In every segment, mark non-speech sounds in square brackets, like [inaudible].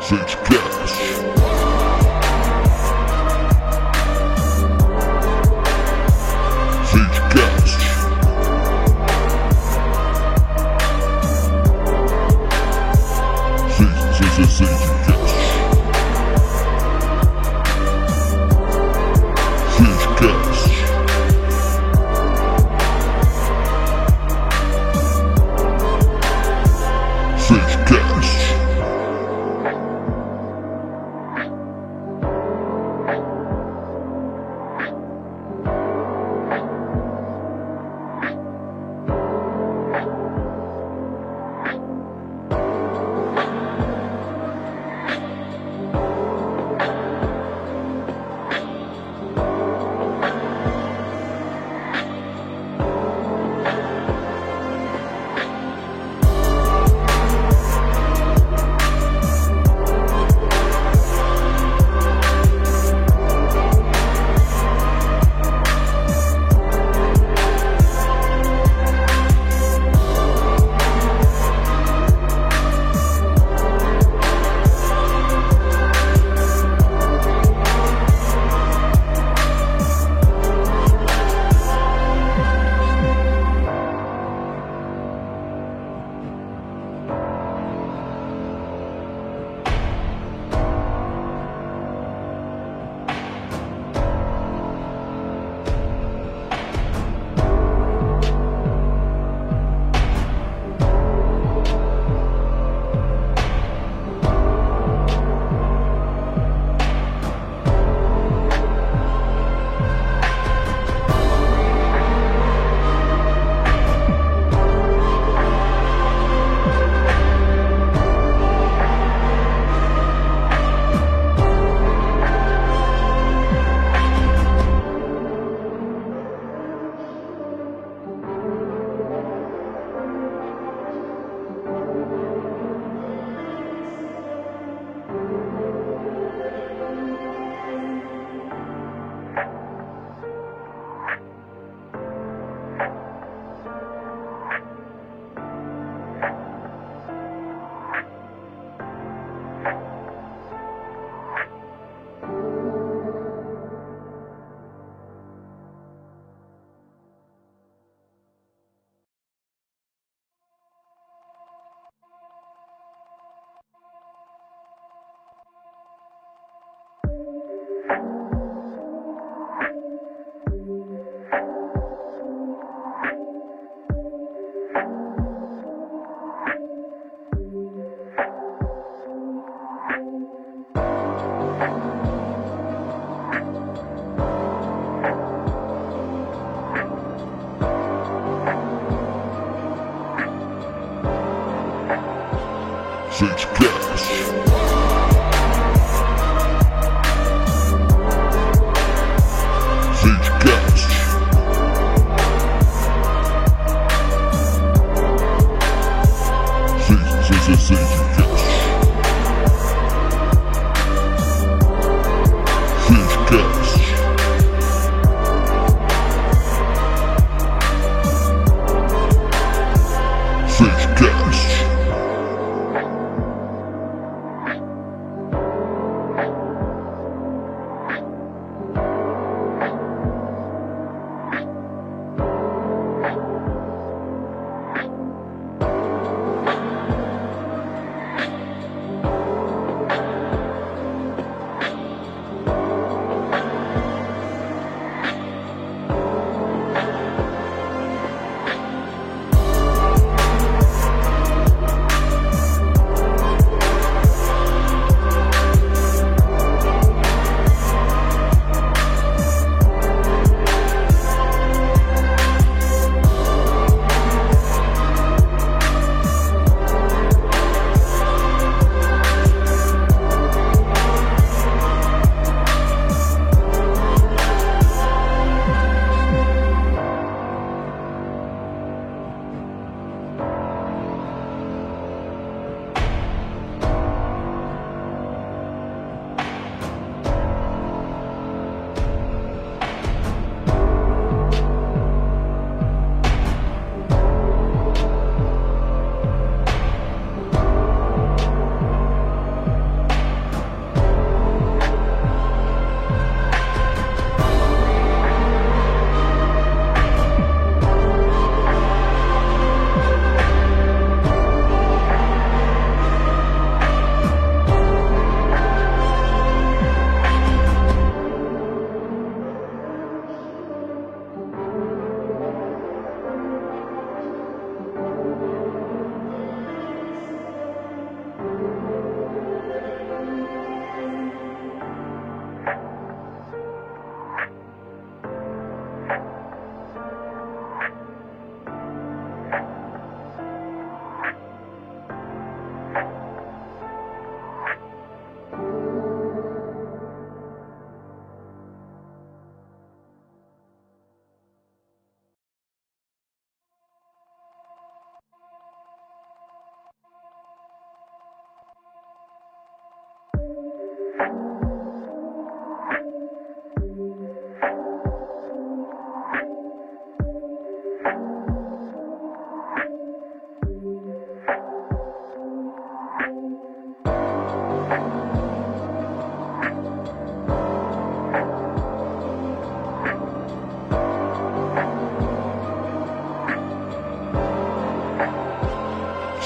Sente Cash. Sente Cash. Sente, sente, sente Cash. Sente Cash. Sente Cash. Sente Cash. Sente Cash. Sente, sente, sente Cash. Sente Cash. Sente Cash.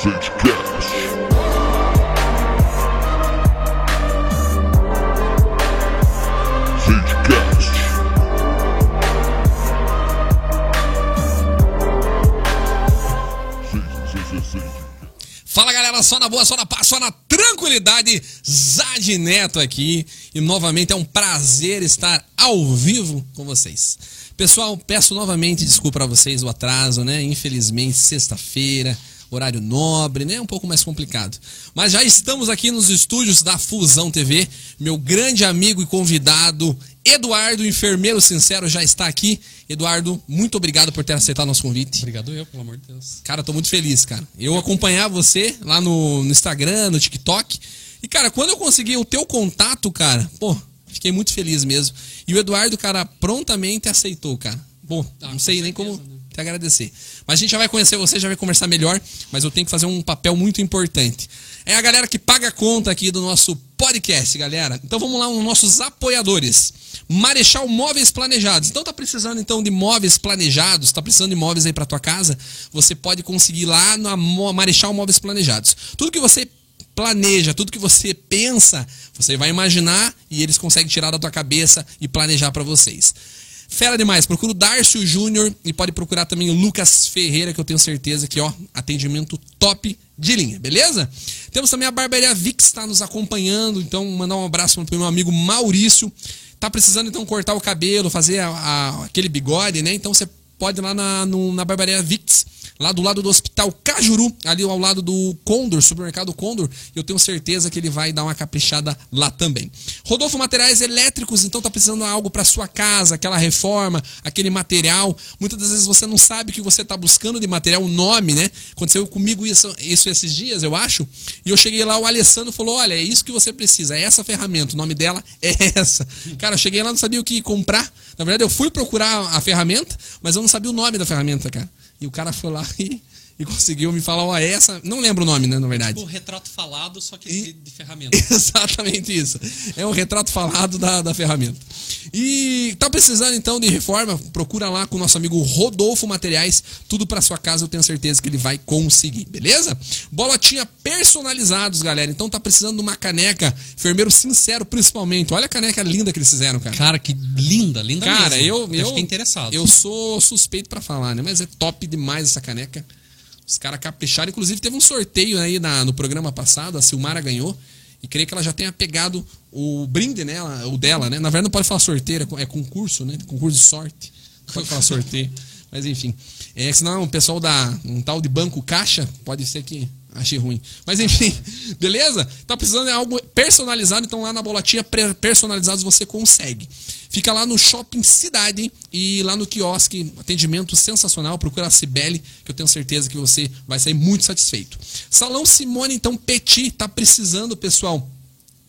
é Cacete Cast. Fala galera, só na boa, só na paz, só na tranquilidade. Zad Neto aqui e novamente é um prazer estar ao vivo com vocês. Pessoal, peço novamente desculpa a vocês o atraso, né? Infelizmente, sexta-feira, horário nobre, né? Um pouco mais complicado. Mas já estamos aqui nos estúdios da Fusão TV. Meu grande amigo e convidado Eduardo, enfermeiro sincero, já está aqui. Eduardo, muito obrigado por ter aceitado o nosso convite. Obrigado eu, pelo amor de Deus. Cara, eu tô muito feliz, cara. Eu acompanhava você lá no, no Instagram, no TikTok. E, cara, quando eu consegui o teu contato, cara, pô, fiquei muito feliz mesmo. E o Eduardo, cara, prontamente aceitou, cara. Bom, Ah, não sei com nem como certeza, né? te agradecer. Mas a gente já vai conhecer você, já vai conversar melhor. Mas eu tenho que fazer um papel muito importante. É a galera que paga a conta aqui do nosso podcast, galera. Então vamos lá, os nossos apoiadores. Marechal Móveis Planejados. Então tá precisando então de móveis planejados, tá precisando de móveis aí pra tua casa, você pode conseguir lá na Mo- Marechal Móveis Planejados. Tudo que você planeja, tudo que você pensa, você vai imaginar e eles conseguem tirar da tua cabeça e planejar pra vocês. Fera demais, procura o Darcio Júnior e pode procurar também o Lucas Ferreira, que eu tenho certeza que, ó, atendimento top de linha, beleza? Temos também a Barbearia Vic que está nos acompanhando, então mandar um abraço pro meu amigo Maurício. Tá precisando então cortar o cabelo, fazer a- a- aquele bigode, né? Então você pode ir lá na, no- na Barbearia Vix, lá do lado do Hospital Cajuru, ali ao lado do Condor, supermercado Condor. Eu tenho certeza que ele vai dar uma caprichada lá também. Rodolfo Materiais Elétricos, então tá precisando de algo para sua casa, aquela reforma, aquele material. Muitas das vezes você não sabe o que você tá buscando de material, o nome, né? Aconteceu comigo isso, isso esses dias, eu acho. E eu cheguei lá, o Alessandro falou: olha, é isso que você precisa, é essa ferramenta, o nome dela é [laughs] essa. Cara, eu cheguei lá, não sabia o que comprar. Na verdade, eu fui procurar a ferramenta, mas eu não sabia o nome da ferramenta, cara. E o cara foi lá [laughs] e, e conseguiu me falar, ó, é essa. Não lembro o nome, né, na verdade. [laughs] O retrato falado, só que E- de, de ferramenta. Exatamente isso. É um retrato falado da, da ferramenta. E tá precisando então de reforma? Procura lá com o nosso amigo Rodolfo Materiais. Tudo pra sua casa, eu tenho certeza que ele vai conseguir, beleza? Bolotinha personalizados, galera. Então tá precisando de uma caneca. Enfermeiro sincero, principalmente. Olha a caneca linda que eles fizeram, cara. Cara, que linda, linda Cara, mesmo. eu, eu, fiquei interessado. eu sou suspeito pra falar, né? Mas é top demais essa caneca. Os caras capricharam. Inclusive, teve um sorteio aí na- no programa passado. A Silmara ganhou. E creio que ela já tenha pegado o brinde nela, o dela, né? Na verdade, não pode falar sorteio, é con- é concurso, né? Concurso de sorte. Não pode falar [laughs] sorteio. Mas enfim. É, senão o pessoal da um tal de banco caixa, pode ser que achei ruim. Mas enfim, [laughs] beleza? Tá precisando de algo personalizado, então lá na bolotinha pre- personalizados você consegue. Fica lá no Shopping Cidade e lá no quiosque, atendimento sensacional. Procura a Cibele, que eu tenho certeza que você vai sair muito satisfeito. Salão Simone, então, Petit, tá precisando, pessoal,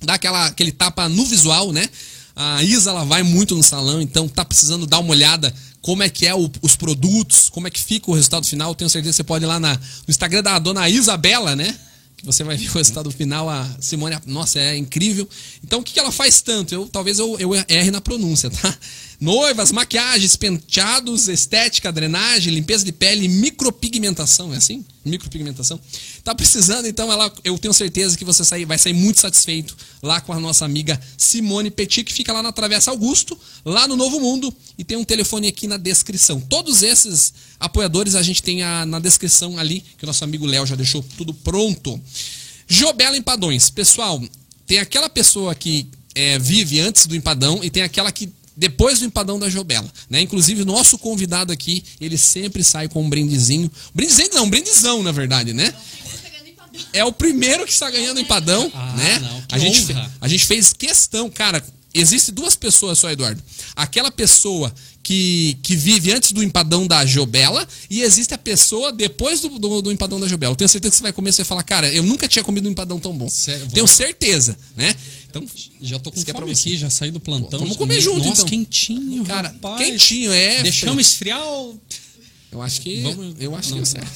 dar aquela, aquele tapa no visual, né? A Isa, ela vai muito no salão, então tá precisando dar uma olhada como é que é o- os produtos, como é que fica o resultado final. Tenho certeza que você pode ir lá na, no Instagram da dona Isabela, né? Que você vai ver o resultado final. A Simone, nossa, é incrível. Então, o que, que ela faz tanto? Eu, talvez eu, eu erre na pronúncia, tá? Noivas, maquiagens, penteados, estética, drenagem, limpeza de pele, micropigmentação, é assim? Micropigmentação. Tá precisando, então, ela, eu tenho certeza que você sair- vai sair muito satisfeito lá com a nossa amiga Simone Petit, que fica lá na Travessa Augusto, lá no Novo Mundo, e tem um telefone aqui na descrição. Todos esses apoiadores a gente tem a- na descrição ali, que o nosso amigo Léo já deixou tudo pronto. Jobela Empadões. Pessoal, tem aquela pessoa que é, vive antes do empadão e tem aquela que depois do empadão da Jobela, né? Inclusive, o nosso convidado aqui, ele sempre sai com um brindezinho. Brindezinho não, um brindezão, na verdade, né? É o primeiro que está ganhando empadão, Ah, né? não, que a, gente honra. fe- a gente fez questão, cara. Existe duas pessoas só, Eduardo. Aquela pessoa que, que vive antes do empadão da Jobela e existe a pessoa depois do, do, do empadão da Jobela. Eu tenho certeza que você vai comer e você vai falar, cara, eu nunca tinha comido um empadão tão bom. Sério, vou- tenho certeza, né? Então, Já tô com Isso que é pra fome você. aqui, já saí do plantão. Vamos comer junto, Nossa, então. quentinho, cara, rapaz. quentinho, é. Deixamos esfriar o... Eu acho que. Vamos- eu acho não. que é certo.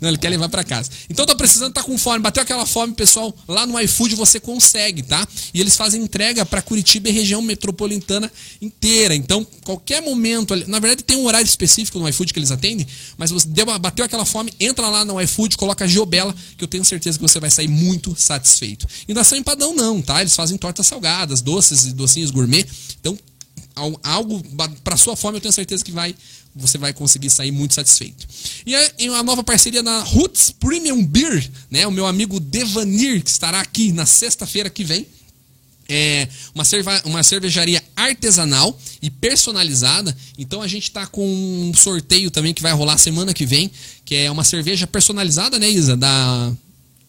Não, ele quer levar pra casa. Então tá precisando, tá com fome, bateu aquela fome, pessoal. Lá no iFood você consegue, tá? E eles fazem entrega pra Curitiba e região metropolitana inteira. Então, qualquer momento, ali- na verdade tem um horário específico no iFood que eles atendem, mas você deu, uma- bateu aquela fome, entra lá no iFood, coloca Giobela, que eu tenho certeza que você vai sair muito satisfeito. E não é só empadão não, tá? Eles fazem tortas salgadas, doces e docinhos gourmet. Então, Al- algo ba- pra sua fome, eu tenho certeza que vai você vai conseguir sair muito satisfeito. E a, e uma nova parceria na Roots Premium Beer, né? O meu amigo Devanir, que estará aqui na sexta-feira que vem. É uma, cerva- uma cervejaria artesanal e personalizada. Então a gente está com um sorteio também que vai rolar semana que vem, que é uma cerveja personalizada, né, Isa? Da,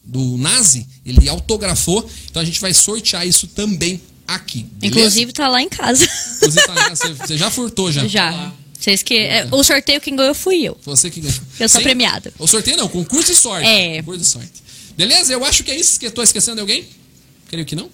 do Nazi. Ele autografou. Então a gente vai sortear isso também aqui. beleza? Inclusive, tá lá em casa. é assim. Inclusive, tá lá, você, você já furtou já. [laughs] Tá Já. Vocês que. é, O sorteio quem ganhou fui eu. Você que ganhou. Eu sou premiado. O sorteio não, concurso e sorte. É. Concurso e sorte. Beleza? Eu acho que é isso. Esque- Tô esquecendo de alguém? Creio que não.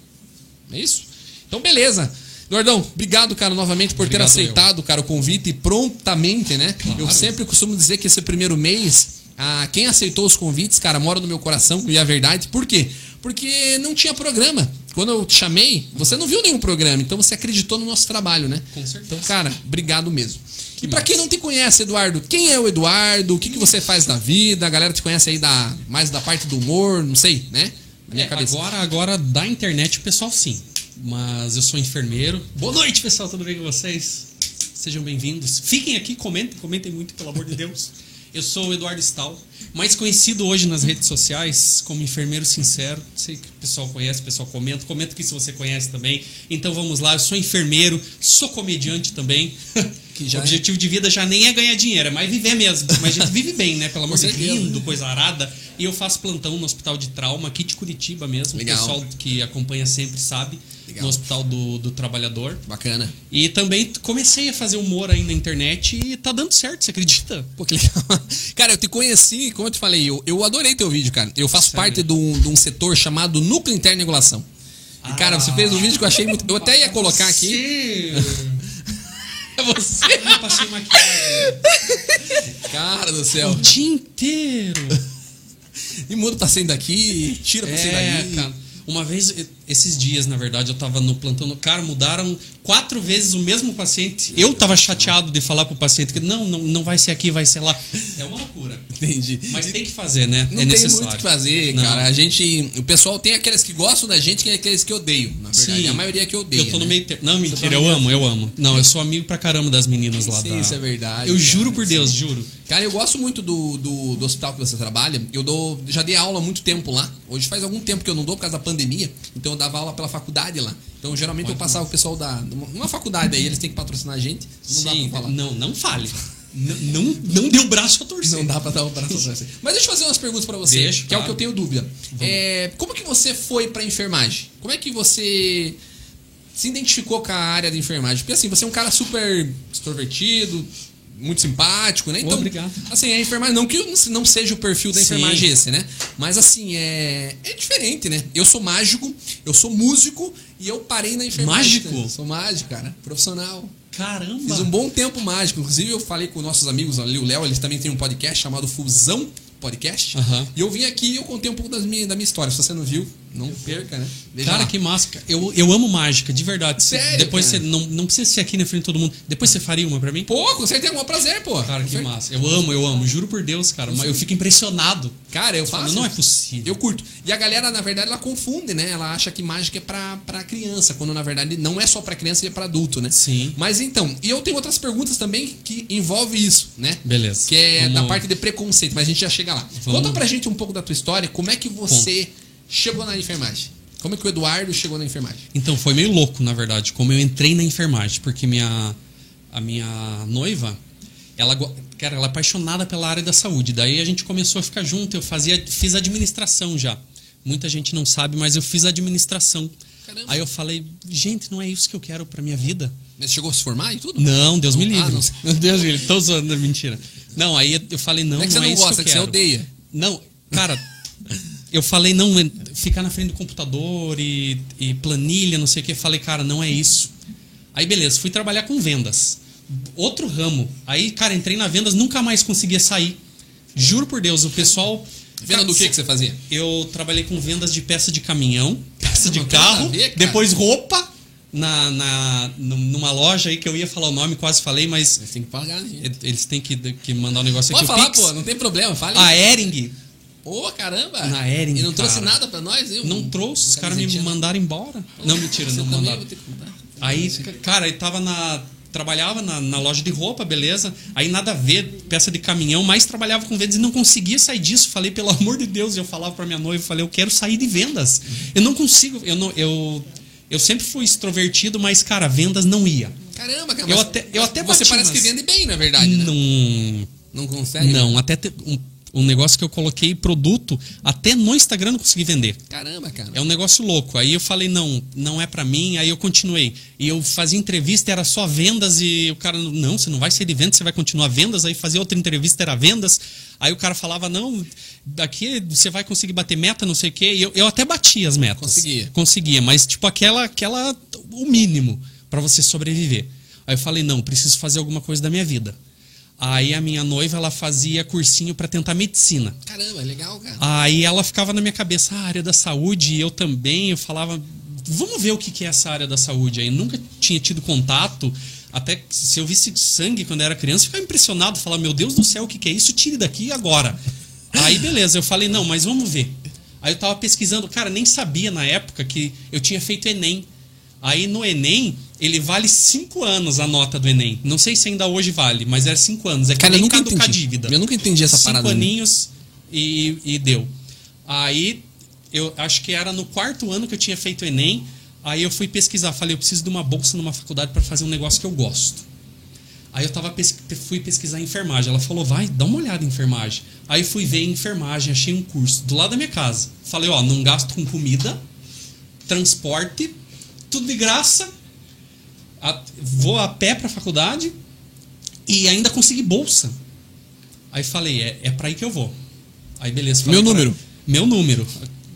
É isso? Então, beleza. Gordão, obrigado, cara, novamente por ter Obrigado, aceitado, cara, o convite e prontamente, né? Eu sempre costumo dizer que esse primeiro mês, ah, quem aceitou os convites, cara, mora no meu coração, e é verdade. Por quê? Porque não tinha programa. Quando eu te chamei, você não viu nenhum programa, então você acreditou no nosso trabalho, né? Com certeza. Então, cara, obrigado mesmo. e pra quem não te conhece, Eduardo, quem é o Eduardo? O que, que você faz na vida? A galera te conhece aí da, mais da parte do humor, não sei, né? Na minha É, cabeça. Agora, agora da internet, o pessoal sim. Mas eu sou enfermeiro. Boa noite, pessoal. Tudo bem com vocês? Sejam bem-vindos. Fiquem aqui, comentem, comentem muito, pelo amor de Deus. Eu sou o Eduardo Stahl, mais conhecido hoje nas redes sociais como Enfermeiro Sincero. Sei que o pessoal conhece, o pessoal comenta. Comenta aqui se você conhece também. Então vamos lá, eu sou enfermeiro, sou comediante também. [laughs] Que já o objetivo de vida já nem é ganhar dinheiro, é mais viver [laughs] mesmo. Mas a gente vive bem, né? Pelo amor de certeza. Deus, rindo, coisa arada. E eu faço plantão no hospital de trauma aqui de Curitiba mesmo. Legal. O pessoal que acompanha sempre sabe. Legal. No hospital do, do trabalhador. Bacana. E também comecei a fazer humor aí na internet e tá dando certo, você acredita? Pô, que legal. [laughs] Cara, eu te conheci, como eu te falei, eu, eu adorei teu vídeo, cara. Eu faço Sério? parte de um, de um setor chamado Núcleo Interno e Regulação. E, cara, você fez um vídeo que eu achei muito. Eu até ia colocar aqui. Ah. Sim. [laughs] É você. Eu Ah, passei [laughs] maquiagem Cara do céu. o dia inteiro. E muda pra saindo daqui, tira pra sair É, dali. cara. Uma vez, esses dias, na verdade, eu tava no plantão. Cara, mudaram quatro vezes o mesmo paciente. Eu tava chateado de falar pro paciente que não, não, não vai ser aqui, vai ser lá. É uma loucura. Entendi. Mas tem que fazer, né? Não é tem necessário. muito o que fazer, Não. cara. A gente. O pessoal tem aqueles que gostam da gente e aqueles que odeiam, na verdade. Sim. A maioria que odeia. Eu tô no né? meio termo. Não, mentira, eu amo, eu amo. Não, eu sou amigo pra caramba das meninas lá Sim, da... isso é verdade. Eu cara. juro por Deus, juro. Cara, eu gosto muito do, do, do hospital que você trabalha. Eu dou, já dei aula há muito tempo lá. Hoje faz algum tempo que eu não dou por causa da pandemia. Então eu dava aula pela faculdade lá. Então geralmente eu passava o pessoal da. Uma, uma faculdade aí, eles têm que patrocinar a gente. Não dá pra falar. não, não fale. N- não, não deu braço a torcer. Não dá pra dar um braço pra você. Mas deixa eu fazer umas perguntas pra você, Deixa, que é o claro. que eu tenho dúvida. É, como que você foi pra enfermagem? Como é que você se identificou com a área da enfermagem? Porque assim, você é um cara super extrovertido, muito simpático, né? Então, Obrigado. assim, a enfermagem, não que não seja o perfil da Sim. enfermagem esse, né? Mas assim, é, é diferente, né? Eu sou mágico, eu sou músico e eu parei na enfermagem. Mágico? Sou mágico, cara. Profissional. Caramba. Fiz um bom tempo mágico. Inclusive, eu falei com nossos amigos ali, o Léo, eles também têm um podcast chamado Fusão Podcast. Aham. E eu vim aqui e eu contei um pouco das minha, da minha história. Se você não viu, não perca, né? Veja Cara, lá. que máscara. Eu, eu amo mágica, de verdade. Cê- Sério, Depois cara? você. Não, não precisa ser aqui na frente de todo mundo. Depois você faria uma pra mim? Pô, com certeza é um maior prazer, pô. Cara, que Com cer- massa. Eu amo, eu amo. Juro por Deus, cara. Mas eu fico impressionado. Cara, eu Fala, faço. não é possível. Eu curto. E a galera, na verdade, ela confunde, né? Ela acha que mágica é pra, pra criança, quando na verdade não é só pra criança e é pra adulto, né? Sim. Mas então, e eu tenho outras perguntas também que envolve isso, né? Beleza. Que é Vamos- da parte de preconceito, mas a gente já chega lá. Vamos. Conta pra gente um pouco da tua história, como é que você chegou na enfermagem? Como é que o Eduardo chegou na enfermagem? Então, foi meio louco, na verdade, como eu entrei na enfermagem, porque minha, a minha noiva, ela, go- cara, ela é apaixonada pela área da saúde. Daí a gente começou a ficar junto, eu fazia, fiz administração já. Muita gente não sabe, mas eu fiz administração. Caramba. Aí eu falei, gente, não é isso que eu quero pra minha vida. Mas chegou a se formar e tudo? Não, Deus me Ah, livre. não. Meu [laughs] Deus me livre, tô zoando, é mentira. Não, aí eu falei, não, Não é que você não isso gosta, é que que eu você quero. odeia. Não, cara, eu falei não en- ficar na frente do computador e, e planilha, não sei o que. Falei, cara, não é isso. Aí, beleza, fui trabalhar com vendas. Outro ramo. Aí, cara, entrei na vendas, nunca mais conseguia sair. Juro por Deus, o pessoal. Venda do que, que você fazia? Eu trabalhei com vendas de peça de caminhão, [laughs] peça de Não tem nada carro, a ver, cara. depois roupa na, na, num- numa loja aí que eu ia falar o nome, quase falei, mas Você tem que pagar, né? e- eles têm que, que mandar um negócio Pode aqui. o falar, Pix. pô, não tem problema, fale. A Ering Ô, caramba! Na Ering, E não trouxe cara. nada pra nós, viu? não trouxe, os caras me camisetinha. mandaram embora. Não, mentira, um- Você não também, mandaram. vou ter que contar. Aí, ca- cara, eu tava na. Trabalhava na, na loja de roupa, beleza. Aí nada a ver, peça de caminhão, mas trabalhava com vendas e não conseguia sair disso. Falei, pelo amor de Deus, eu falava pra minha noiva, falei, eu quero sair de vendas. Eu não consigo, eu não. Eu, eu sempre fui extrovertido, mas, cara, vendas não ia. Caramba, cara. Eu mas- até- eu até Você bati parece umas- que vende bem, na verdade, né? Não. Não consegue? Não, até te- um, um negócio que eu coloquei produto, até no Instagram eu não consegui vender. Caramba, cara. É um negócio louco. Aí eu falei, não, não é pra mim. Aí eu continuei. E eu fazia entrevista, era só vendas. E o cara, não, você não vai ser de vendas, você vai continuar vendas. Aí fazia outra entrevista, era vendas. Aí o cara falava, não, daqui você vai conseguir bater meta, não sei o quê. E eu, eu até batia as metas. Conseguia. Conseguia, mas tipo aquela, aquela o mínimo pra você sobreviver. Aí eu falei, não, preciso fazer alguma coisa da minha vida. Aí a minha noiva, ela fazia cursinho pra tentar medicina. Caramba, legal, cara. Aí ela ficava na minha cabeça, "Ah, a área da saúde, e eu também, eu falava, vamos ver o que que é essa área da saúde aí. Nunca tinha tido contato, até que se eu visse sangue quando eu era criança, eu ficava impressionado, falava, meu Deus do céu, o que que é isso? Tire daqui agora. Aí beleza, eu falei, não, mas vamos ver. Aí eu tava pesquisando, cara, nem sabia na época que eu tinha feito Enem. Aí no Enem, ele vale cinco anos a nota do Enem. Não sei se ainda hoje vale, mas era cinco anos. É que Cara, eu nem nunca caduca a entendi. dívida Eu nunca entendi essa cinco parada. aninhos e, e deu. Aí eu acho que era no quarto ano que eu tinha feito Enem. Aí eu fui pesquisar, falei, eu preciso de uma bolsa numa faculdade para fazer um negócio que eu gosto. Aí eu tava pes- fui pesquisar enfermagem. Ela falou, vai, dá uma olhada em enfermagem. Aí fui ver enfermagem, achei um curso do lado da minha casa. Falei, ó, não gasto com comida, transporte, tudo de graça. A- vou a pé pra faculdade e ainda consegui bolsa. Aí falei, é, é pra aí que eu vou. Aí beleza. falei Meu pra- número. Meu número.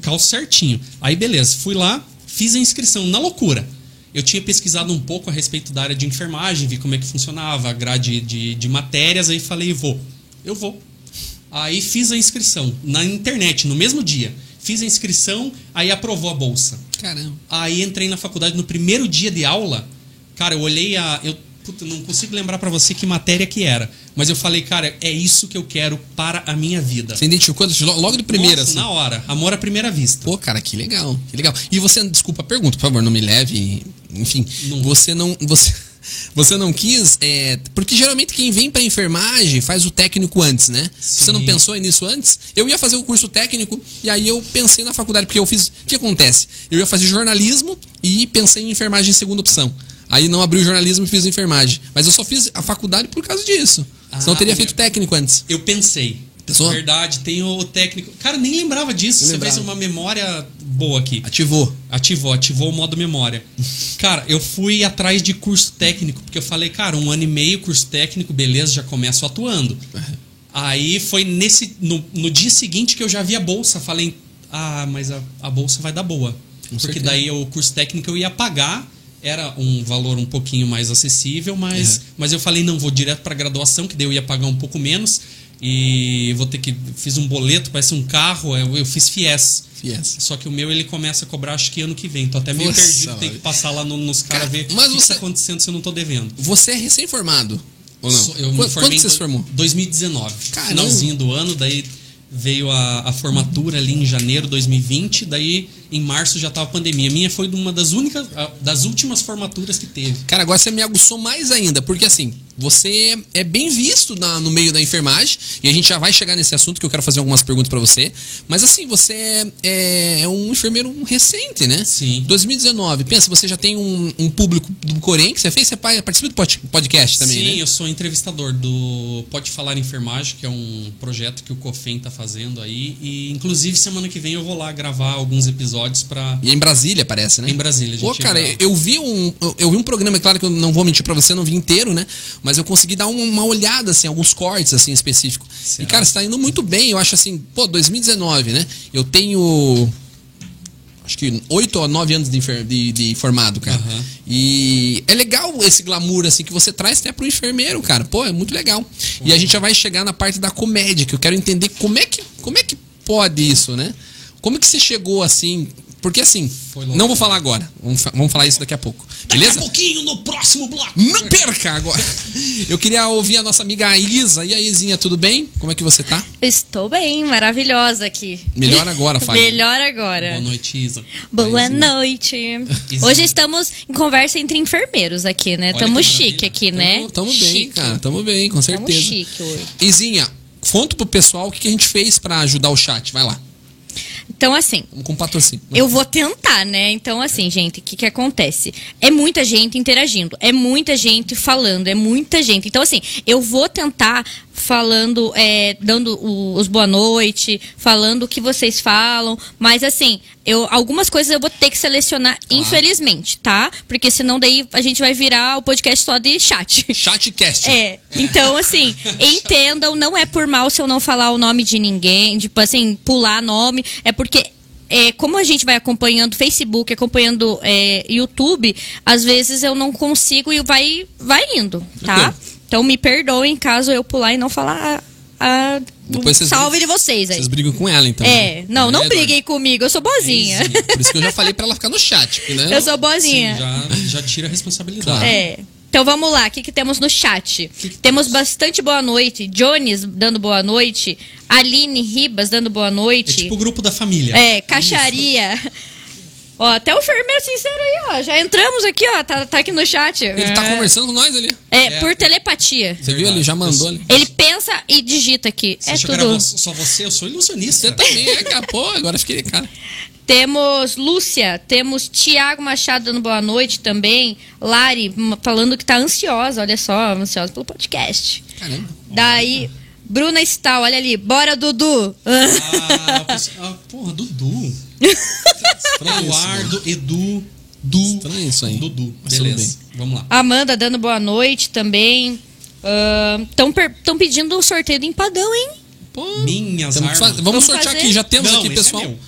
Calço certinho. Aí beleza, fui lá, fiz a inscrição na loucura. Eu tinha pesquisado um pouco a respeito da área de enfermagem, vi como é que funcionava, a grade de, de matérias, aí falei, vou. Eu vou. Aí fiz a inscrição na internet, no mesmo dia. Fiz a inscrição, aí aprovou a bolsa. Caramba. Aí entrei na faculdade no primeiro dia de aula. Cara, eu olhei a. Eu puta, não consigo lembrar pra você que matéria que era. Mas eu falei, cara, é isso que eu quero para a minha vida. Você identificou lo- logo de primeira, Nossa, assim. Na hora. Amor à primeira vista. Pô, cara, que legal, que legal. E você, desculpa a pergunta, por favor, não me leve, enfim. Você não, você, você não quis, é, porque geralmente quem vem pra enfermagem faz o técnico antes, né? Você não Sim. pensou nisso antes? Eu ia fazer o curso técnico e aí eu pensei na faculdade porque eu fiz. O que acontece? Eu ia fazer jornalismo e pensei em enfermagem em segunda opção. Aí não abri o jornalismo e fiz enfermagem. Mas eu só fiz a faculdade por causa disso. Senão eu Ah, teria eu- feito técnico antes. Eu pensei. "É Pensou? Verdade, tem o técnico. Cara, nem lembrava disso. Eu Você lembrava. fez uma memória boa aqui. Ativou. Ativou, ativou o modo [laughs] memória. Cara, eu fui atrás de curso técnico, porque eu falei, cara, um ano e meio curso técnico, beleza, já começo atuando. É. É, Aí foi nesse no, no dia seguinte que eu já vi a bolsa. Falei, ah, mas a, a bolsa vai dar boa. porque certeza. daí o curso técnico eu ia pagar, era um valor um pouquinho mais acessível, mas, mas eu falei, não, vou direto pra graduação, que daí eu ia pagar um pouco menos. E vou ter que. Fiz um boleto, parece um carro, eu, eu fiz FIES. Fies. Só que o meu ele começa a cobrar acho que ano que vem. Tô até meio Nossa, perdido, tem mano. que passar lá no- nos caras Cara, ver mas o que, você- está acontecendo se eu não tô devendo. Você é recém-formado. Ou não? Sou- Eu me Qu- formei quando que em você se formou? 2019. Caramba. Finalzinho do ano, daí veio a, a formatura ali em janeiro de 2020, daí em março já tava a pandemia. A minha foi de uma das únicas a- das últimas formaturas que teve. Cara, agora você me aguçou mais ainda, porque assim, você é bem visto na- no meio da enfermagem, e a gente já vai chegar nesse assunto que eu quero fazer algumas perguntas pra você. Mas assim, você é, é- é um enfermeiro recente, né? Sim. 2019. Pensa, você já tem um, um público do Corém que você fez, você pa- participa do pod- podcast também, Sim, né? eu sou entrevistador do Pode Falar Enfermagem, que é um projeto que o COFEN tá fazendo aí. E inclusive semana que vem eu vou lá gravar alguns episódios pra. E é em Brasília, parece, né? Em Brasília, a gente Pô, cara, ia- eu vi um. eu- Eu vi um programa, é claro que eu não vou mentir pra você, eu não vi inteiro, né? Mas eu consegui dar um- uma olhada, assim, alguns cortes, assim, específico. E, cara, você tá indo muito bem, eu acho assim, pô, 2019, né? Eu tenho. acho que oito ou nove anos de, enfer- de- de formado, cara. Aham. E é legal esse glamour, assim, que você traz até pro enfermeiro, cara. Pô, é muito legal. E a Uhum. gente já vai chegar na parte da comédia, que eu quero entender como é que, como é que pode isso, né? Como que você chegou assim? Porque assim, Foi longe. né? não vou falar agora. Vamos, fa- vamos falar isso daqui a pouco. Daqui a Beleza? pouquinho no próximo bloco. Não perca agora. Eu queria ouvir a nossa amiga Isa. E aí, Izinha, tudo bem? Como é que você tá? Estou bem, maravilhosa aqui. Melhor agora, Fábio. Melhor agora. É. Boa noite, Isa. Boa Isa. noite. [laughs] Hoje estamos em conversa entre enfermeiros aqui, né? Olha Tamo que chique maravilha. aqui, né? Tamo, tamo bem, Chique. cara. Tamo bem, com Tamo certeza. chique hoje. Izinha, conta pro pessoal o que que a gente fez pra ajudar o chat. Vai lá. Então, assim, Vamos com patrocínio. Eu vou tentar, né? Então, assim, gente, o que, que acontece? É muita gente interagindo, é muita gente falando, é muita gente. Então, assim, eu vou tentar falando, é, dando o- os boa noite, falando o que vocês falam, mas assim, eu, algumas coisas eu vou ter que selecionar, infelizmente, tá? Porque senão daí a gente vai virar o podcast só de chat. Chatcast. É, então assim, entendam, não é por mal se eu não falar o nome de ninguém, tipo assim, pular nome, é porque é, como a gente vai acompanhando Facebook, acompanhando é, YouTube, às vezes eu não consigo e vai, vai indo, tá? Então me perdoem caso eu pular e não falar a, a- Depois vocês salve de vocês aí. Vocês brigam com ela, então. É, né? não, não Eduardo? briguem comigo, eu sou boazinha. Izinha. Por isso que eu já falei pra ela ficar no chat, porque, né? [laughs] eu sou boazinha. Sim, já, já tira a responsabilidade. Claro. É. Então vamos lá, o que, que temos no chat? Ah. que temos bastante boa noite. Jones dando boa noite. Aline Ribas dando boa É noite. tipo o grupo da família. É, caixaria. Ó, até o Fermeiro Sincero aí, ó. Já entramos aqui, ó. Tá, tá aqui no chat. Ele tá conversando com nós ali. É, É. por telepatia. Você viu? Ele já mandou ali. Ele pensa e digita aqui. Você é achou que tudo. era vo- só você? tá- Eu sou ilusionista. Você também, é, cara. Pô, agora fiquei, cara. Temos Lúcia, temos Tiago Machado dando boa noite também. Lari m- falando que tá ansiosa, olha só, ansiosa pelo podcast. Caramba. Daí, Bruna Stahl, olha ali, bora Dudu! Ah, pessoa- ah, porra, Dudu. Estranho isso, mano. Eduardo, Edu, Du. né? Estranho isso aí. Dudu. Mas tudo Beleza. Vamos lá. [laughs] Amanda dando boa noite também. Estão pedindo um sorteio do empadão, hein? Pô, Minhas tamo armas. Ah, fa- vamos, Vamos sortear fazer? aqui. Já temos Não, aqui, esse é pessoal. meu.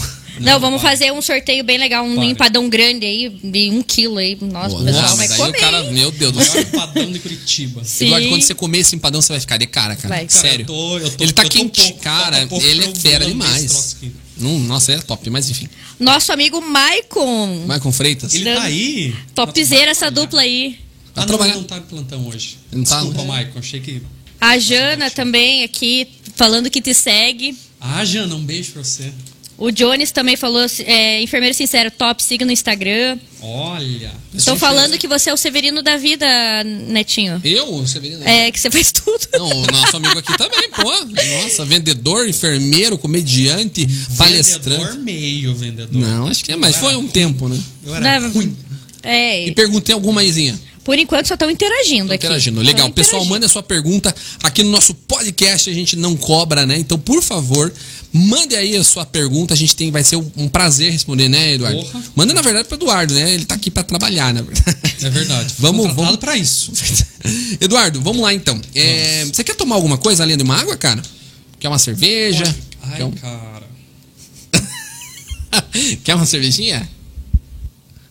[laughs] Não, Não, vamos para. fazer um sorteio bem legal, um Para. empadão grande aí, de um quilo aí. Nossa, Pô, o pessoal nossa, vai mas aí comer. o cara, hein? meu Deus O do céu. maior empadão de Curitiba. Sim. Eduardo, quando você comer esse empadão, você vai ficar de cara, cara. Vai. Cara, Sério. eu tô- eu tô- ele tá eu tô quente. pouco, cara, falta pouco ele pra é eu fera lamber esse demais. troço aqui. Não, nossa, ele é top, mas enfim. Nosso amigo Maicon. Maicon Freitas. Ele Não. tá aí. Topzera essa dupla aí. Tá Ah, não, trabalhando. ele não tá de plantão hoje. Ele não tá, Desculpa, né? Maicon. Achei que. A Jana também aqui, falando que te segue. Ah, Jana, um beijo pra você. O Jones também falou, é, enfermeiro sincero, top, siga no Instagram. Olha. Estão falando que você é o Severino da vida, Netinho. Eu, Severino? É, que você faz tudo. [laughs] Não, o nosso amigo aqui também, pô. Nossa, vendedor, enfermeiro, comediante, Vendedor palestrante. meio vendedor. Não, acho que é, mas foi um tempo, né? Eu era Não, ruim. É, E perguntei alguma maisinha. por enquanto só estão interagindo aqui. Tá Interagindo. Tão Tá Legal. Pessoal, interagindo. manda a sua pergunta aqui no nosso podcast. A gente não cobra, né? Então, por favor, mande aí a sua pergunta. A gente tem, vai ser um um prazer responder, né, Eduardo? Porra. Manda, na verdade, pro Eduardo, né? Ele tá aqui pra trabalhar, na verdade. [laughs] É verdade. Fui Vamos- contratado vamos- pra isso. [laughs] Eduardo, vamos lá então. É, você quer tomar alguma coisa além de uma água, cara? Quer uma cerveja? Ai, Quer, um- [laughs] cara. Quer uma cervejinha?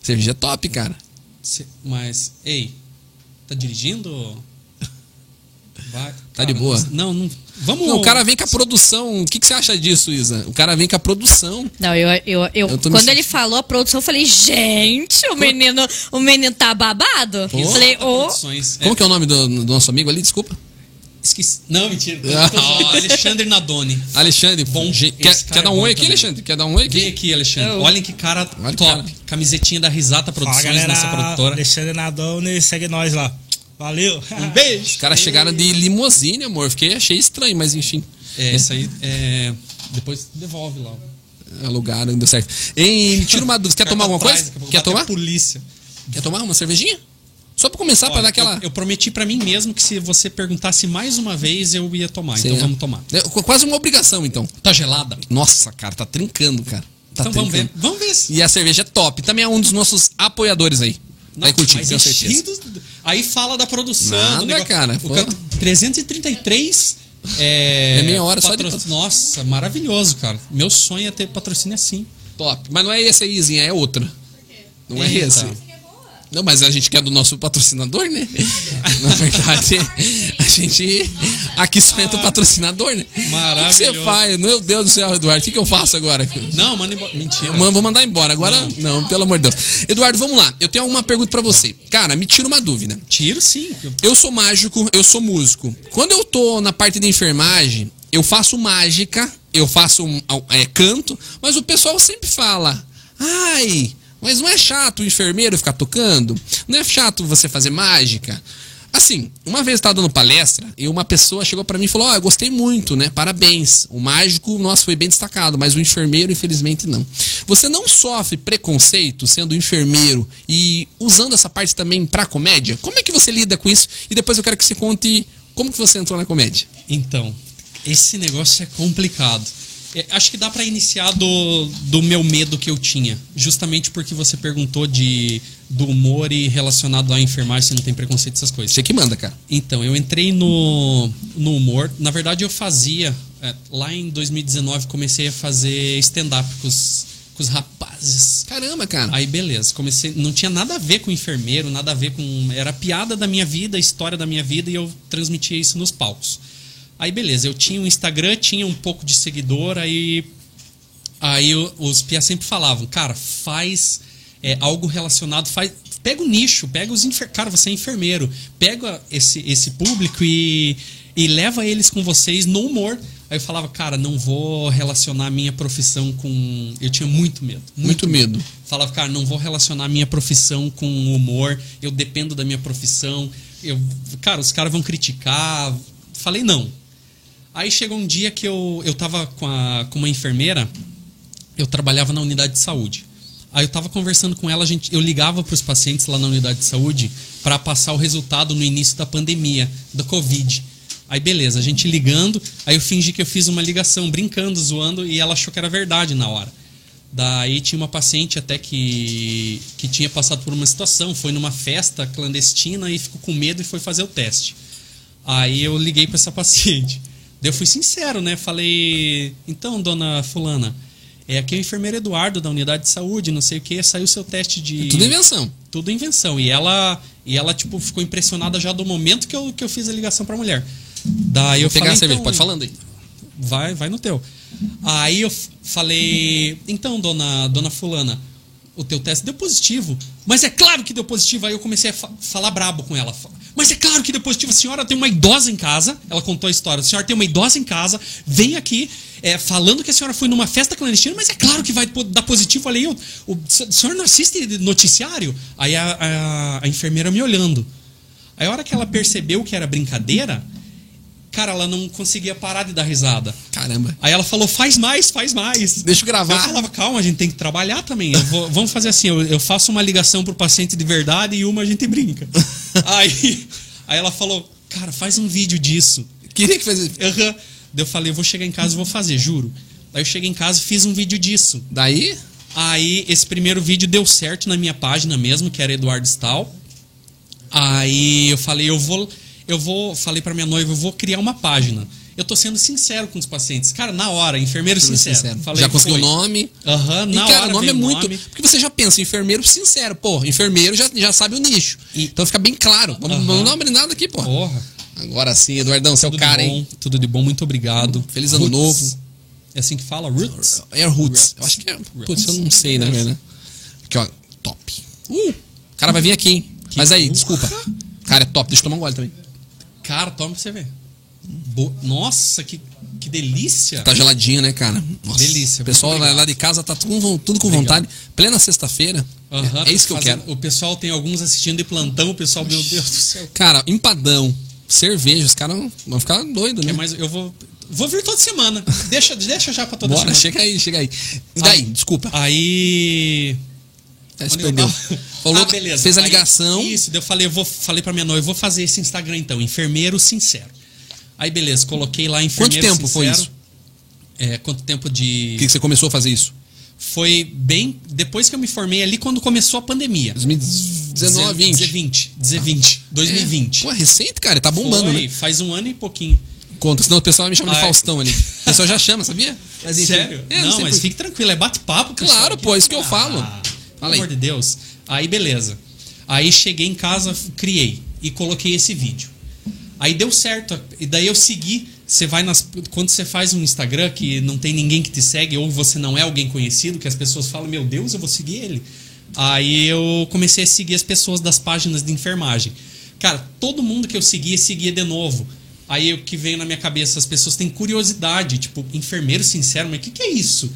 Cerveja é top, cara. Se- Mas, ei, tá dirigindo? Vai. Tá de boa? Não, não. Vamos. Não, o cara vem com a produção. O que, que você acha disso, Isa? O cara vem com a produção. Não, eu, eu, eu, Eu tô me quando sentindo- ele falou a produção, eu falei, gente, o menino, o menino tá babado. Eu falei, ô, Produções. É, Como que é o nome do, do nosso amigo ali? Desculpa. esqueci. Não, mentira. Ah. Ó, Alexandre Nadoni. Alexandre. Bom, ge- esse quer, cara quer dar é um bom oi aqui, também. Alexandre? Quer dar um oi Vem aqui? aqui, Alexandre. Eu. Olhem que cara Olha que top. cara. Camisetinha da Risata Fala, Produções, galera. nossa produtora. Alexandre Nadone, segue nós lá. Valeu. Um Os caras chegaram de limousine, amor. Fiquei, achei estranho, mas enfim. É, isso aí. É, depois devolve lá. Alugaram, deu certo. Ei, me tira uma dúvida. Quer Cara tomar tá pra alguma trás, coisa? daqui a pouco Quer bate a tomar? Polícia. Quer tomar uma cervejinha? Só pra começar, pra Olha, dar aquela. eu, eu prometi pra mim mesmo que se você perguntasse mais uma vez, eu ia tomar. Sei então lá. vamos tomar. É qu- quase uma obrigação, então. Tá gelada? Nossa, cara, tá trincando, cara. Tá então vamos ver. trincando. Vamos ver se. E a cerveja é top. Também é um dos nossos apoiadores aí. Vai curtir, Mas tenho certeza. enchido- Aí fala da produção. Nada, do negócio. cara, O pô. 333. É, É meia hora só de patro- Nossa, maravilhoso, cara. Meu sonho é ter patrocínio assim. Top. Mas não é esse aí, Zinha, é outra. Não é Eita. esse. Não, mas a gente quer do nosso patrocinador, [laughs] né? Na verdade, a gente. Aqui só entra o patrocinador, né? O que você Maravilhoso. faz? Meu Deus do céu, Eduardo, o que, que eu faço agora? Não, manda embora. Mentira. Mano, vou mandar embora. Agora, não. pelo amor de Deus. Eduardo, vamos lá. Eu tenho uma pergunta pra você. Cara, me tira uma dúvida. Tiro sim. Eu sou mágico, eu sou músico. Quando eu tô na parte de enfermagem, eu faço mágica, eu faço um, é, canto, mas o pessoal sempre fala: ai, mas não é chato o enfermeiro ficar tocando? Não é chato você fazer mágica? Assim, uma vez eu tava dando palestra e uma pessoa chegou pra mim e falou: Ó, eu gostei muito, né? Parabéns. O mágico, nossa, foi bem destacado, mas o enfermeiro, infelizmente, não. Você não sofre preconceito sendo enfermeiro e usando essa parte também pra comédia? Como é que você lida com isso? E depois eu quero que você conte como que você entrou na comédia. Então, esse negócio é complicado. É, acho que dá pra iniciar do, do meu medo que eu tinha. Justamente porque você perguntou de do humor e relacionado à enfermagem, se não tem preconceito, essas coisas. Você que manda, cara. Então, eu entrei no, no humor. Na verdade, eu fazia. é, lá em 2019, comecei a fazer stand-up com os, com os rapazes. Caramba, cara. Aí, beleza. Comecei. Não tinha nada a ver com enfermeiro, nada a ver com. Era a piada da minha vida, a história da minha vida, e eu transmitia isso nos palcos. Aí, beleza. Eu tinha um Instagram, tinha um pouco de seguidor, aí Aí o- os pias sempre falavam, cara, faz é, algo relacionado, faz, pega o nicho, pega os enfer cara, você é enfermeiro, pega esse, esse público e, e leva eles com vocês no humor. Aí eu falava, cara, não vou relacionar minha profissão com. Eu tinha muito medo. Muito medo. Falava, cara, não vou relacionar minha profissão com humor, eu dependo da minha profissão, eu, cara, os caras vão criticar. Falei, não. Aí chegou um dia que eu, eu tava com, a, com uma enfermeira, eu trabalhava na unidade de saúde. Aí eu tava conversando com ela, a gente, eu ligava para os pacientes lá na unidade de saúde para passar o resultado no início da pandemia, da Covid. Aí beleza, a gente ligando, aí eu fingi que eu fiz uma ligação, brincando, zoando, e ela achou que era verdade na hora. Daí tinha uma paciente até que, que tinha passado por uma situação, foi numa festa clandestina e ficou com medo e foi fazer o teste. Aí eu liguei pra essa paciente. Daí eu fui sincero, né? Falei: então, dona Fulana, é aqui é o enfermeiro Eduardo da unidade de saúde, não sei o que, saiu seu teste de. É Tudo invenção. Tudo invenção. E ela, e ela tipo, ficou impressionada já do momento que eu, que eu fiz a ligação pra mulher. Daí eu Pegar falei, a cerveja, então, pode ir falando aí. vai, vai no teu. Aí eu f- falei, então, dona, dona fulana, o teu teste deu positivo. Mas é claro que deu positivo. Aí eu comecei a fa- falar brabo com ela. Fa- Mas é claro que deu positivo. A senhora tem uma idosa em casa. Ela contou a história. A senhora tem uma idosa em casa. Vem aqui é, falando que a senhora foi numa festa clandestina. Mas é claro que vai po- dar positivo. Falei, eu, o, a senhora não assiste noticiário? Aí a- a- a enfermeira me olhando. Aí a hora que ela percebeu que era brincadeira, cara, ela não conseguia parar de dar risada. Caramba. Aí ela falou, faz mais, faz mais. Deixa eu gravar. Eu falava, calma, a gente tem que trabalhar também. Eu vou- vamos fazer assim, eu, eu faço uma ligação pro paciente de verdade e uma a gente [laughs] brinca. aí, aí ela falou, cara, faz um vídeo disso. Queria que fizesse. Aham. Daí eu falei, eu vou chegar em casa e vou fazer, juro. Aí eu cheguei em casa e fiz um vídeo disso. Daí, Aí esse primeiro vídeo deu certo na minha página mesmo, que era Eduardo Stahl. Aí eu falei, eu vou, eu vou, falei pra minha noiva, eu vou criar uma página. Eu tô sendo sincero com os pacientes. Cara, na hora, enfermeiro sincero. sincero. Falei, já conseguiu o foi. nome. Aham, E, na cara, hora. o nome é veio muito. nome. Porque você já pensa, enfermeiro sincero, pô, enfermeiro já, já sabe o nicho. Então fica bem claro. Vamos Aham. não abre nada aqui, pô. Porra. Agora sim, Eduardão, você é o Tudo cara, de bom, hein? Tudo de bom, muito obrigado. Feliz ano novo. É assim que fala? Roots? Air Roots. Eu acho que é. Putz, eu não sei, né, velho? Aqui, ó. Top. Uh! O cara vai vir aqui, hein? Mas aí, porra. desculpa. Cara, é top. Deixa eu tomar um gole também. Cara, toma pra você ver. Bo- Nossa, que, que delícia. Tá geladinho, né, cara? Nossa, Delícia. O pessoal Obrigado. lá de casa tá tudo, com- tudo com vontade. Plena sexta-feira. Aham, é, é isso que eu fazendo- quero. O pessoal tem alguns assistindo de plantão, o pessoal, meu Deus do céu. Cara, empadão, cerveja, os caras vão- vão ficar doidos, É, né? mas eu vou. Vou vir toda semana. Deixa, deixa já pra toda Bora, semana. chega aí, chega aí. E daí, Ah, desculpa. Aí. Ah, onde eu perdeu. tava? [laughs] Falou, Ah, beleza. Fez a Aí, ligação. isso, daí eu falei, eu vou, falei pra minha noiva, eu vou fazer esse Instagram então, enfermeiro sincero. Aí beleza, coloquei lá enfermeiro tempo foi Sincero. isso? É, quanto tempo de. O que que você começou a fazer isso? Foi bem. Depois que eu me formei ali, quando começou a pandemia. 2019, 20. 20. 20. 2020. 2020. Pô, é recente, cara. Tá bombando, Foi, né? faz um ano e pouquinho. conta, senão o pessoal vai me chamar de Ai. Faustão ali. O pessoal já chama, sabia? Mas, enfim. Sério? É, não, sei mas por quê. fique tranquilo, é bate-papo. pessoal. Claro, pô, é isso que eu falo. Ah, Fala Pelo aí. amor de Deus. Aí, beleza. Aí cheguei em casa, criei e coloquei esse vídeo. Aí deu certo. E daí eu segui. Você vai nas. Quando você faz um Instagram que não tem ninguém que te segue, ou você não é alguém conhecido, que as pessoas falam, meu Deus, eu vou seguir ele. Aí eu comecei a seguir as pessoas das páginas de enfermagem. Cara, todo mundo que eu seguia, seguia de novo. Aí o que veio na minha cabeça, as pessoas têm curiosidade, tipo, enfermeiro sincero, mas o que, que é isso?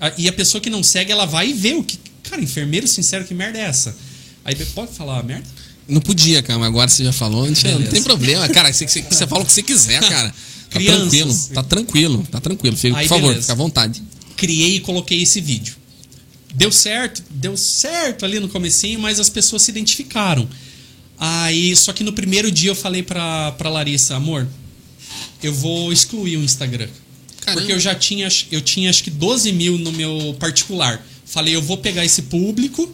A- E a pessoa que não segue, ela vai e vê o que. Cara, enfermeiro sincero, que merda é essa? Aí pode falar merda? Não podia, cara, mas agora você já falou. Não, tinha- não tem Beleza. problema, cara. Você, você- você fala o que você quiser, cara. Tá Crianças. tranquilo, tá tranquilo, tá tranquilo. Fica, por Aí, favor, beleza. fica à vontade. criei e coloquei esse vídeo. Deu certo, deu certo ali no comecinho, mas as pessoas se identificaram. Aí, só que no primeiro dia eu falei pra, pra Larissa, amor, eu vou excluir o Instagram. Caramba. Porque eu já tinha, acho- eu tinha acho que 12 mil no meu particular. Falei, eu vou pegar esse público.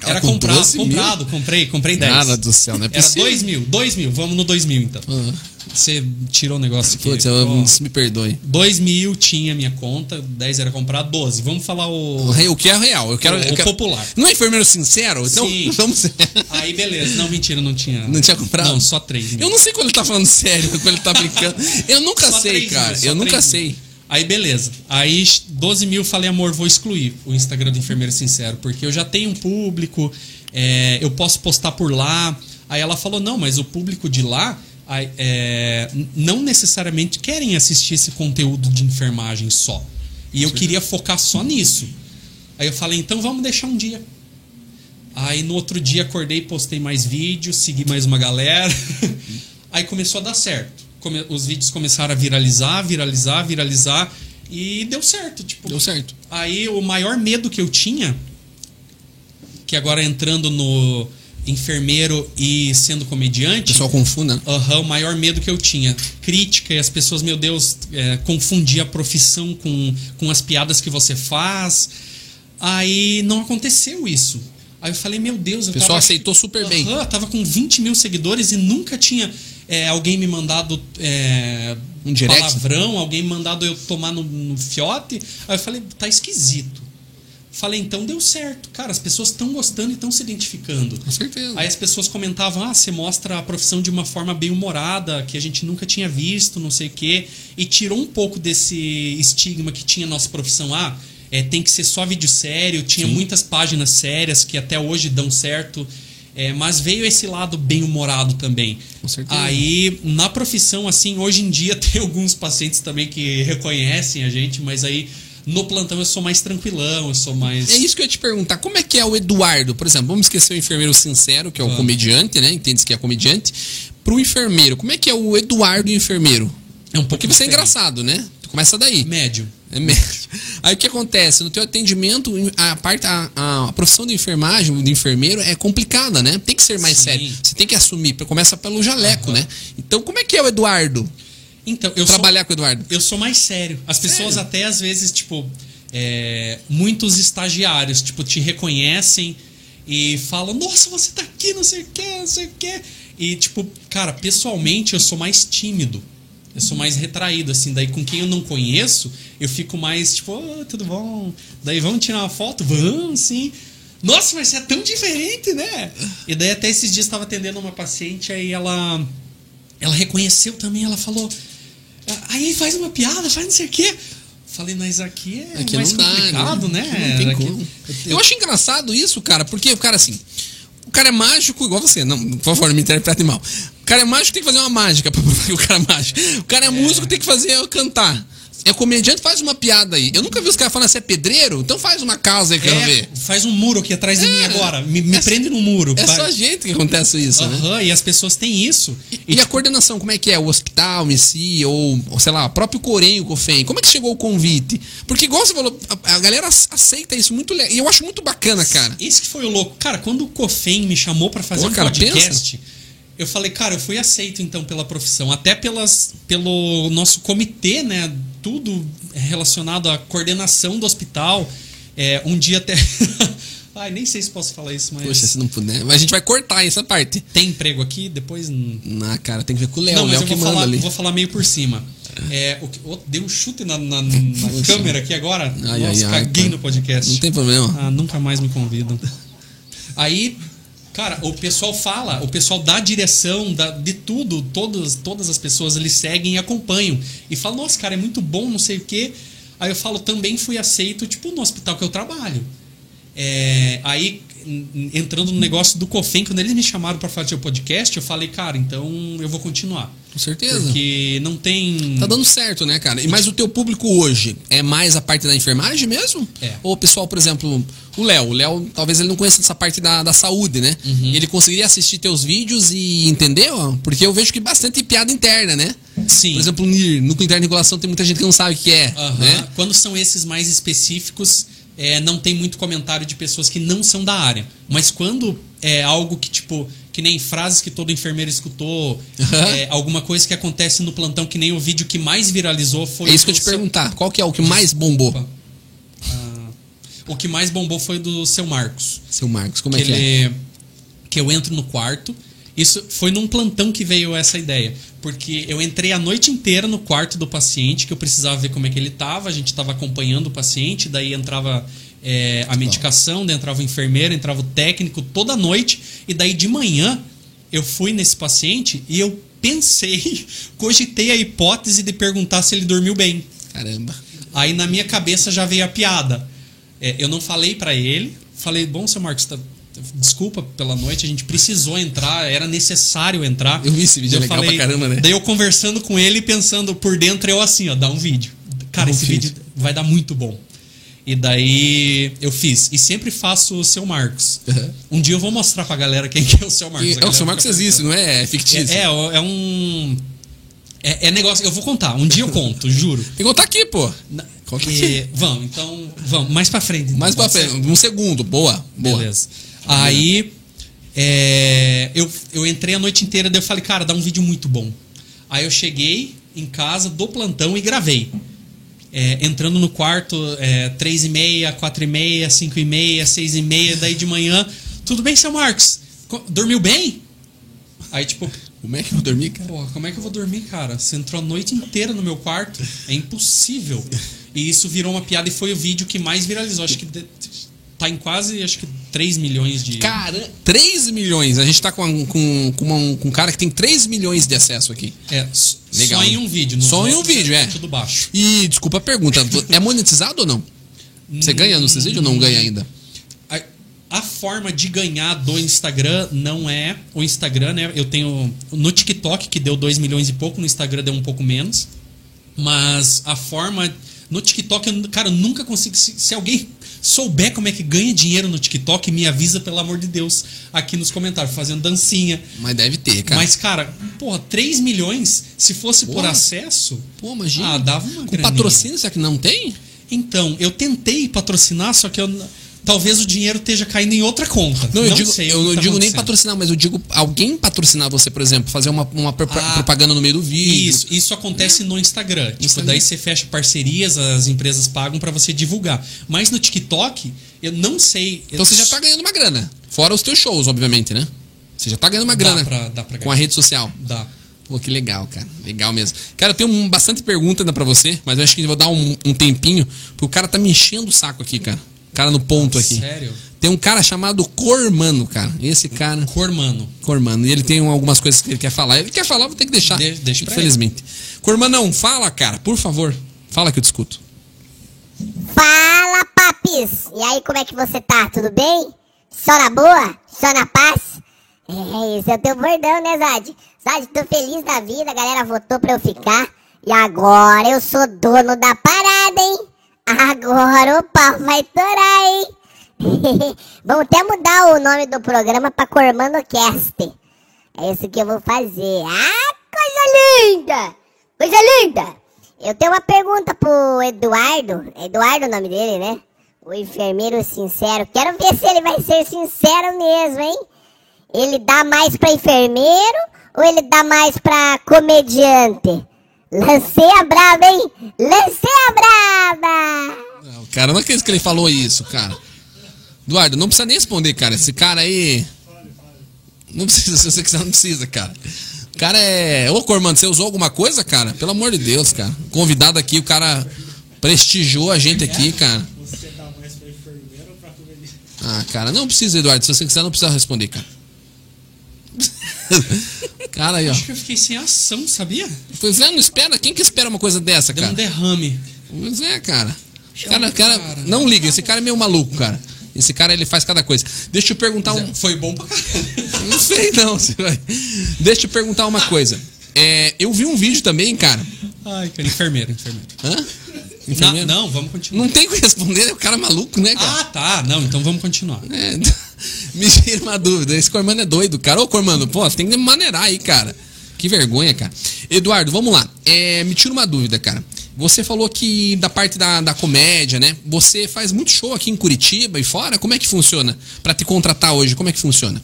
Ela Era com comprado, 12 mil? comprado, comprei, comprei 10. Nada do céu, não é Era possível. 2 mil, 2 mil, vamos no 2 mil então. Ah, Você tirou o negócio aqui. Putz, eu- Ó. me perdoe. 2 mil tinha minha conta, 10 era comprar, 12. Vamos falar O [laughs] o. re- O que é real? Eu quero, O- eu o quero- popular. Não é enfermeiro sincero? Então, [laughs] Sim. vamos. Aí beleza, não, mentira, não tinha. Não tinha comprado? Não, só 3 mil. Eu não sei quando ele tá falando sério, quando ele tá brincando. Eu nunca Só sei, três mil, cara. só Eu nunca três sei. mil. Aí beleza. Aí 12 mil falei, amor, vou excluir o Instagram do Enfermeiro Sincero, porque eu já tenho um público, é, eu posso postar por lá. Aí ela falou, não, mas o público de lá aí, é, n- não necessariamente querem assistir esse conteúdo de enfermagem só. E eu queria focar só nisso. Aí eu falei, então vamos deixar um dia. Aí no outro dia acordei, postei mais vídeos, segui mais uma galera. [laughs] Aí começou a dar certo. Come- os vídeos começaram a viralizar, viralizar, viralizar. E deu certo. Tipo, Deu certo. Aí o maior medo que eu tinha, que agora entrando no enfermeiro e sendo O comediante, pessoal confunda. né? Aham, o maior medo que eu tinha. Crítica e as pessoas, meu Deus, é, confundir a profissão com, com as piadas que você faz. Aí não aconteceu isso. Aí eu falei, meu Deus, eu O pessoal tava- aceitou super bem. Aham, eu tava com 20 mil seguidores e nunca tinha é, alguém me mandado é, Um direct? palavrão, alguém mandado eu tomar no, no fiote. Aí eu falei, tá esquisito. Falei, então deu certo. Cara, as pessoas estão gostando e estão se identificando. Com certeza. Aí as pessoas comentavam: ah, você mostra a profissão de uma forma bem humorada, que a gente nunca tinha visto, não sei o quê. E tirou um pouco desse estigma que tinha a nossa profissão. Ah, é, tem que ser só vídeo sério, tinha muitas páginas sérias que até hoje dão certo. É, mas veio esse lado bem humorado também. Com certeza. Aí, na profissão, assim, hoje em dia [laughs] tem alguns pacientes também que reconhecem a gente, mas aí no plantão eu sou mais tranquilão, eu sou mais. É isso que eu ia te perguntar. Como é que é o Eduardo? Por exemplo, vamos esquecer o enfermeiro sincero, que é o Ah. comediante, né? Entende-se que é comediante. Pro enfermeiro, como é que é o Eduardo enfermeiro? É um pouco Porque você é diferente. engraçado, né? Tu começa daí. Médio. É médio. [laughs] Aí o que acontece? No teu atendimento, a, parte, a, a- a profissão de enfermagem, de enfermeiro, é complicada, né? Tem que ser mais Sim. sério. Você tem que assumir. Começa pelo jaleco, né? Então, como é que é o Eduardo? Então, eu sou- Trabalhar com o Eduardo. Eu sou mais sério. As pessoas Sério? até às vezes, tipo, é, muitos estagiários, tipo, te reconhecem e falam, nossa, você tá aqui, não sei o que, não sei o que. E, tipo, cara, pessoalmente eu sou mais tímido. Eu sou mais retraído, assim. Daí com quem eu não conheço, eu fico mais, tipo, "Ô, tudo bom? Daí vamos tirar uma foto? Vamos, sim. Nossa, mas você é tão diferente, né? E daí até esses dias estava atendendo uma paciente, aí ela ela reconheceu também, ela falou. Aí faz uma piada, faz não sei o quê. Falei, mas aqui é Aqui mais não dá, complicado, né? né? Aqui Não tem Aqui- como. Eu acho engraçado isso, cara, porque o cara assim. O cara é mágico igual você. Não, por favor, não me interprete mal. O cara é mágico tem que fazer uma mágica pra [laughs] provar que o cara é mágico. O cara é, músico tem que fazer eu cantar. É comediante, faz uma piada aí. Eu nunca vi os caras falando assim, é pedreiro? Então faz uma casa aí, quero É, ver. faz um muro aqui atrás de É. mim agora. Me, me É só- prende no muro. É vai. só a gente que acontece isso, né? Aham, e as pessoas têm isso. E a coordenação, como é que é? O hospital em si, ou, ou sei lá, o próprio Corém, o COFEM, como é que chegou o convite? Porque, igual você falou, a, a galera ac- aceita isso muito legal. E eu acho muito bacana, cara. Isso que foi o louco. Cara, quando o Cofem me chamou pra fazer Pô, um cara, podcast, eu falei, cara, eu fui aceito então pela profissão, até pelas, pelo nosso comitê, né? Tudo relacionado à coordenação do hospital. É, um dia até [laughs] Ai, nem sei se posso falar isso, mas. Poxa, se não puder. Mas a gente vai cortar essa parte. Tem emprego aqui, depois. hum. Na cara, tem que ver com o Léo. Não, O mas É, Léo eu que vou manda falar, ali. vou falar meio por cima. É, o que- oh, dei um chute na, [laughs] na- na câmera aqui agora. Ai, Nossa, ai, ai, caguei tá. no podcast. Não tem problema. Ah, nunca mais me convidam. Aí, cara, o pessoal fala, o pessoal da direção, da, de tudo, todas, todas as pessoas eles seguem e acompanham. E falam, nossa, cara, é muito bom, não sei o quê. Aí eu falo, também fui aceito, tipo, no hospital que eu trabalho. É, aí, n- n- entrando no negócio do COFEN, quando eles me chamaram pra fazer o podcast, eu falei, cara, então eu vou continuar. Com certeza. Porque não tem. Tá dando certo, né, cara? E mas o teu público hoje é mais a parte da enfermagem mesmo? É. Ou o pessoal, por exemplo, o Léo. O Léo, talvez ele não conheça essa parte da, da saúde, né? Uhum. Ele conseguiria assistir teus vídeos e entender? ó? Porque eu vejo que bastante piada interna, né? Sim. Por exemplo, o NIR, núcleo interno de regulação, tem muita gente que não sabe o que é, Aham. né? Quando são esses mais específicos, é, não tem muito comentário de pessoas que não são da área. Mas quando é algo que, tipo, que nem frases que todo enfermeiro escutou, Aham. é, alguma coisa que acontece no plantão, que nem o vídeo que mais viralizou foi. É isso o que eu te seu- perguntar. Qual que é o que mais bombou? Opa. Ah, o que mais bombou foi do seu Marcos Seu Marcos, como que, é que é? ele- que eu entro no quarto. Isso foi num plantão que veio essa ideia. Porque eu entrei a noite inteira no quarto do paciente, que eu precisava ver como é que ele tava, a gente estava acompanhando o paciente, daí entrava é, Tá. a medicação, daí entrava o enfermeiro, entrava o técnico toda noite, e daí de manhã eu fui nesse paciente e eu pensei, [laughs] cogitei a hipótese de perguntar se ele dormiu bem. Caramba. Aí na minha cabeça já veio a piada. É, eu não falei pra ele, falei, bom, seu Marcos, tá- desculpa pela noite, a gente precisou entrar, era necessário entrar. Eu vi esse vídeo, é Daí eu legal pra caramba, né? Daí eu conversando com ele e pensando por dentro, eu assim, ó, dá um vídeo. Cara, Dá um esse vídeo. vai dar muito bom. E daí eu fiz. E sempre faço o seu Marcos. Uhum. Um dia eu vou mostrar pra galera quem que é o seu Marcos. E, A é, o galera seu Marcos fica existe, não é? É fictício. pensando. É, é, é um. É, é negócio. Eu vou contar. Um dia eu conto, juro. Tem que contar tá aqui, pô. Qual que é? E, vamos, então, vamos. Mais pra frente. então, Mais pra pode ser? frente. Um segundo. Boa. Boa. Beleza. Aí, é, eu, eu entrei a noite inteira, daí eu falei, cara, dá um vídeo muito bom. Aí eu cheguei em casa do plantão e gravei. É, entrando no quarto, é, 3 e meia, 4 e meia, 5 e meia, 6 e meia, daí de manhã, tudo bem, seu Marcos? Co- Dormiu bem? Aí, tipo, Como é que eu vou dormir, cara? Porra, como é que eu vou dormir, cara? Você entrou a noite inteira no meu quarto. É impossível. E isso virou uma piada e foi o vídeo que mais viralizou. Acho que de- tá em quase, acho que 3 milhões de... Cara, 3 milhões. A gente tá com, a- com, com, uma- com um cara que tem 3 milhões de acesso aqui. É, s- Legal, só em né? um vídeo. nos Só em um outros vídeo, é. Tudo baixo. E, desculpa a pergunta, vo- é monetizado ou não? Você ganha no vídeos ou não ganha ainda? A, a forma de ganhar do Instagram não é... O Instagram, né? Eu tenho... No TikTok, que deu 2 milhões e pouco. No Instagram deu um pouco menos. Mas a forma... No TikTok, eu, cara, eu nunca consigo... Se, se alguém souber como é que ganha dinheiro no TikTok, me avisa, pelo amor de Deus, aqui nos comentários. Fazendo dancinha. Mas deve ter, cara. Mas, cara, porra, 3 milhões, se fosse por Porra. acesso... Pô, imagina. Ah, dava uma Com graninha. patrocínio, será que não tem? Então, eu tentei patrocinar, só que eu, talvez o dinheiro esteja caindo em outra conta. Não, eu digo, sei o eu que não digo tá nem acontecendo. patrocinar, mas eu digo alguém patrocinar você, por exemplo, fazer uma, uma pro- Ah. propaganda no meio do vídeo. Isso, isso acontece no Instagram. Tipo, Instagram. daí você fecha parcerias, as empresas pagam pra você divulgar. Mas no TikTok, eu não sei. Então você já tá ganhando uma grana. Fora os teus shows, obviamente, né? Você já tá ganhando uma grana pra- dá pra com a ganhar. rede social. Dá. Pô, que legal, cara. Legal mesmo. Cara, eu tenho um- bastante pergunta ainda pra você, mas eu acho que eu vou dar um, um tempinho, porque o cara tá me enchendo o saco aqui, cara. O cara no ponto aqui. Sério? Tem um cara chamado Cormano, cara. Esse cara, Cormano. Cormano. E ele tem algumas coisas que ele quer falar. Ele quer falar, eu vou ter que deixar. De- deixa pra Infelizmente. Cormanão, fala, cara, por favor. Fala que eu te escuto. Fala, papis! E aí, como é que você tá? Tudo bem? Só na boa? Só na paz? É, esse é o teu bordão, né, Zad? Zad, tô feliz da vida, a galera votou pra eu ficar. E agora eu sou dono da parada, hein? Agora o pau vai torar, hein? [laughs] Vamos até mudar o nome do programa pra Cormando Cast. É isso que eu vou fazer. Ah, coisa linda! Coisa linda! Eu tenho uma pergunta pro Eduardo. Eduardo é o nome dele, né? O enfermeiro sincero. Quero ver se ele vai ser sincero mesmo, hein? Ele dá mais pra enfermeiro ou ele dá mais pra comediante? Lancei a braba, hein? Lancei a braba! Não, cara, não acredito que ele falou isso, cara. Eduardo, não precisa nem responder, cara. Esse cara aí. Não precisa, se você quiser, não precisa, cara. O cara é. Ô, Cormando, você usou alguma coisa, cara? Pelo amor de Deus, cara. Convidado aqui, o cara prestigiou a gente aqui, cara. Você dá mais pra enfermeira ou pra comediante? Ah, cara, não precisa, Eduardo. Se você quiser, não precisa responder, cara. [laughs] cara aí, ó. Acho que eu fiquei sem ação, sabia? Pois é, não espera. Quem que espera uma coisa dessa, Deu um cara? derrame. Pois é, cara. Cara, cara, não liga. Esse cara é meio maluco, cara. Esse cara, ele faz cada coisa. Deixa eu perguntar um, Foi bom pra caralho. [laughs] Não sei não. se vai- Deixa eu te perguntar uma coisa. É, eu vi um vídeo também, cara. Ai, cara, enfermeiro, enfermeiro. Hã? Na- Enfermeiro? não, vamos continuar. Não tem o que responder, é o cara maluco, né, cara? Ah, tá. Não, então vamos continuar. É, [laughs] me tira uma dúvida. Esse Cormano é doido, cara. Ô, Cormano, pô, você tem que maneirar aí, cara. Que vergonha, cara. Eduardo, vamos lá. É, me tira uma dúvida, cara. Você falou que da parte da, da comédia, né? Você faz muito show aqui em Curitiba e fora. Como é que funciona? Pra te contratar hoje, como é que funciona?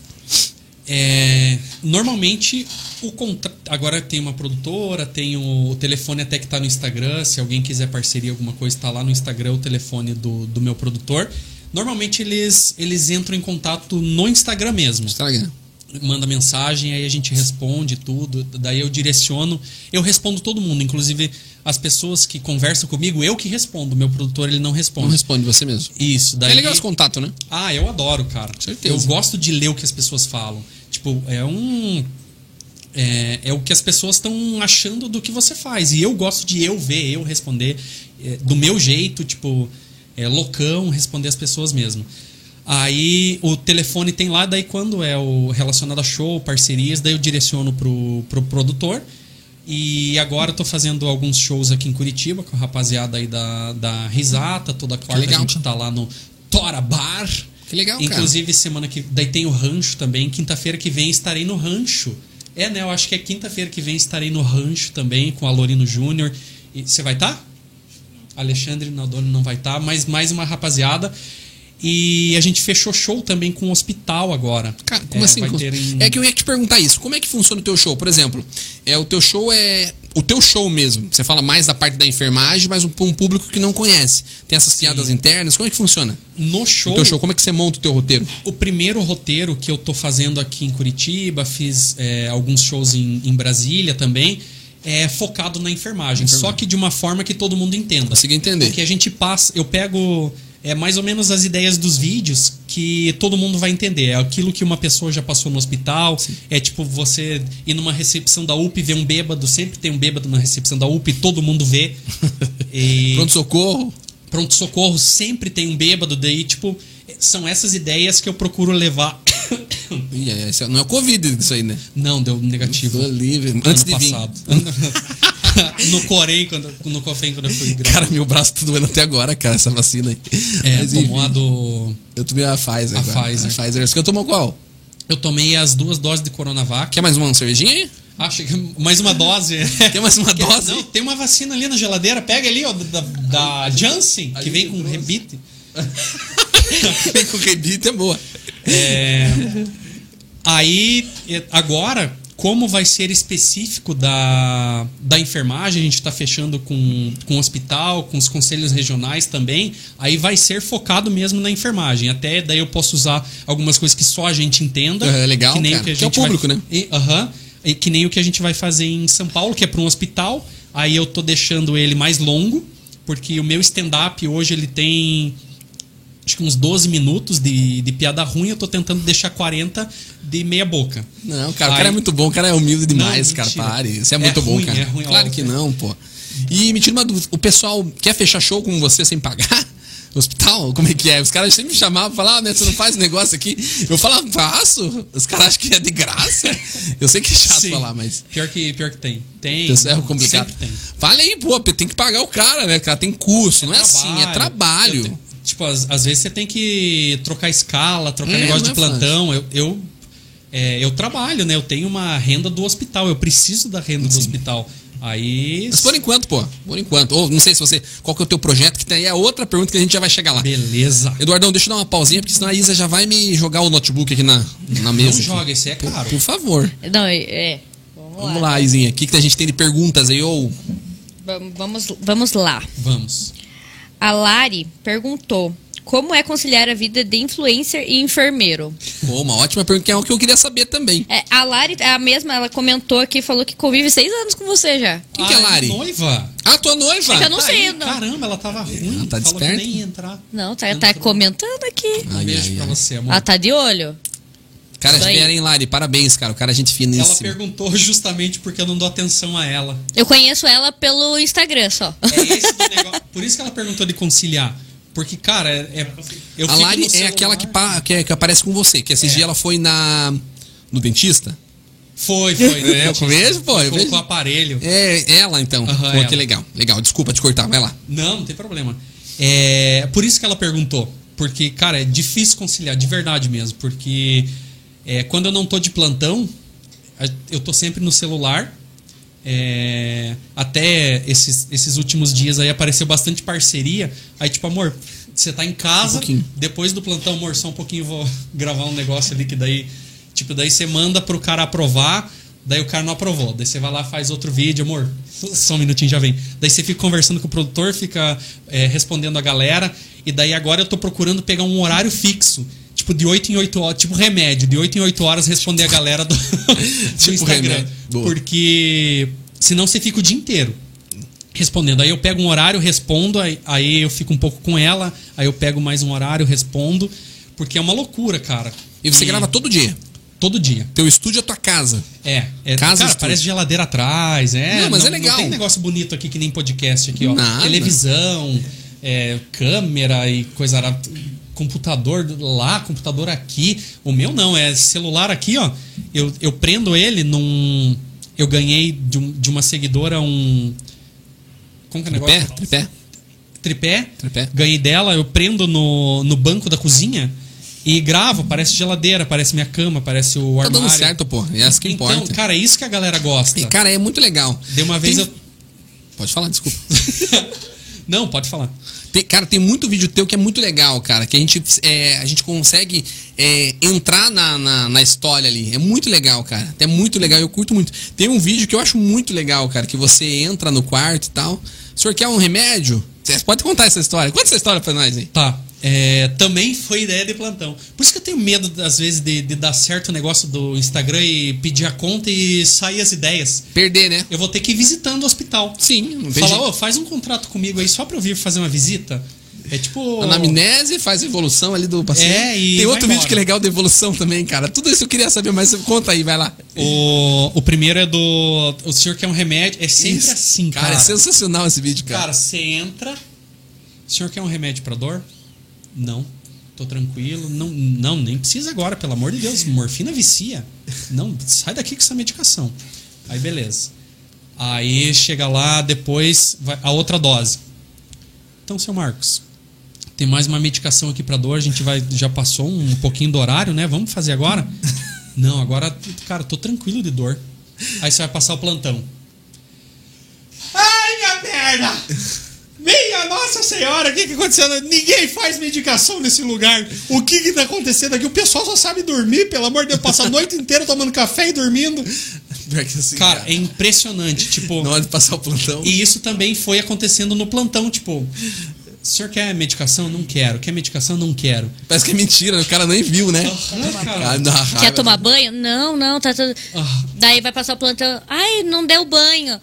É, normalmente o contra... agora tem uma produtora, tem o, o telefone até que tá no Instagram, se alguém quiser parceria alguma coisa, tá lá no Instagram o telefone do, do meu produtor. Normalmente eles eles entram em contato no Instagram mesmo. Instagram. Manda mensagem, aí a gente responde tudo, daí eu direciono, eu respondo todo mundo, inclusive as pessoas que conversam comigo, eu que respondo, meu produtor ele não Não responde. responde você mesmo. Isso, daí É legal esse contato, né? ah, eu adoro, cara. Certeza. Eu gosto de ler o que as pessoas falam. Tipo, é um. É, é o que as pessoas estão achando do que você faz. E eu gosto de eu ver, eu responder é, do meu jeito, tipo, é, loucão, responder as pessoas mesmo. Aí o telefone tem lá, daí quando é o relacionado a show, parcerias, daí eu direciono pro, pro produtor. E agora eu tô fazendo alguns shows aqui em Curitiba com a rapaziada aí da, da Risata, toda quarta legal, a gente cara. tá lá no Tora Bar. Que legal, cara. Inclusive, semana que. Daí tem o rancho também. Quinta-feira que vem estarei no rancho. É, né? Eu acho que é quinta-feira que vem estarei no rancho também com a Lorino Júnior. E Você vai estar? Tá? Alexandre Naldoni não vai estar, mas mais uma rapaziada. E a gente fechou show também com o hospital agora. Cara, como É, assim? Vai Como- ter em- É que eu ia te perguntar isso. Como é que funciona o teu show? Por exemplo, é o teu show é o teu show mesmo. Você fala mais da parte da enfermagem, mas um, pra um público que não conhece. Tem essas piadas internas. Como é que funciona? no show. O teu show, como é que você monta o teu roteiro? o primeiro roteiro que eu tô fazendo aqui em Curitiba, fiz é, alguns shows em, em Brasília também, é focado na enfermagem, Só que de uma forma que todo mundo entenda. Consiga entender. Porque a gente passa, eu pego é, mais ou menos as ideias dos vídeos que todo mundo vai entender. É aquilo que uma pessoa já passou no hospital. É tipo você ir numa recepção da UP e ver um bêbado. Sempre tem um bêbado na recepção da UP, todo mundo [laughs] vê. E- Pronto socorro. pronto-socorro sempre tem um bêbado, daí, tipo, são essas ideias que eu procuro levar. [coughs] Ih, é, esse- não é o covid isso aí, né? Não, deu negativo. Tô livre. Ano Antes de vir. passado. [laughs] no Corém, quando, no Cofém, quando eu fui gravar. Cara, meu braço tá doendo até agora, cara, essa vacina aí. É, Mas, tomou enfim, a do. Eu tomei a Pfizer. A agora. Pfizer. A Pfizer. Você que eu tomou qual? Eu tomei as duas doses de Coronavac. Quer mais uma cervejinha aí? Acho que mais uma dose. Quer [laughs] mais uma dose? [laughs] Não, tem uma vacina ali na geladeira. Pega ali, ó, da, da Janssen, que vem com rebite. Vem com rebite, é boa. Aí, eh, agora, como vai ser específico da, da enfermagem, a gente está fechando com, com o hospital, com os conselhos regionais também, aí vai ser focado mesmo na enfermagem. Até daí eu posso usar algumas coisas que só a gente entenda. É, legal, que nem cara. o que, a Que é o gente vai- público, né? E- Aham. E que nem o que a gente vai fazer em São Paulo, que é para um hospital. Aí eu tô deixando ele mais longo, porque o meu stand-up hoje ele tem acho que uns 12 minutos de, de piada ruim, eu tô tentando deixar 40 de meia boca. Não, cara, o Aí- cara é muito bom, o cara é humilde demais, Não, cara. mentira. Pare. Você é É muito bom, ruim, cara. é ruim, claro ó, que cara. não, pô. E me tira uma dúvida. O pessoal quer fechar show com você sem pagar? [laughs] Hospital? Como é que é? Os caras sempre me chamavam e falavam, "Ah, né? Você não faz negócio aqui. Eu falava, faço. Os caras acham que é de graça. Eu sei que é chato Sim. falar, mas. Pior que, pior que tem. Tem. Isso é complicado. Sempre tem. Fala aí, pô, tem que pagar o cara, né? O cara tem curso, não é assim, é Eu trabalho. te- Tipo, às, às vezes você tem que trocar escala, trocar É, não negócio de é plantão. Eu, eu, é, eu trabalho, né? Eu tenho uma renda do hospital. Eu preciso da renda do hospital. Aí. Mas por enquanto, pô, por enquanto. Ou não sei se você. Qual que é o teu projeto, que tem aí a outra pergunta que a gente já vai chegar lá. Beleza. Eduardão, deixa eu dar uma pausinha, porque senão a Isa já vai me jogar o notebook aqui na, na Não mesa. joga, isso é Por, caro. por favor. Não, é. Vamos Vamos lá, Izinha. O que, que a gente tem de perguntas aí? Ou Vam- Vamos, vamos lá. Vamos. A Lari perguntou Como é conciliar a vida de influencer e enfermeiro? Pô, uma ótima pergunta, que é o que eu queria saber também. É, a Lari, a mesma, ela comentou aqui, falou que convive seis anos com você já. Quem que é Ah, Lari? Noiva. Ah, tua noiva! É que eu não Tá sei, aí, não. Caramba, ela tava ruim. Ela tá falou que desperta. nem ia entrar. Não, tá, tá comentando aqui. Um Ai, beijo ai, pra ai. você, amor. Ela tá de olho. Cara, Isso aí. espera, hein, Lari? Parabéns, cara. O cara é gente Ela finíssima. perguntou justamente porque eu não dou atenção a ela. Eu conheço ela pelo [laughs] Instagram só. É esse do negócio. Por isso que ela perguntou de conciliar. Porque, cara, é. é- eu A fico Lari no é celular. aquela que, pa- que, é- que aparece com você, que esses É. dias ela foi na no dentista. Foi, foi. né? [laughs] É, eu vejo, pô, eu Colocou o vejo. aparelho. É ela, então. Aham, pô, ela. que legal. Legal, desculpa te cortar, vai lá. Não, não tem problema. É, por isso que ela perguntou. Porque, cara, é difícil conciliar, de verdade mesmo. Porque é, quando eu não tô de plantão, a- eu tô sempre no celular. É, até esses, esses últimos dias aí apareceu bastante parceria. Aí, tipo, amor, você tá em casa, pouquinho. depois do plantão, amor, só um pouquinho eu vou [laughs] gravar um negócio ali que daí. Tipo, daí você manda pro cara aprovar, daí o cara não aprovou. Daí você vai lá, faz outro vídeo, amor, [laughs] só um minutinho já vem. Daí você fica conversando com o produtor, fica é, respondendo a galera. E daí agora eu tô procurando pegar um horário fixo. Tipo, de 8 em 8 horas, tipo remédio, de 8 em 8 horas responder a galera do, [laughs] do Tipo Instagram. remédio. Boa. Porque senão você fica o dia inteiro respondendo. Aí eu pego um horário, respondo, aí, aí eu fico um pouco com ela, aí eu pego mais um horário, respondo, porque é uma loucura, cara. E você grava todo dia. todo dia. Teu estúdio é tua casa. É, é Casa cara, estúdio. parece geladeira atrás, é. Não, mas é legal. tem negócio bonito aqui que nem podcast aqui, ó. Nada. Televisão, é, câmera e coisa ara- computador lá, computador aqui. O meu não, é celular aqui, ó. Eu, eu prendo ele num eu ganhei de, um- de uma seguidora um como que é o negócio? Tripé, tripé. tripé, Tripé. ganhei dela, eu prendo no, no banco da cozinha e gravo, parece geladeira, parece minha cama, parece o Tá armário. dando certo, pô. É essa que então, importa. cara, é isso que a galera gosta. E, cara, é muito legal. De Tá. uma vez Tem- eu. [laughs] Pode falar, desculpa. Não, pode falar. [laughs] Tem- cara, tem muito vídeo teu que é muito legal, cara. Que a gente, é, a gente consegue é, entrar na, na, na história ali. É muito legal, cara. É muito legal, eu curto muito. Tem um vídeo que eu acho muito legal, cara, que você entra no quarto e tal. O senhor quer um remédio? é Você pode contar essa história. Conta essa história pra nós aí. Tá. é, também foi ideia de plantão. Por isso que eu tenho medo, às vezes, de, de dar certo o negócio do Instagram e pedir a conta e sair as ideias. Perder, né? Eu vou ter que ir visitando o hospital. Sim, não tem Falar, jeito. ô, faz um contrato comigo aí só pra eu vir fazer uma visita. É tipo. Anamnese faz evolução ali do paciente. É, Tem e vai outro vídeo embora. que é legal da evolução também, cara. Tudo isso eu queria saber, mas conta aí, vai lá. O, o primeiro é do. O senhor quer um remédio? É sempre Isso. assim, cara. Cara, é sensacional esse vídeo, cara. Cara, você entra. O senhor quer um remédio pra dor? Não. Tô tranquilo. Não, não, nem precisa agora, pelo amor de Deus. Morfina vicia. Não, sai daqui com essa medicação. Aí, beleza. Aí chega lá, depois vai a outra dose. Então, seu Marcos, tem mais uma medicação aqui pra dor. A gente vai, já passou um pouquinho do horário, né? Vamos fazer agora? Não, agora, cara, tô tranquilo de dor. Aí você vai passar o plantão. Ai, minha perna! Minha Nossa Senhora, o que, que aconteceu? Ninguém faz medicação nesse lugar. O que, que tá acontecendo aqui? O pessoal só sabe dormir, pelo amor de Deus, passa a noite inteira tomando café e dormindo. Pior que assim, Cara, é impressionante, tipo. Na hora de passar o plantão. E isso também foi acontecendo no plantão, tipo. O senhor quer medicação? Não quero. Quer medicação? Não quero. Parece que é mentira, né? o cara nem viu, né? Ah, cara. Ah, dá raiva. Quer tomar banho? Não, não, tá tudo. Ah. Daí vai passar o plantão. Ai, não deu banho.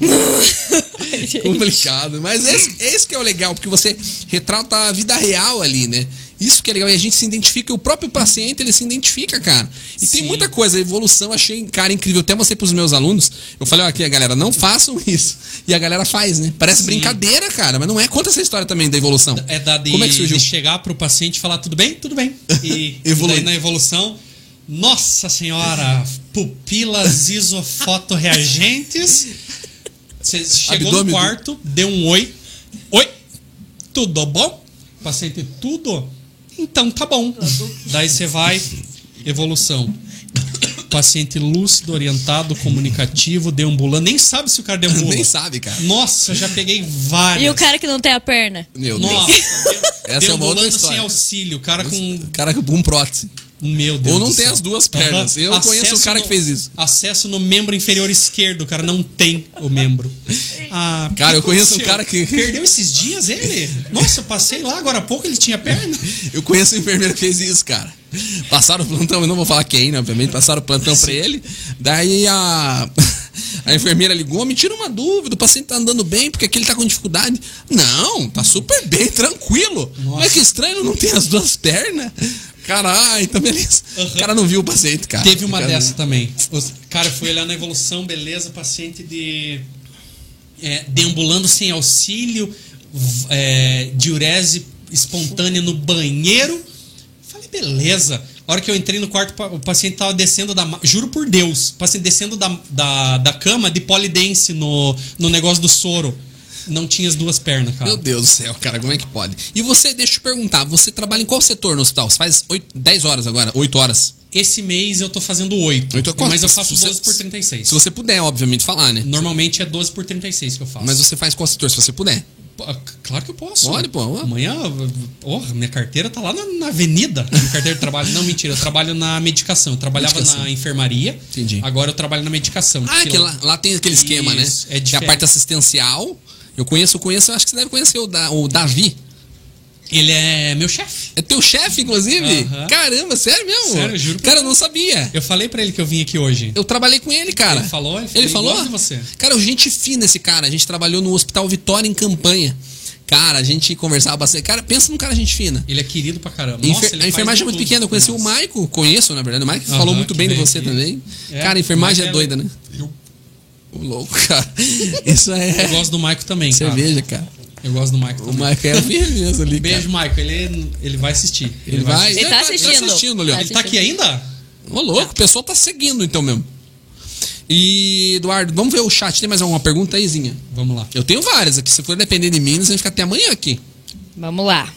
né? um Complicado. Mas esse, esse que é o legal, porque você retrata a vida real ali, né? Isso que é legal. E a gente se identifica, o próprio paciente, ele se identifica, cara. E tem Sim. muita coisa. A evolução eu achei, cara, incrível. Até mostrei pros meus alunos. Eu falei, ó, aqui, a galera, não façam [laughs] isso. E a galera faz, né? Parece brincadeira, cara, mas não é. Conta essa história também da evolução. É da de, Como é que surgiu? de chegar pro paciente e falar tudo bem? [laughs] Tudo bem. E Evolui. daí na evolução, nossa senhora, pupilas isofotoreagentes. Você chegou Abdômen. no quarto, deu um oi. Oi, tudo bom? O paciente, tudo? Então tá bom. Daí você vai, evolução. Paciente lúcido, orientado, comunicativo, deambulando. Nem sabe se o cara [laughs] deambula. Nem sabe, cara. Nossa, eu já peguei várias. E o cara que não tem a perna? Meu Deus. [laughs] Nossa, Essa é uma outra deambulando história. sem auxício, o cara com Cara, com um prótese. Meu Deus Ou não do tem céu. as duas pernas. Eu conheço um cara no- que fez isso. Acesso no membro inferior esquerdo, o cara não tem o membro. Ah, Cara, que eu conheço um aconteceu? cara que- Perdeu esses dias ele? Nossa, eu passei lá agora há pouco, ele tinha perna. Eu conheço um enfermeiro que fez isso, cara. Passaram o plantão, eu não vou falar quem, né? Obviamente, passaram o plantão pra ele. Daí a, [laughs] a enfermeira ligou, me tira uma dúvida, o paciente tá andando bem, porque aqui ele tá com dificuldade. Não, tá super bem, tranquilo. Mas que estranho, não tem as duas pernas. Caralho, então beleza. O cara não viu o paciente, cara. Teve uma O cara não dessa também. Os- cara, foi olhar na evolução, beleza, paciente de. é, deambulando sem auxílio, v- é, diurese espontânea no banheiro. Falei, beleza. A hora que eu entrei no quarto, pa- o paciente tava descendo da. ma- Juro por Deus, o paciente descendo da, da, da cama de polidense no, no negócio do soro. Não tinha as duas pernas, cara. Meu Deus do céu, cara, como é que pode? E você, deixa eu te perguntar, você trabalha em qual setor no hospital? Você faz 8, 10 horas agora, 8 horas. Esse mês eu tô fazendo 8. Oito é quanto? mas eu faço Se você- 12 por 36. Se você puder, obviamente, falar, né? Normalmente é 12 por 36 que eu faço. Mas você faz qual setor, se você puder. Pô, ah, c- Claro que eu posso. Olha, pô, ó. Amanhã, porra, minha carteira tá lá na, na avenida. Minha carteira de trabalho. Não, mentira, eu trabalho na medicação. Eu trabalhava Medicação. na enfermaria. Entendi. Agora eu trabalho na medicação. Ah, que lá, lá tem aquele esquema, né? Isso, é que é a diferente. parte assistencial. Eu conheço, eu conheço, eu acho que você deve conhecer o, da, o Davi. Ele é meu chefe. É teu chefe, inclusive? Aham. Caramba, sério mesmo? Sério, juro pra Cara, eu não sabia. Eu falei pra ele que eu vim aqui hoje. Eu trabalhei com ele, cara. Ele falou? Ele Ele falou falou? igual de você. Cara, gente fina esse cara. A gente trabalhou no Hospital Vitória em campanha. Cara, a gente conversava bastante. Cara, pensa num cara gente fina. Ele é querido pra caramba. Enfer- Nossa, ele a faz enfermagem de é muito tudo. pequena. Eu conheci Nossa. o Maico, conheço, na verdade. O Maico Aham, falou muito que bem de veio você aqui. também. É, cara, a enfermagem mas é doida, né? Eu, O louco, cara. [laughs] Isso eu é gosto do Maico também. cara. cerveja, cara. Eu gosto do Maico O também. Maico é o mesmo ali, cara. Beijo, Maico. Ele, ele vai assistir. Ele vai. Ele tá assistindo. Tá assistindo ali, ó. Tá Ele tá aqui ainda? Ô, louco, o pessoal tá seguindo então mesmo. E, Eduardo, vamos ver o chat. Tem mais alguma pergunta aí, Zinha? Vamos lá. Eu tenho várias aqui. Se for depender de mim, nós vamos ficar até amanhã aqui. Vamos lá.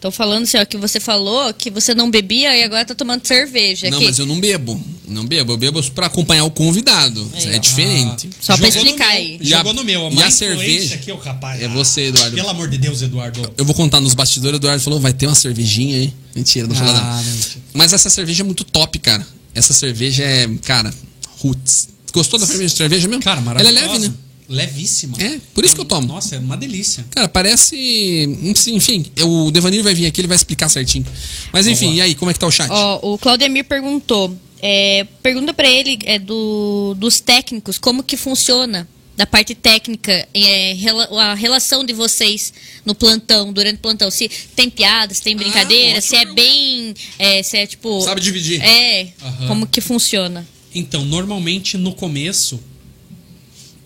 Tô falando assim, ó, que você falou que você não bebia e agora tá tomando cerveja. não, aqui. mas eu não bebo. Não bebo. Eu bebo pra acompanhar o convidado. Aí, é ó. diferente. Só pra Jogou explicar no meu, aí. E a- Jogou no meu. e a má influência cerveja? Aqui, ô, rapaz. É você, Eduardo. Pelo amor de Deus, Eduardo. Eu vou contar nos bastidores. O Eduardo falou: vai ter uma cervejinha aí. Mentira, não falou Ah, nada. mentira. Mas essa cerveja é muito top, cara. Essa cerveja é, cara, roots. Gostou da cerveja, cerveja mesmo? Cara, maravilhosa. Ela é leve, né? Levíssima. É, por isso que eu tomo. Nossa, é uma delícia. Cara, parece. Enfim, o Devanir vai vir aqui, ele vai explicar certinho. Mas enfim, Vamos e aí, como é que tá o chat? Ó, o Claudemir perguntou. é, pergunta pra ele é, do, dos técnicos, como que funciona da parte técnica é, rela- a relação de vocês no plantão, durante o plantão. Se tem piadas, se tem brincadeira, se é Ah, ótima bem. é, se é tipo. Sabe dividir. É. Aham. Como que funciona? Então, normalmente no começo,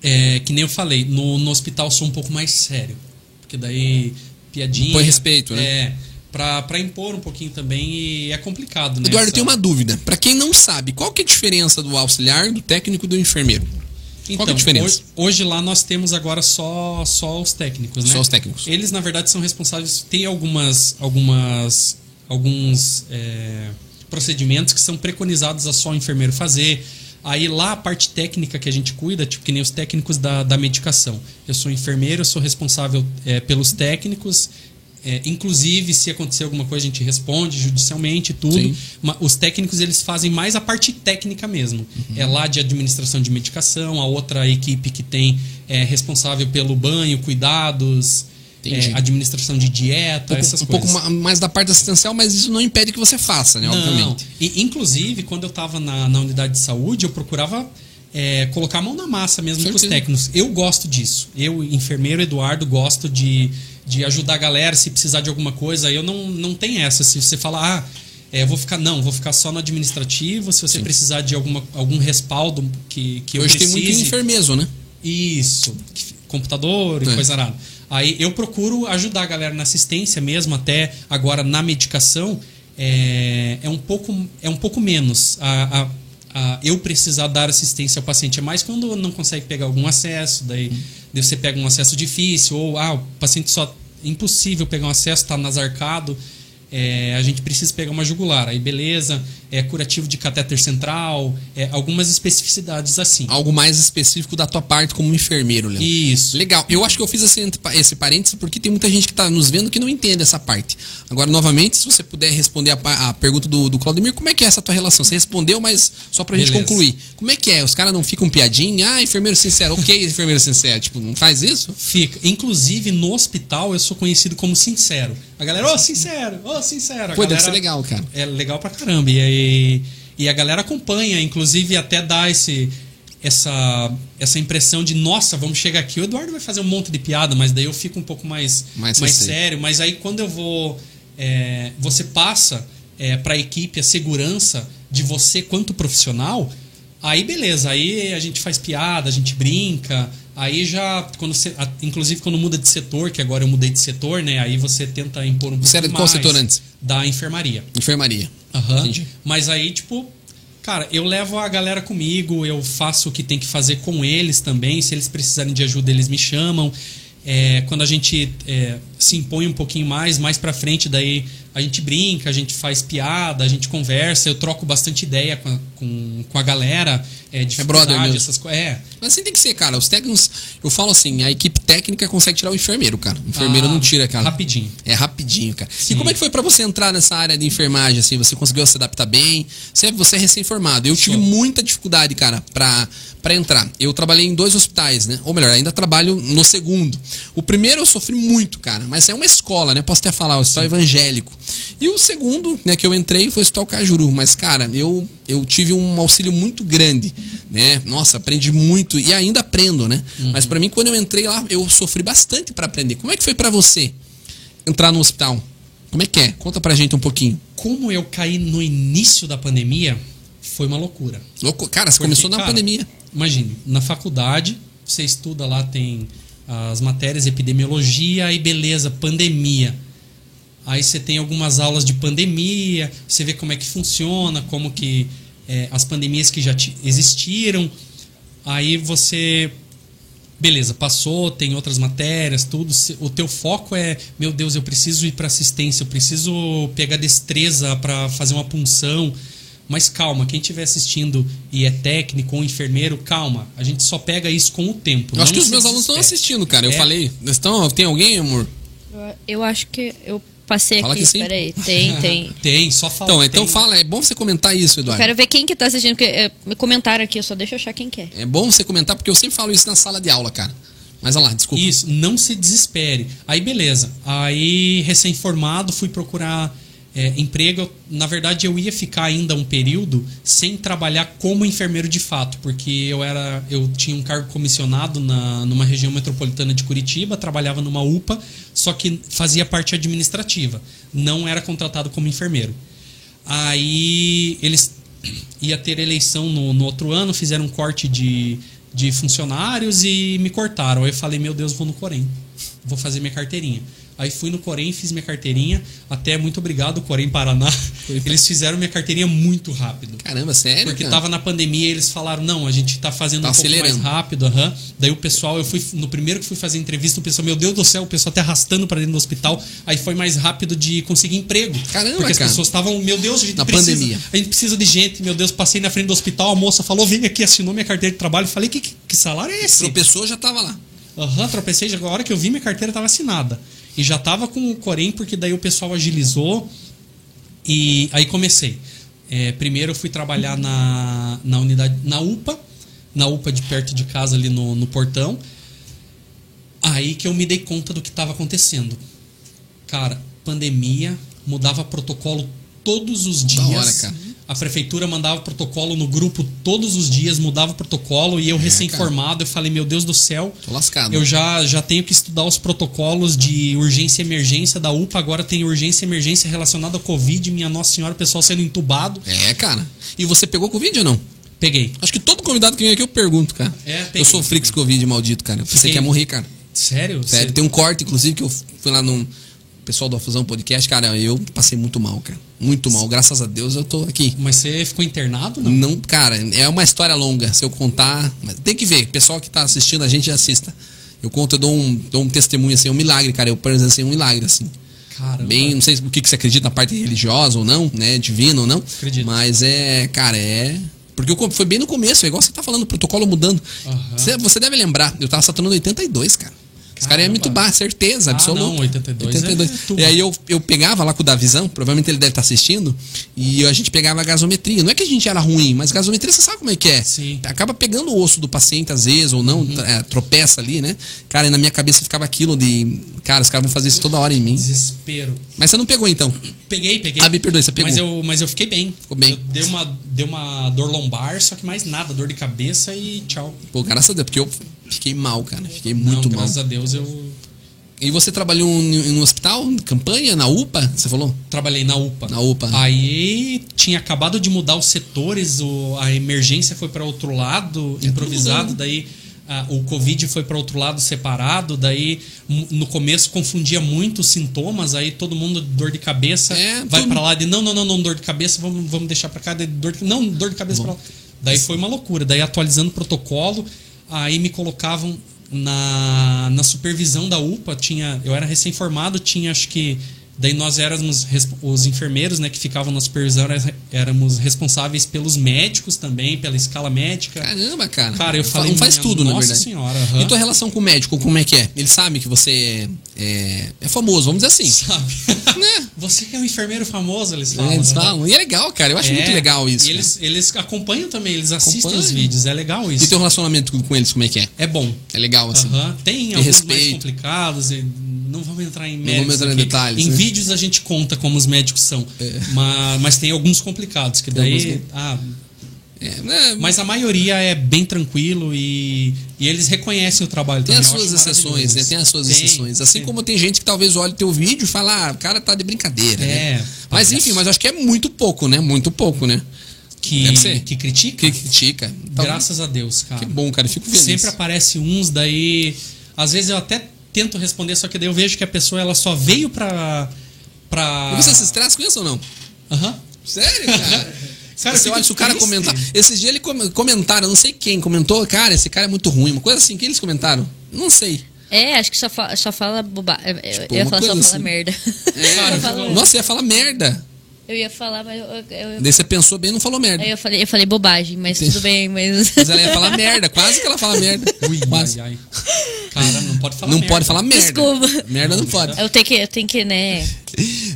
é, que nem eu falei, no, no hospital eu sou um pouco mais sério. Porque daí, piadinha. Põe respeito, né? É. Pra, pra impor um pouquinho também e é complicado, né? Eduardo, essa- tem uma dúvida. Pra quem não sabe, qual que é a diferença do auxiliar, do técnico e do enfermeiro? Então, Qual que é a diferença? Hoje, hoje lá nós temos agora só, só os técnicos, né? Só os técnicos. Eles, na verdade, são responsáveis. Tem algumas, algumas, alguns é, procedimentos que são preconizados a só o enfermeiro fazer. Aí lá a parte técnica que a gente cuida, tipo que nem os técnicos da, da medicação. Eu sou enfermeiro, eu sou responsável é, pelos técnicos. é, inclusive, se acontecer alguma coisa, a gente responde judicialmente, tudo. Sim. Ma- Os técnicos eles fazem mais a parte técnica mesmo. Uhum. É lá de administração de medicação, a outra equipe que tem é responsável pelo banho, cuidados, Entendi. é, administração de dieta, Um essas pouco- um pouco coisas. ma- mais da parte assistencial, mas isso não impede que você faça, né? Não. Obviamente. E, inclusive, quando eu estava na, na unidade de saúde, eu procurava é, colocar a mão na massa mesmo com os Certeza. técnicos. Eu gosto disso. Eu, enfermeiro Eduardo, gosto de, de ajudar a galera se precisar de alguma coisa. Eu não, não tem essa. Se você falar, ah, é, eu vou ficar. Não, vou ficar só no administrativo. Se você precisar de alguma, algum respaldo que, que eu Hoje tem precise. muito enfermezo, né? Isso, que- computador e É. coisa nada. Aí eu procuro ajudar a galera na assistência mesmo, até agora na medicação é, é um, pouco, é um pouco menos. A, a- a eu precisar dar assistência ao paciente é mais quando não consegue pegar algum acesso, daí, daí você pega um acesso difícil, ou ah, o paciente só. tá Impossível pegar um acesso, está nasarcado. É, a gente precisa pegar uma jugular. Aí, beleza. é, curativo de catéter central, é, algumas especificidades assim. Algo mais específico da tua parte como um enfermeiro, Léo. Isso. Legal. Eu acho que eu fiz esse, entre- esse parênteses porque tem muita gente que está nos vendo que não entende essa parte. Agora, novamente, se você puder responder a, pa- a pergunta do, do Claudemir, como é que é essa tua relação? Você respondeu, mas só pra gente Beleza. concluir. Como é que é? Os caras não ficam piadinha? Ah, enfermeiro sincero. [laughs] Ok, enfermeiro sincero. Tipo, não faz isso? Fica. Inclusive, no hospital, eu sou conhecido como sincero. A galera, ô, sincero, ô, sincero. A Pô, galera, deve ser legal, cara. É legal pra caramba. E, aí- e a galera acompanha, inclusive até dá esse, essa, essa impressão de, nossa, vamos chegar aqui, o Eduardo vai fazer um monte de piada, mas daí eu fico um pouco mais, Mais mais, receio. sério. Mas aí quando eu vou. é, você passa é, pra equipe a segurança de você quanto profissional, aí beleza, aí a gente faz piada, a gente brinca. Aí já, quando você, a- inclusive quando muda de setor, que agora eu mudei de setor, né? Aí você tenta impor um pouco Você era de qual mais setor antes? Da enfermaria. Enfermaria. Aham. Entendi. Mas aí, tipo, cara, eu levo a galera comigo, eu faço o que tem que fazer com eles também. Se eles precisarem de ajuda, eles me chamam. É, quando a gente é, se impõe um pouquinho mais, mais pra frente, daí a gente brinca, a gente faz piada, a gente conversa, eu troco bastante ideia com a, com, com a galera. É, dificuldade, brother mesmo. essas coisas. É, Mas assim tem que ser, cara. Os técnicos, eu falo assim, a equipe técnica consegue tirar o enfermeiro, cara. O enfermeiro Ah, não tira, cara. rapidinho. É rapidinho, cara. E Sim. como é que foi pra você entrar nessa área de enfermagem, assim? Você conseguiu se adaptar bem? Você, você é recém-formado. Eu tive Sou. muita dificuldade, cara, pra, pra entrar. Eu trabalhei em dois hospitais, né? Ou melhor, ainda trabalho no segundo. O primeiro eu sofri muito, cara. Mas é uma escola, né? Posso até falar, o hospital evangélico. E o segundo, né, que eu entrei foi o Hospital Cajuru. Mas, cara, eu, eu tive um auxílio muito grande, né? Nossa, aprendi muito e ainda aprendo, né? Uhum. Mas pra mim, quando eu entrei lá, eu sofri bastante pra aprender. Como é que foi pra você? entrar no hospital. Como é que é? Conta pra gente um pouquinho. como eu caí no início da pandemia, foi uma loucura. Louco, cara, você Porque, começou na cara, pandemia. Imagine, na faculdade, você estuda lá, tem as matérias epidemiologia e beleza, pandemia. Aí você tem algumas aulas de pandemia, você vê como é que funciona, como que é, as pandemias que já ti- existiram. Aí você beleza, passou, tem outras matérias, tudo. Se- O teu foco é, meu Deus, eu preciso ir para assistência, eu preciso pegar destreza para fazer uma punção. Mas calma, quem estiver assistindo e é técnico ou enfermeiro, calma. A gente só pega isso com o tempo. Eu acho não que os se meus alunos estão desespere. assistindo, cara. Eu É. falei. Eles estão, tem alguém, amor? Eu acho que eu passei Fala aqui. que sim. Peraí, tem, [laughs] tem. Tem, só fala. Então, então tem. fala, é bom você comentar isso, Eduardo. Quero ver quem que tá assistindo, porque é, me comentaram aqui, só deixa eu achar quem que é. É bom você comentar, porque eu sempre falo isso na sala de aula, cara. Mas olha lá, desculpa. Isso, não se desespere. Aí, beleza. Aí, recém-formado, fui procurar é, emprego. Eu- Na verdade, eu ia ficar ainda um período sem trabalhar como enfermeiro de fato, porque eu era, eu tinha um cargo comissionado na, numa região metropolitana de Curitiba, trabalhava numa UPA, só que fazia parte administrativa. Não era contratado como enfermeiro. Aí eles ia ter eleição no, no outro ano, fizeram um corte de, de funcionários e me cortaram. Aí eu falei, meu Deus, vou no Corém. Vou fazer minha carteirinha. Aí fui no Corém, fiz minha carteirinha. Até muito obrigado, Corém Paraná. Eles fizeram minha carteirinha muito rápido. Caramba, sério? Porque cara? tava na pandemia e eles falaram, não, a gente tá fazendo Tá um pouco mais acelerando. rápido, aham. Daí o pessoal, eu fui, no primeiro que fui fazer entrevista, o pessoal, meu Deus do céu, o pessoal até arrastando pra dentro do hospital. Aí foi mais rápido de conseguir emprego. Caramba, Porque as cara. pessoas estavam, meu Deus, a gente Na precisa. pandemia. A gente precisa de gente, meu Deus, passei na frente do hospital, a moça falou, vem aqui, assinou minha carteira de trabalho. Falei, que, que, que salário é esse? Tropeçou, já tava lá. Aham, tropecei, já- a hora que eu vi minha carteira tava assinada. E já tava com o Corém, porque daí o pessoal agilizou. E aí comecei. É, primeiro eu fui trabalhar na, na unidade, na UPA, na UPA de perto de casa ali no, no portão. Aí que eu me dei conta do que estava acontecendo. Cara, pandemia, mudava protocolo todos os dias. hora, cara. A prefeitura mandava protocolo no grupo todos os dias, mudava protocolo É, e eu recém-formado, eu falei, meu Deus do céu, Tô lascado. eu já, já tenho que estudar os protocolos de urgência e emergência da UPA. Agora tem urgência e emergência relacionada ao Covid. Minha Nossa Senhora, o pessoal sendo entubado. É, cara. E você pegou Covid ou não? Peguei. Acho que todo convidado que vem aqui eu pergunto, cara. É, peguei. eu sofri com esse Covid maldito, cara. Eu pensei Fiquei- que ia morrer, cara. Sério? Sério, Cê- tem um corte, inclusive, que eu fui lá num pessoal do Afusão Podcast, cara, eu passei muito mal, cara. Muito mal. Graças a Deus eu tô aqui. Mas você ficou internado? Não. Não, cara, é uma história longa. Se eu contar. mas tem que ver. Pessoal que tá assistindo a gente, assista. Eu conto, eu dou um, dou um testemunho, assim, é um milagre, cara. Eu presenciei um milagre, assim. Caramba. Bem, não sei o que que você acredita na parte religiosa ou não, né? Divina ou não. Acredito. Mas é, cara, é. Porque o co- foi bem no começo, é igual você tá falando, o protocolo mudando. Aham. Você, você deve lembrar, eu tava saturando 82, cara. Os caras iam me Caramba. tubar, certeza, Ah, absoluta. não, 82 é tubo. E aí eu, eu pegava lá com o Davizão, provavelmente ele deve estar assistindo, e a gente pegava a gasometria. Não é que a gente era ruim, mas gasometria você sabe como é que é. Sim. Uhum. Acaba pegando o osso do paciente às vezes, ou não, tra- é, tropeça ali, né? Cara, e na minha cabeça ficava aquilo de. Cara, os caras vão fazer isso toda hora em mim. Desespero. Mas você não pegou então. Peguei, peguei. Ah, me perdoe, você pegou. Mas eu, mas eu fiquei bem. Ficou bem. Eu- Deu uma, deu uma dor lombar, só que mais nada, dor de cabeça e tchau. Pô, graças a Deus, porque eu fiquei mal, cara. Fiquei muito Não, mal. graças a Deus eu E você trabalhou em um hospital, em campanha, na UPA? Você falou? trabalhei na UPA. Na UPA. Aí tinha acabado de mudar os setores, o- a emergência foi para outro É lado, improvisado, mudando. daí ah, o Covid foi para outro lado separado, daí m- no começo confundia muito os sintomas, aí todo mundo dor de cabeça, É, vai todo- para lá de não, não, não, não, dor de cabeça, vamos, vamos deixar para cá, daí dor de, não, dor de cabeça para lá. Daí foi uma loucura, daí atualizando o protocolo, aí me colocavam na, na supervisão da UPA, tinha, eu era recém-formado, tinha acho que daí nós éramos resp- os enfermeiros, né, que ficavam na supervisão, era- éramos responsáveis pelos médicos também, pela escala médica. Caramba, cara. Cara, eu falei, Um faz minha tudo, na nossa verdade. senhora, aham. E tua relação com o médico, como é que é? Ele sabe que você é, é, é famoso, vamos dizer assim. Sabe? [laughs] Né? Você que é um enfermeiro famoso, eles falam. É, eles né? falam. E é legal, cara. Eu acho É, muito legal isso. E cara. eles, eles acompanham também, eles assistem Acompanham. Então- os vídeos, é legal E isso. teu relacionamento com, com eles, como é que é? É bom. É legal, assim. Aham. Tem alguns mais respeito. complicados, e não vamos entrar em vamos méritos entrar em aqui. detalhes, Em né? É. vídeos a gente conta como os médicos são, mas, mas tem alguns complicados, que daí... alguns que- ah, É, né? mas a maioria é bem tranquilo e, e eles reconhecem o trabalho Tem também. as Eu suas acho exceções, né? maravilhoso Tem as suas isso. Tem, exceções. Assim tem. como tem gente que talvez olhe teu vídeo e fale, ah, o cara tá de brincadeira, É, né? Mas parece. enfim, mas acho que é muito pouco, né? Muito pouco, né? Deve Que, ser. que critica. Que critica. Tá- Graças a Deus, cara. Que bom, cara. Eu fico feliz. Sempre aparece uns, daí. Às vezes eu até tento responder, só que daí eu vejo que a pessoa ela só veio pra. pra... E Você se estressa com isso ou não? Aham. [laughs] Sério, cara? Cara, você eu olha, fico se o cara triste. comentar. Esses dias ele com- comentaram, não sei quem comentou, cara, esse cara é muito ruim. Uma coisa assim, que eles comentaram? Não sei. É, acho que só, fa- só fala bobagem. Tipo, eu ia uma falar só coisa fala assim. [laughs] merda. É, eu, ia Cara, falar, Nossa, ia falar merda. eu ia falar, mas eu, eu- eu- Daí você pensou bem e não falou merda. aí eu falei, eu falei bobagem, mas Entendi. tudo bem, mas. [laughs] Mas ela ia falar merda, quase que ela fala merda. Ui, Quase. ai, ai. Cara, não pode falar não merda. pode falar merda. Desculpa. Merda não pode. [laughs] Eu tenho que, eu tenho que, né?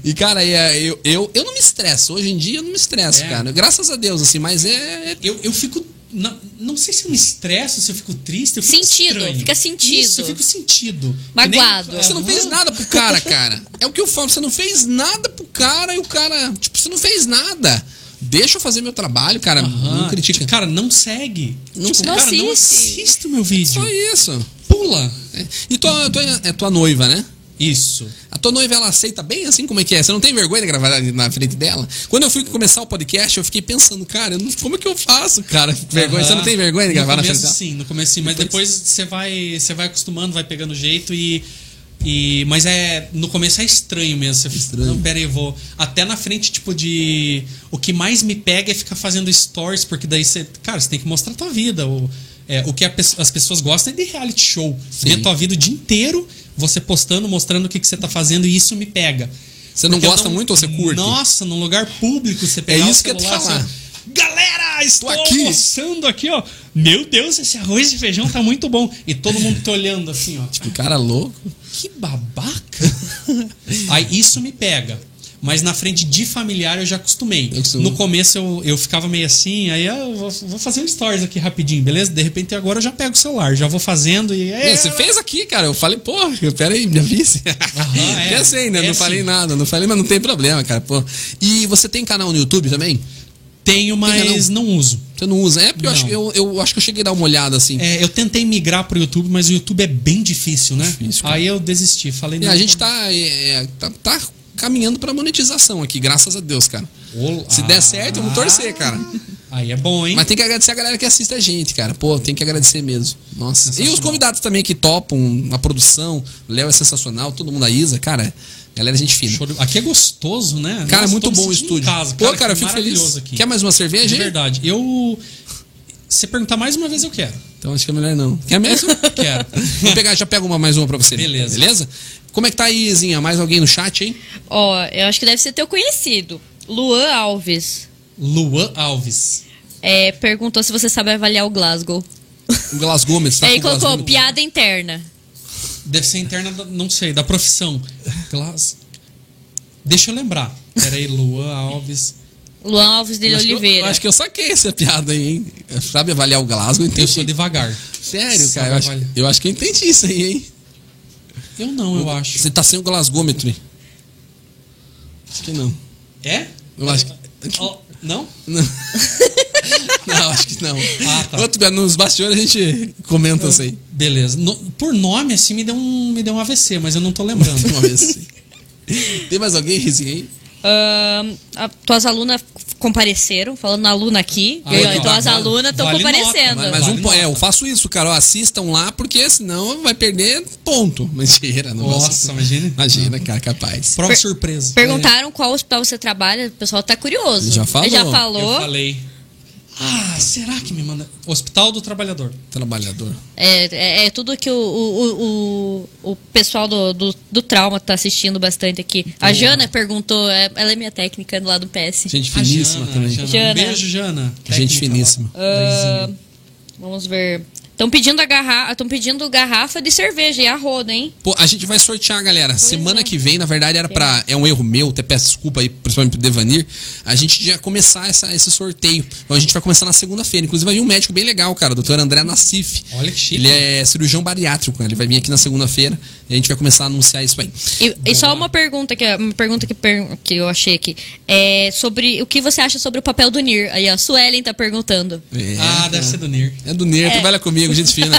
E, cara, é, eu, eu, eu não me estresso. Hoje em dia eu não me estresso, É. cara. Graças a Deus, assim, mas é. é- Eu, eu fico. Não, não sei se eu me estresso, se eu fico triste. Eu fico Sentido, estranho. fica sentido. Isso, eu fico sentido. Magoado. Que nem- Ah, Você não fez Aham. nada pro cara, cara. É o que eu falo, você não fez nada pro cara e o cara. Tipo, você não fez nada. Deixa eu fazer meu trabalho, cara. Aham. Não critica. Cara, não segue. Não tipo, segue. cara, não Assiste. assiste o meu vídeo. Só isso. Pula. É. E tua, tua, é tua noiva, né? Isso. A tua noiva, ela aceita bem assim como é que é? Você não tem vergonha de gravar na frente dela? Quando eu fui começar o podcast, eu fiquei pensando, cara, eu não- como é que eu faço, [laughs] cara? Vergonha, Aham. você não tem vergonha de gravar no na frente começo, dela? sim, no começo sim, mas Depois- depois você vai, você vai acostumando, vai pegando jeito e e mas é no começo é estranho mesmo, você Estranho. não, pera aí, eu vou até na frente tipo de o que mais me pega é ficar fazendo stories, porque daí você, cara, você tem que mostrar a tua vida, o é, o que a pe- as pessoas gostam é de reality show. Ver tua vida o dia inteiro, você postando, mostrando o que, que você tá fazendo, e isso me pega. Você não Porque eu gosta muito ou você curte? É Nossa, num lugar público você pegar isso o que eu ia te celular, falar. assim, Galera, estou aqui. almoçando aqui, ó. Meu Deus, esse arroz e feijão tá muito bom. E todo mundo te olhando assim, ó. Tipo, O cara é louco. que [laughs] babaca. Aí isso me pega. Mas na frente de familiar eu já acostumei. Eu costumo. No começo eu, eu ficava meio assim, aí ah, eu vou, vou fazer um stories aqui rapidinho, beleza? De repente agora eu já pego o celular, já vou fazendo e. É, você fez aqui, cara. Eu falei, pô, peraí, me avise. [laughs] Aham, é. Pensei, né? É não assim. falei nada, não falei, mas não tem problema, cara. Pô. E você tem canal no YouTube também? Tenho, mas não uso. Você não usa? É, porque eu Não. acho, eu, eu acho que eu cheguei a dar uma olhada assim. É, eu tentei migrar pro YouTube, mas o YouTube é bem difícil, né? Difícil, cara. Aí eu desisti, falei E não. a gente tá, é, é, tá, tá caminhando pra monetização aqui, graças a Deus, cara. Olá. Se der certo, vamos torcer, cara. Aí é bom, hein? Mas tem que agradecer a galera que assiste a gente, cara. Pô, tem que agradecer mesmo. Nossa. E os convidados também que topam a produção. O Léo é sensacional, todo mundo, a Isa, cara. Galera, gente fina. Show de- Aqui é gostoso, né? Cara, é Nossa, muito tô me bom o sentindo em estúdio. Casa, Pô, cara, eu que fico é maravilhoso feliz. Aqui. Quer mais uma cerveja? De hein? verdade. Eu. Se perguntar mais uma vez, eu quero. Então acho que é melhor não. [laughs] Quer mesmo? Quero. Vou pegar, já pego uma, mais uma pra você. né? Beleza. Beleza? Como é que tá aí, Zinha? Mais alguém no chat, hein? Ó, eu acho que deve ser teu conhecido. Luan Alves Luan Alves. é, perguntou se você sabe avaliar o Glasgow. O Glasgow, mas tá Aí com o colocou Glasgow. piada interna. Deve ser interna, da- não sei, da profissão. Glass. Deixa eu lembrar. Peraí, Luan Alves. Luan Alves de Eu acho que eu- Oliveira. eu acho que eu saquei essa piada aí, hein? Sabe avaliar o Glasgow? Eu Entendi. sou devagar. Sério, Sabe cara? Eu acho, avaliar. eu acho que eu entendi isso aí, hein? Eu não, eu acho. Você tá sem o Glasgômetro. Acho que não. É? Eu acho que. [laughs] Ó, não? Não, acho que não. Ah, tá. Outro, nos bastidores a gente comenta isso aí. Beleza. No- por nome, assim, me deu, um, me deu um AVC, mas eu não tô lembrando. [laughs] Uma vez. Tem mais alguém, Rizinho, aí? Ahn, a- tuas alunas compareceram, falando aluna aqui. Ah, eu, então, legal. tuas Vale- alunas estão vale comparecendo. nota, Mas Vale um po- nota. é, eu faço isso, cara. Ó, assistam lá, porque senão vai perder ponto. [laughs] Mentira, não vou Nossa, assistir. imagina. Imagina, cara, capaz. Prova Per- surpresa. Perguntaram qual hospital você trabalha, o pessoal tá curioso. Já falou. Já É, falou. Eu falei. Ah, será que me manda. Hospital do Trabalhador. Trabalhador. É, é- é tudo que o, o, o, o- o pessoal do, do, do trauma tá assistindo bastante aqui. A Jana perguntou, é- ela é minha técnica lá do PS. Gente A finíssima Jana, também. Jana. Jana. Um beijo, Jana. Gente Técnica finíssima. lá. Daizinha. Ah, Vamos ver. Estão pedindo, a garra... tão pedindo garrafa de cerveja e a roda, hein? Pô, a gente vai sortear, galera. Semana é. que vem, na verdade, era pra. É um erro meu, até peço desculpa aí, principalmente pro Devanir. A gente ia começar essa- esse sorteio. Então, a gente vai começar na segunda-feira. Inclusive, vai vir um médico bem legal, cara, o doutor André Nassif. Olha que chique. Ele é cirurgião bariátrico, né? Ele vai vir aqui na segunda-feira e a gente vai começar a anunciar isso aí. E, e só uma pergunta que uma pergunta que, per- que eu achei aqui é sobre o que você acha sobre o papel do Nir. Aí a Suelen tá perguntando. É, Ah, deve ser do Nir. É do Nir, trabalha comigo, gente fina.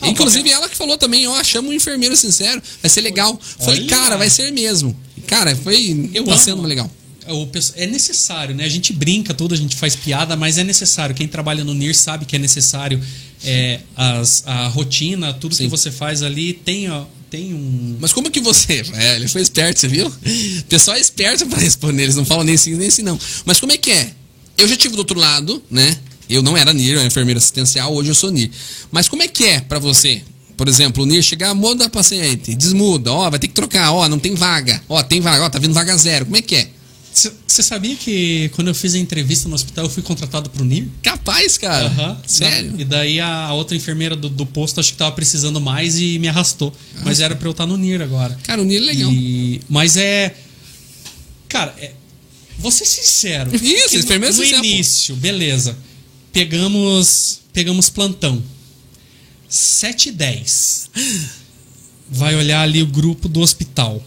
Ah, Inclusive, ela que falou também, ó, chama um enfermeiro sincero, vai ser legal. Falei, Olha. cara, vai ser mesmo. Cara, foi. Eu tá amo. sendo legal. É o pesso- É necessário, né? A gente brinca tudo, a gente faz piada, mas é necessário. Quem trabalha no NIR sabe que é necessário é, as- a rotina, tudo que você faz ali tem, ó, tem um. Mas como que você. [laughs] É, ele foi esperto, você viu? O pessoal é esperto pra responder, eles não falam nem sim, nem sim, não. Mas como é que é? Eu já tive do outro lado, né? Eu não era NIR, eu era enfermeiro assistencial, hoje eu sou NIR. Mas como é que é pra você? Por exemplo, o NIR chegar, muda a paciente, desmuda, ó, vai ter que trocar, ó, não tem vaga, ó, tem vaga, ó, tá vindo vaga zero. Como é que é? Você sabia que quando eu fiz a entrevista no hospital eu fui contratado pro NIR? Capaz, cara. Aham. Sério? E daí a outra enfermeira do, do posto acho que tava precisando mais e me arrastou. Mas era pra eu estar no NIR agora. Cara, o NIR é legal. E- mas é. Cara, é, vou ser [laughs] sincero. Isso, Que no- primeiro No sincero, pô. início, beleza. Pegamos, pegamos plantão. 7 e 10. Vai olhar ali o grupo do hospital.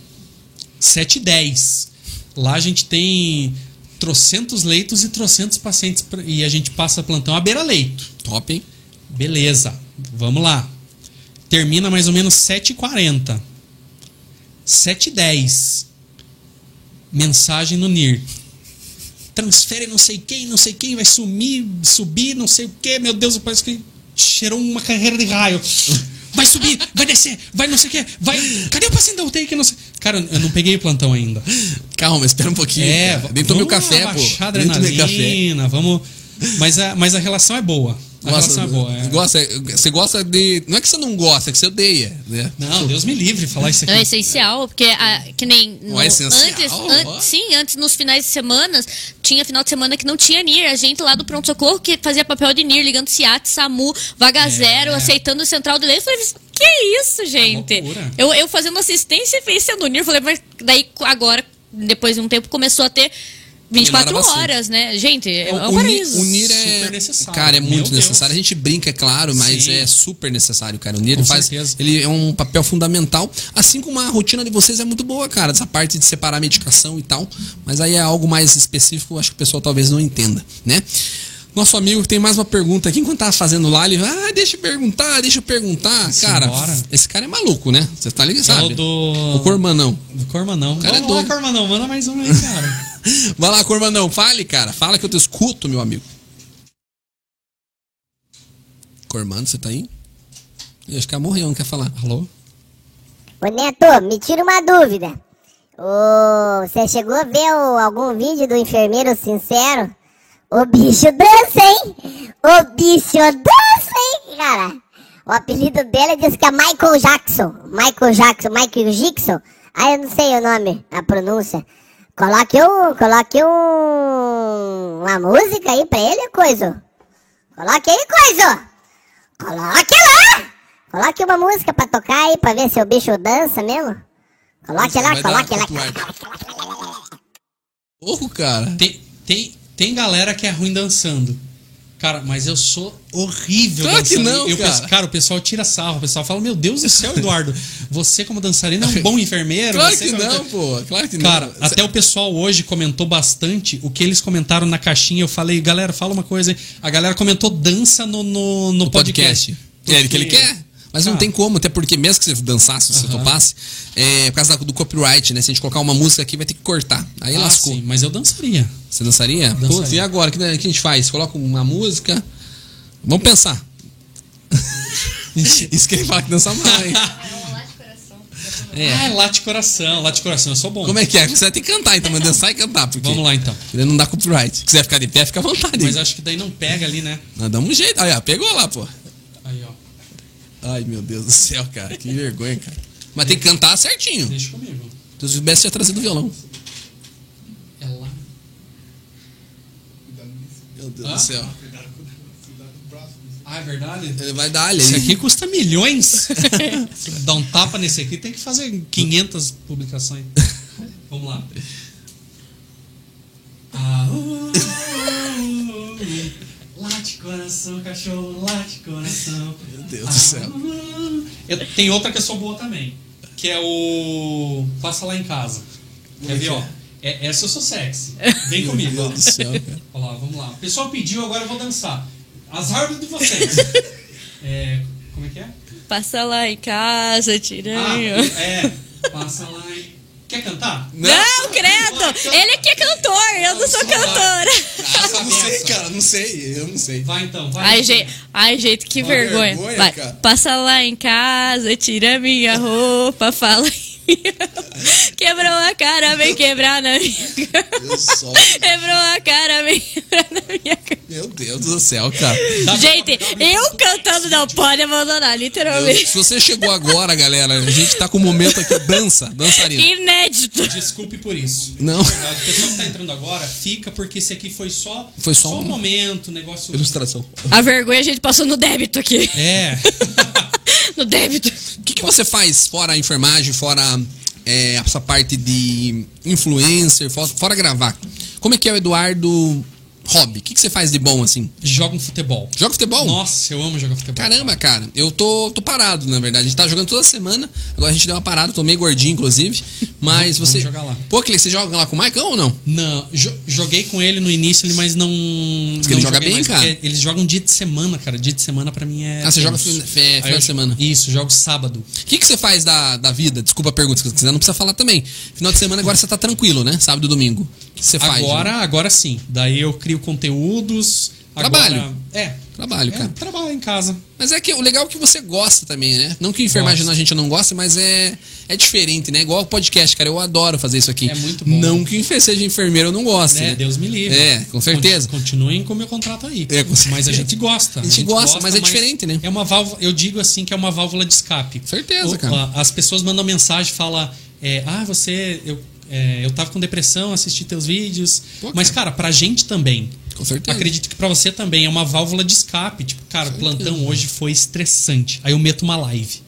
7 e 10. Lá a gente tem trocentos leitos e trocentos pacientes. pra- E a gente passa plantão à beira-leito. Top, hein? Beleza, vamos lá. Termina mais ou menos 7h40. 7h10. Mensagem no NIR. Transfere não sei quem, não sei quem, vai sumir, subir, não sei o que. Meu Deus, parece que cheirou uma carreira de raio. Vai subir, vai descer, vai não sei o que, vai. Cadê o paciente da UTI que eu não sei? Cara, eu não peguei o plantão ainda. Calma, [laughs] espera um pouquinho. É, cara. nem tomei o vamos café, abaixar a pô. Nem tomei café. adrenalina, vamos. Mas a, mas a relação é boa. A relação é boa. é. gosta, você gosta de. Não é que você não gosta, é que você odeia, né? Não, Deus me livre falar isso Não é aqui. essencial, porque a- que nem. Não é essencial, Antes, ó. an- sim, antes nos finais de semana, tinha final de semana que não tinha NIR. A gente lá do pronto-socorro que fazia papel de NIR, ligando SIAT, SAMU, Vaga Zero, aceitando o central do leito. Eu falei, que isso, gente? loucura. eu, eu fazendo assistência e sendo NIR, falei, mas daí agora, depois de um tempo, começou a ter 24 Melhora bastante. horas, né? Gente, é, é O um Ni- paraíso. o NIR é. Super necessário. Cara, é Meu muito Deus. necessário. A gente brinca, é claro, mas Sim. é super necessário, cara. O NIR ele Com faz. certeza. Ele é um papel fundamental. Assim como a rotina de vocês é muito boa, cara. Essa parte de separar a medicação e tal. Mas aí é algo mais específico, acho que o pessoal talvez não entenda, né? Nosso amigo tem mais uma pergunta aqui. Enquanto tava fazendo lá, ele. Ah, deixa eu perguntar, deixa eu perguntar. Cara, Simbora. esse cara é maluco, né? Você tá ligado, sabe? do- O Cormanão. Do Cormanão. cara é Vamos lá, doido. Cormanão, manda mais um aí, cara. Vai lá, Cormanão, fale, cara. Fala que eu te escuto, meu amigo. Cormano, você tá aí? [laughs] Eu acho que ela morreu, não quer falar. Alô? Ô Neto, me tira uma dúvida. Ô, você chegou a ver o- algum vídeo do enfermeiro sincero? O bicho dança, hein? O bicho dança, hein? Jack, cara. O apelido dele diz que é Michael Jackson. Michael Jackson, Michael Jackson. Ah, eu não sei o nome, a pronúncia. Coloque um, coloque um, uma música aí pra ele, coisa. Coloque aí, coisa. Coloque lá. Coloque uma música pra tocar aí, pra ver se o bicho dança mesmo. Coloque Vai lá, dar um coloque lá. copyright. Porra, cara. Tem, tem, tem galera que é ruim dançando. Cara, mas eu sou horrível Claro que dançando. não, eu cara. penso- o pessoal tira sarro, o pessoal fala, meu Deus do céu, Eduardo, você como dançarino é um bom enfermeiro. Claro você que como- não, pô. Claro que não. Cara, até o pessoal hoje comentou bastante o que eles comentaram na caixinha. Eu falei, galera, fala uma coisa. hein?" A galera comentou dança no, no, no o podcast. podcast. É ele que ele quer. Mas não Cara. tem como, até porque mesmo que você dançasse, se você topasse, é, por causa da- do copyright, né? Se a gente colocar uma música aqui, vai ter que cortar. Aí Ah, lascou. sim, mas eu dançaria. Você dançaria? Dançaria. Putz, e agora? O que, né, que a gente faz? Coloca uma música. Vamos pensar. [laughs] Isso que ele fala que dança mal, [laughs] hein? Ah, late coração, late coração, eu sou bom. É. Como é que é? Você vai ter que cantar então, mas dançar e cantar. Porque Vamos lá então. Ele não dá copyright. Se quiser ficar de pé, fica à vontade. Mas acho que daí não pega ali, né? Nós damos um jeito. Aí, ó, pegou lá, pô. Aí, ó. Ai, meu Deus do céu, cara. Que vergonha, cara. Mas tem que cantar certinho. Então, Deixa comigo. Se eu soubesse, tinha trazido o violão. É lá. Meu Deus Ah. do céu. Ah, é verdade? Ele vai dar ali. [laughs] Esse aqui custa milhões. [laughs] Se dá um tapa nesse aqui, tem que fazer 500 publicações. Vamos lá. Ah, uh, uh, uh, [laughs] late coração, cachorro, late coração. Meu Deus do céu. Eu, tem outra que eu sou boa também, que é o Passa Lá em Casa. Quer ver, ó? É, essa eu sou sexy. Vem Meu comigo. ó. Deus do céu, cara. Olha lá, vamos lá. O pessoal pediu, agora eu vou dançar. As árvores de [laughs] vocês. É, como é que é? Passa lá em casa, Ah, tiranho. é. Passa lá e. Quer cantar? Não, credo! Ele que é cantor, eu não sou cantora. Eu não sei, cara. Não sei. Eu não sei. Vai então, vai. Ai, gente, ai, gente que Uma vergonha. vergonha, Vai, cara. passa lá em casa, tira minha roupa, [laughs] [laughs] fala em mim. Quebrou a cara, vem quebrar na [laughs] minha Eu só. Quebrou a cara, vem quebrar na minha [laughs] cara. Meu Deus do céu, cara. Gente, tá eu cantando não pode abandonar, Eu- literalmente. se você chegou agora, galera, a gente tá com um momento aqui. Dança, dançarina. Inédito. Desculpe por isso. Não. De verdade, o pessoal que tá entrando agora, fica, porque esse aqui foi só, Foi só um- um momento, negócio. Ilustração. A vergonha a gente passou no débito aqui. [laughs] É. [laughs] No débito. O que, que você faz fora a enfermagem, fora é, essa parte de influencer, fora, fora gravar? Como é que é o Eduardo Hobby? O que, que você faz de bom assim? Joga um futebol. Joga futebol? Nossa, eu amo jogar futebol. Caramba, cara, eu tô, tô parado, na verdade. A gente tá jogando toda semana. Agora a gente deu uma parada, tô meio gordinho, inclusive. Mas Vamos você. jogar lá. Pô, Clei, você joga lá com o Maicão ou não? Não, jo- joguei com ele no início, ele- mas não. que não ele joga joguei bem, cara? porque Eles jogam dia de semana, cara. Dia de semana pra mim é. Ah, você joga tenso. fi- fi- Aí final eu de jo- semana. Isso, jogo sábado. O que, que você faz da, da vida? Desculpa a pergunta, se você quiser, não precisa falar também. Final de semana agora você tá tranquilo, né? Sábado e domingo. O que você faz? Agora, né? agora sim. Daí eu crio conteúdos. Agora, Trabalho. é. Trabalho, é, cara. Trabalho em casa. Mas é que o legal é que você gosta também, né? Não que enfermagem Gosto. a gente não gosta, mas é, é diferente, né? Igual podcast, cara. Eu adoro fazer isso aqui. É muito bom. Não que enfe- seja enfermeiro eu não gosto. É, né? Deus me livre. É, com certeza. Con- Continuem com o meu contrato aí. É, com mas certeza. a gente gosta. A gente gosta, mas é diferente, né? É uma válvula, eu digo assim que é uma válvula de escape. Certeza, O- cara. a- As pessoas mandam mensagem, fala, é, ah, você, eu, é, eu tava com depressão, assisti teus vídeos. Pô, mas cara, pra gente também. Com certeza. Acredito que pra você também é uma válvula de escape. Tipo, cara, o plantão hoje foi estressante. Aí eu meto uma live.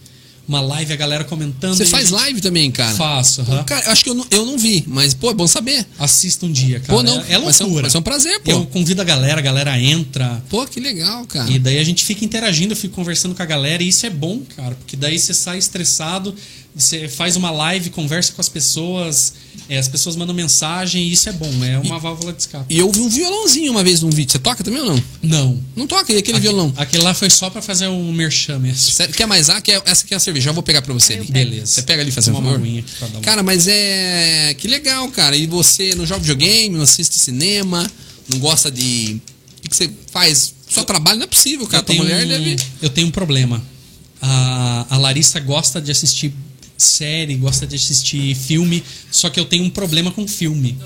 Uma live, a galera comentando. Você e- faz live também, cara? Faço, aham. Cara, eu acho que eu não, eu não vi, mas, pô, é bom saber. Assista um dia, cara. Pô, não, é, é vai ser um- loucura. vai ser um prazer, pô. Eu convido a galera, a galera entra. Pô, que legal, cara. E daí a gente fica interagindo, eu fico conversando com a galera, e isso é bom, cara, porque daí você sai estressado, você faz uma live, conversa com as pessoas, é, as pessoas mandam mensagem, e isso é bom, é uma válvula de escape. E eu vi um violãozinho uma vez num vídeo. Você toca também ou não? Não. Não toca, e aquele violão? Aquele lá foi só pra fazer um merchan mesmo. Sério, quer mais? Ah, quer, essa aqui é a cerveja. Já vou pegar pra você ali. Beleza. Você pega ali, fazer um Toma uma favor. aguinha aqui pra dar um- Cara, mas é. Que legal, cara. E você não joga videogame, não assiste cinema, não gosta de. O que, que você faz? Só trabalho não é possível, cara. eu Tua tenho mulher um, deve. Eu tenho um problema. A, a Larissa gosta de assistir série, gosta de assistir filme, só que eu tenho um problema com filme.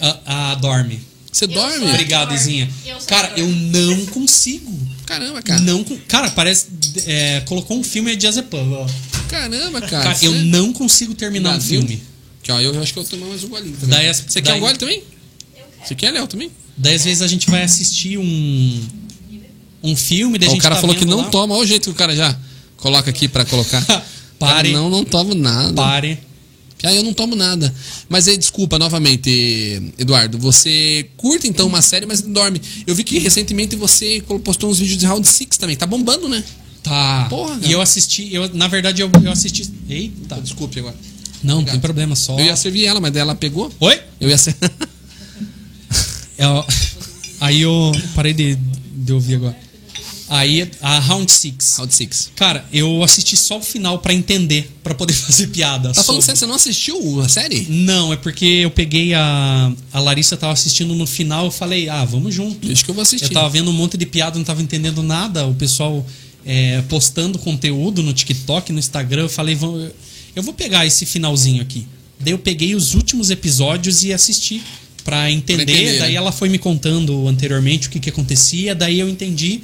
A, a dorme. Você dorme? Obrigado, Izinha. Eu sou Cara, eu não consigo. Caramba, cara. Não, con- cara, parece. é, colocou um filme de Azepam, ó. Caramba, cara. Cara, eu Você- é não consigo terminar um Brasil. filme. Que, ó, eu acho que eu vou tomar mais um golinho também. Daí as- Você quer daí- um gole também? Você quer, Léo, também? Daí às vezes a gente vai assistir um. Um filme, daí a Ó, gente o cara tá falou que vendo não lá. toma. Olha o jeito que o cara já coloca aqui pra colocar. [laughs] Cara, Pare. Não, não tomo nada. Pare. Ah, eu não tomo nada. Mas aí, desculpa, novamente, Eduardo. Você curta, então, uma série, mas não dorme. Eu vi que recentemente você postou uns vídeos de Round Six também. Tá bombando, né? Tá. Porra, cara. e eu assisti, eu, na verdade eu, eu assisti. Tá, Eita. Desculpe agora. Não, não tem problema, só. Eu ia servir ela, mas daí ela pegou. Oi? Eu ia ser. [laughs] Eu- [laughs] Aí eu parei de, de ouvir agora. Aí a Round Six Round Six. Cara, eu assisti só o final pra entender, pra poder [laughs] fazer piada. Tá falando sobre. sério, você não assistiu a série? Não, é porque eu peguei a. A Larissa tava assistindo no final, eu falei, ah, vamos junto. Acho que eu vou assistir. Eu tava vendo um monte de piada, não tava entendendo nada. O pessoal é, postando conteúdo no TikTok, no Instagram. Eu falei, vamos, eu vou pegar esse finalzinho aqui. Daí eu peguei os últimos episódios e assisti pra entender. Pra entender, daí né? ela foi me contando anteriormente o que, que acontecia. Daí eu entendi.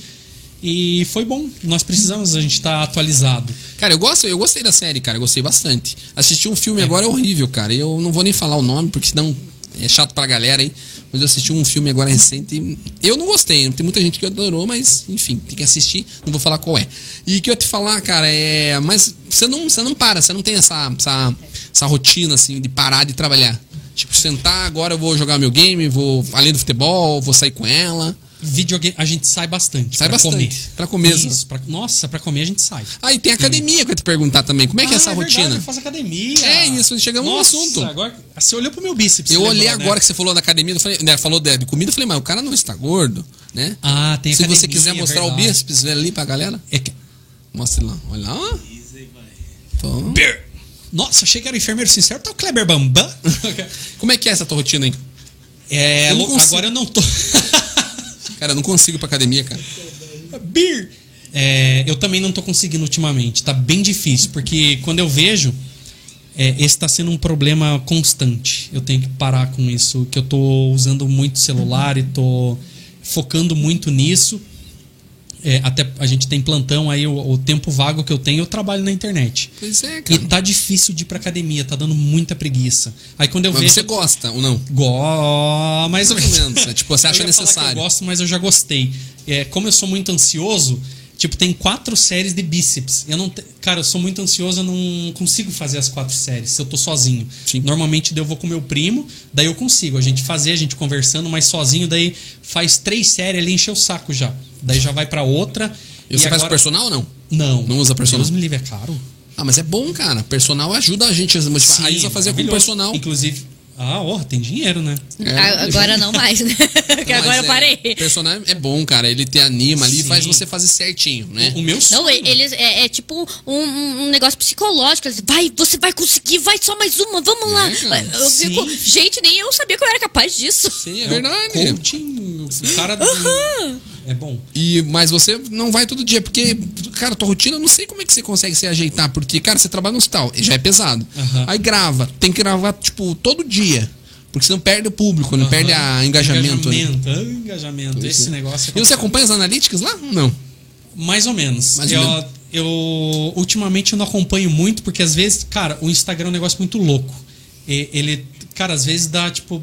E foi bom. Nós precisamos, a gente tá atualizado. Cara, eu gosto, eu gostei da série, cara, eu gostei bastante. Assisti um filme agora é horrível, cara. e Eu não vou nem falar o nome, porque senão é chato pra galera, hein? Mas eu assisti um filme agora recente. e Eu não gostei, tem muita gente que adorou, mas enfim, tem que assistir, não vou falar qual é. E o que eu ia te falar, cara, é. Mas você não, você não para, você não tem essa, essa, essa rotina, assim, de parar de trabalhar. Tipo, sentar, agora eu vou jogar meu game, vou além do futebol, vou sair com ela. Videogame, a gente sai bastante. Sai pra bastante, Comer. pra comer, né? Isso, pra- nossa, pra comer a gente sai. Ah, e tem academia que eu ia te perguntar também. Como é Ah, que é essa rotina? eu faço academia. É isso, chegamos no Nossa, assunto. Agora, você olhou pro meu bíceps. Eu você olhei lembrou, né? agora que você falou da academia, eu falei, né, falou de, de comida, eu falei, mas o cara não está gordo, né? Ah, tem Se você academia, quiser mostrar o verdade. bíceps ali pra galera, É que- mostre lá. Olha lá. Então, ó. Pô. Nossa, achei que era enfermeiro sincero, tá o [laughs] Kleber Bambam. Como é que é essa tua rotina aí? é, Eu não lou- consigo. agora eu não tô. [laughs] Cara, eu não consigo ir pra academia, cara. Beer! É, eu também não tô conseguindo ultimamente, tá bem difícil, porque quando eu vejo, é, esse tá sendo um problema constante. Eu tenho que parar com isso, que eu tô usando muito celular e tô focando muito nisso. É, até a gente tem plantão, aí o, o tempo vago que eu tenho, eu trabalho na internet. Pois é, E cara. tá difícil de ir pra academia, tá dando muita preguiça. Aí quando eu Mas vejo. você gosta ou não? Go... Mais ou Mais ou menos. menos, né? Tipo, você acha Eu ia falar que necessário. Eu gosto, mas eu já gostei. É, como eu sou muito ansioso, tipo, tem quatro séries de bíceps. Eu não te- Cara, eu sou muito ansioso, eu não consigo fazer as quatro séries se eu tô sozinho. Sim. Normalmente daí eu vou com meu primo, daí eu consigo. A gente fazer, a gente conversando, mas sozinho, daí faz três séries, ele encheu o saco já. Daí já vai pra outra. E você faz agora- personal ou não? Não. Não usa personal? Deus me livre, é caro. Ah, mas é bom, cara. Personal ajuda a gente a motivar. a Isa fazia com é maravilhoso. personal. Inclusive... Ah, ó, tem dinheiro, né? É. Ah, Agora não mais, né? Porque Mas agora eu é, parei. Personal é bom, cara. Ele te anima ali e Sim. faz você fazer certinho, né? O, o meu Não, sonho- e- eles é, é tipo um, um- um negócio psicológico. eles, Vai, você vai conseguir, vai só mais uma, vamos lá. É, cara. Eu fico, Sim. gente, nem eu sabia que eu era capaz disso. Sim, É é o verdade. Coaching, o um cara do... É bom. E, mas você não vai todo dia, porque, cara, tua rotina eu não sei como é que você consegue se ajeitar, porque, cara, você trabalha no hospital, e já é pesado. Aham. Aí grava, tem que gravar, tipo, todo dia. Porque senão perde o público, não perde a Aham. engajamento. né? Engajamento, ah, engajamento. Esse negócio. é E você complicado. acompanha as analytics lá? Não. Mais ou menos. Mais ou eu, menos. eu- ultimamente eu não acompanho muito, porque às vezes, cara, o Instagram é um negócio muito louco. E- ele, cara, às vezes dá tipo.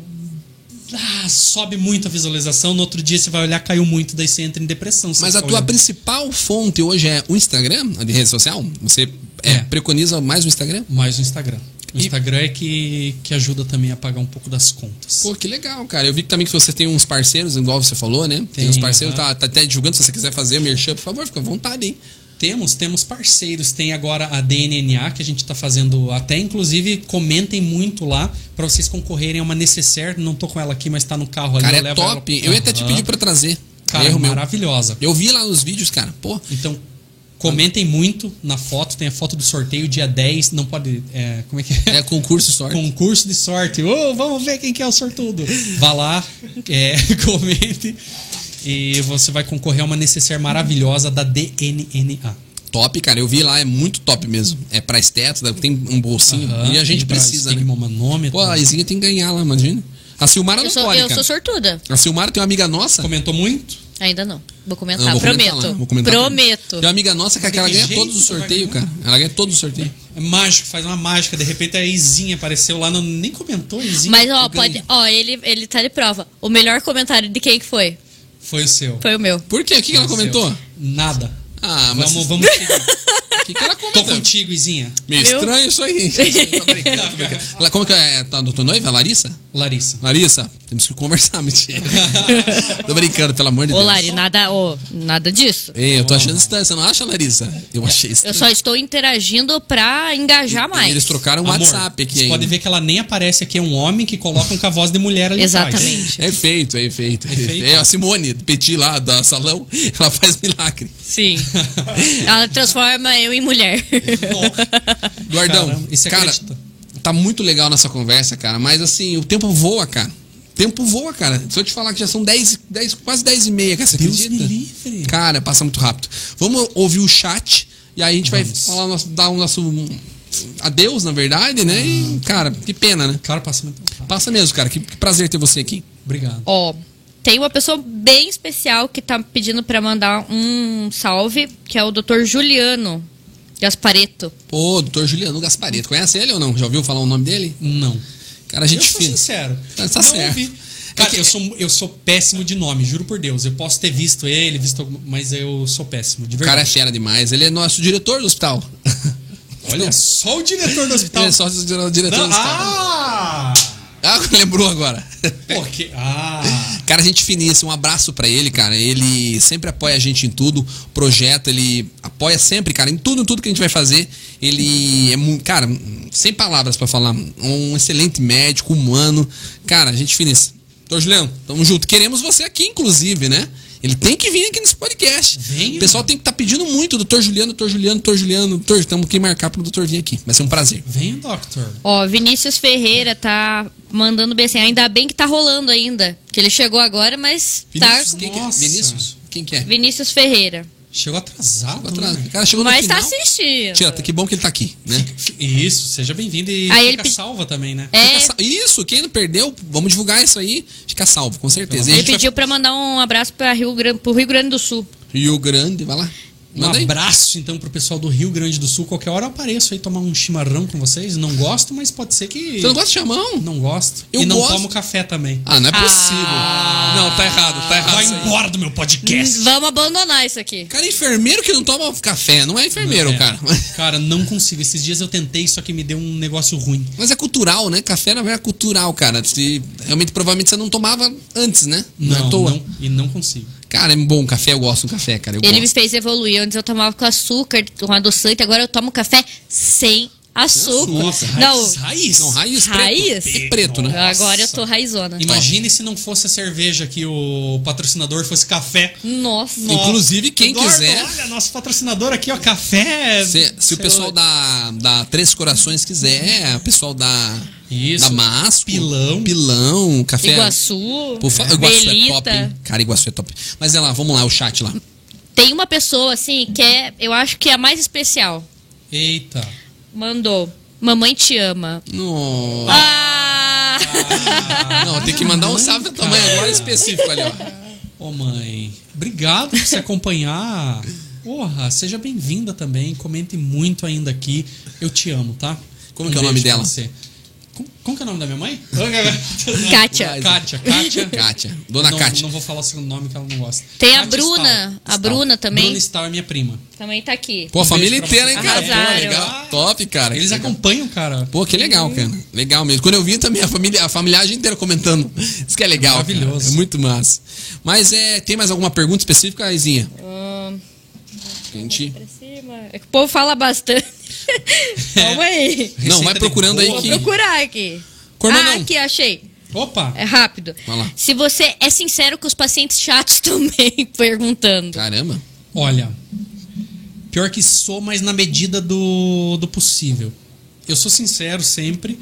ah, sobe muito a visualização, no outro dia você vai olhar, caiu muito, daí você entra em depressão. você Mas a fica tua olhando. principal fonte hoje é o Instagram, a de rede social? Você é, É. preconiza mais o Instagram? Mais o Instagram. O E- Instagram é que, que ajuda também a pagar um pouco das contas. Pô, que legal, cara. Eu vi que também que você tem uns parceiros, igual você falou, né? Tem, Tem, uns parceiros, aham. tá, tá até divulgando. Se você quiser fazer merchan, por favor, fica à vontade, hein? Temos, temos parceiros. Tem agora a DNNA, que a gente está fazendo até. Inclusive, comentem muito lá para vocês concorrerem a uma necessaire. Não tô com ela aqui, mas tá no carro ali. Cara, é levo top. ela- Eu ia até te Aham. pedir pra trazer. Cara, Erro meu. maravilhosa. Eu vi lá nos vídeos, cara. [laughs] Pô, Então, comentem muito na foto. Tem a foto do sorteio, dia 10. Não pode... é, como é que é? é concurso sorte. Concurso de sorte. Ô, vamos ver quem que é o sortudo. Vá lá, é, [laughs] comente. E você vai concorrer a uma necessaire maravilhosa da DNNA. Top, cara. Eu vi lá, é muito top mesmo. É pra esteto, tem um bolsinho. Aham, e a gente tem pra- precisa, tem né? manômetro. Pô, a Izinha tem que ganhar lá, imagina. A Silmara Eu não sou, pode, eu cara. sou sortuda. A Silmara tem uma amiga nossa. Comentou muito? Ainda não. Vou Não, comentar, vou comentar Tá, prometo. lá, vou comentar prometo. Tem uma amiga nossa cara, que ela De ganha jeito todos os que vai sorteios, ganhar. cara. Ela ganha todos os sorteios. É mágico, faz uma mágica. De repente a Izinha apareceu lá, não, nem comentou a Izinha. Mas, ó, Ganha. pode, ó ele, ele tá de prova. O melhor comentário de quem que foi? Foi o seu. Foi [laughs] o meu. Por quê? O que, que ela comentou? Seu. Nada. Ah, mas. Vamos, vamos [laughs] seguir. O que, que ela Tô assim? comentou? contigo, Izinha. Meio Viu? estranho isso aí. Tô brincando, tô brincando. [laughs] Ela- Como que é? Tá do tua noiva? Larissa? Larissa. Larissa, temos que conversar, [laughs] mentira. tô brincando, pelo amor de Ô, Deus. Lari, nada, ô, nada disso. Ei, eu tô achando estranho. Você não acha, Larissa? Eu achei Eu estranho. só estou interagindo pra engajar mais. Eles trocaram o Amor, um WhatsApp aqui Você ainda. pode ver que ela nem aparece aqui. É um homem que coloca um com a voz de mulher ali atrás. [laughs] [laughs] Exatamente. É feito, é feito. É, feito. a Simone, do Petit lá, da Salão, ela faz milagre. Sim. Ela transforma eu em mulher. Guardão, Caramba, isso é cara, acredita. tá muito legal nessa conversa, cara, mas assim, o tempo voa, cara. O tempo voa, cara. Se eu te falar que já são 10, 10 quase 10 e meia, cara, você Deus acredita? me livre. Cara, passa muito rápido. Vamos ouvir o chat e aí a gente vai Vamos. falar o nosso- dar o nosso hum, adeus, na verdade, né? E, cara, que pena, né? Hum. Claro, passa muito. Passa mesmo, cara. Que, que prazer ter você aqui. Obrigado. Ó, tem uma pessoa bem especial que tá pedindo pra mandar um salve, que é o Dr. Juliano Gaspareto. Pô, doutor Juliano Gaspareto, conhece ele ou não? Já ouviu falar o nome dele? Não. Cara, a gente eu sou sincero. Tá- tá não certo. ouvi. Cara, É que- eu, sou, eu sou péssimo de nome, juro por Deus. Eu posso ter visto ele, visto alguma, mas eu sou péssimo, de O cara é verdade. fera demais. Ele é nosso diretor do [laughs] hospital. Olha só o diretor do [laughs] hospital. Ele é sócio do diretor Então- Não, do hospital. ah! Ah, [laughs] lembrou agora. Porque, ah! Cara, gente finíssima, um abraço pra ele, cara. Ele sempre apoia a gente em tudo, projeto, ele apoia sempre, cara, em tudo, em tudo que a gente vai fazer. Ele é, mu- cara, sem palavras pra falar, um excelente médico, humano. Cara, gente finíssima. Doutor Julião, tamo junto. Queremos você aqui, inclusive, né? Ele tem que vir aqui nesse podcast. Venha. o pessoal tem que estar pedindo muito. Doutor Juliano, doutor Juliano, doutor Juliano, doutor, temos que marcar pro doutor vir aqui. Vai ser um prazer. Vem, doctor. Ó, Vinícius Ferreira tá mandando bem assim. Ainda bem que tá rolando ainda. Que ele chegou agora, mas Vinícius, tá. quem que é? Nossa. Vinícius? Quem que é? Vinícius Ferreira. Chegou atrasado, Atrás. O né? cara chegou no Mas tá final. assistindo. Tira, que bom que ele tá aqui, né? Isso, seja bem-vindo e Aí ele fica pedi- salva também, né? Fica É, sa- Isso, quem não perdeu, vamos divulgar isso aí. Fica salvo, com certeza. E, a ele gente pediu pra mandar um abraço para Rio Grande, pro Rio Grande do Sul. vai... e o grande, vai lá. Um Manda aí. abraço, então, pro pessoal do Rio Grande do Sul. Qualquer hora eu apareço aí tomar um chimarrão com vocês. Não gosto, mas pode ser que. Você não gosta de chamão? Não gosto. Então- Eu e não gosto. tomo café também. Ah, não é possível. Não, tá errado, tá errado. Vai isso aí. embora do meu podcast. Vamos abandonar isso aqui. Cara, é enfermeiro que não toma café, não é enfermeiro, É. cara. [laughs] Cara, não consigo. Esses dias eu tentei, só que me deu um negócio ruim. Mas é cultural, né? Café na verdade é cultural, cara. Se, realmente, provavelmente você não tomava antes, né? é à Não, toa. não e não consigo. Cara, é bom café, eu gosto do café, cara. Eu Ele me gosto. fez evoluir. Antes eu tomava com açúcar, com adoçante. Agora eu tomo café sem açúcar. Nossa, não, raiz. raiz. Não, raiz, Raiz? Ah, preto. E preto, né? agora eu Nossa. tô raizona. Imagine se não fosse a cerveja que o patrocinador fosse café. Nossa. Nossa. Inclusive, quem Eduardo, quiser- Olha, nosso patrocinador aqui, ó, café. Se, se Sei o pessoal lá. da, da Três Corações quiser, o pessoal da Isso. Damasco, Pilão. Pilão, café. Iguaçu, Por fa- Iguaçu é top. hein? Belita. Cara, Iguaçu é top. Mas é lá, vamos lá, o chat lá. Tem uma pessoa, assim, que é, eu acho que é a mais especial. Eita. Mandou. Mamãe te ama. No... Ah! Não, tem que mandar um salve pra tua mãe agora específico ali, ó. Ô, mãe. Obrigado por se acompanhar. Porra, seja bem-vinda também. Comente muito ainda aqui. Eu te amo, tá? Como que é o nome beijo pra dela? você. Como, como que é o nome da minha [laughs] mãe? Ah. [laughs] Kátia. Kátia, Kátia. Kátia. Dona não, Kátia. Não vou falar o seu nome que ela não gosta. Tem a Kátia Bruna. Stahl. A Stahl. Bruna também. Bruna Stahl é minha prima. Também tá aqui. Pô, a Um família beijo inteira, pra hein, você. cara? Pô, Arrasaram. legal. Top, cara. Eles Legal. acompanham, cara. Pô, que legal, cara. Legal mesmo. Quando eu vi também a família, a familiagem inteira comentando. Isso que é legal. cara. Maravilhoso. É muito massa. Mas é, tem mais alguma pergunta específica, Aizinha? Gente. Hum, Pra cima. É que o povo [laughs] fala bastante. Calma aí. Não, vai Receita de procurando aí bolo. Vou que. procurar aqui. Cormanão. Ah, aqui, achei. Opa! É rápido. Vai lá. Se você é sincero com os pacientes chatos [laughs] também, perguntando. Caramba. Olha, pior que sou, mas na medida do, do possível. Eu sou sincero sempre,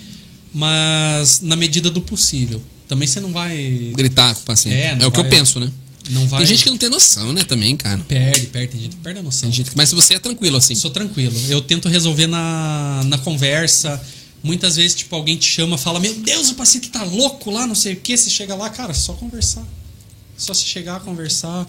mas na medida do possível. Também você não vai. Gritar com o paciente. É, É, não o que eu vai- penso, né? Não vai. Tem gente que não tem noção, né, também, cara. perde, perde, tem gente que perde a noção. Tem gente que- Mas se você é tranquilo, assim. Sou tranquilo. Eu tento resolver na, na conversa. Muitas vezes, tipo, alguém te chama, fala, meu Deus, o paciente tá louco lá, não sei o que. Você chega lá, cara, só conversar. Só se chegar a conversar.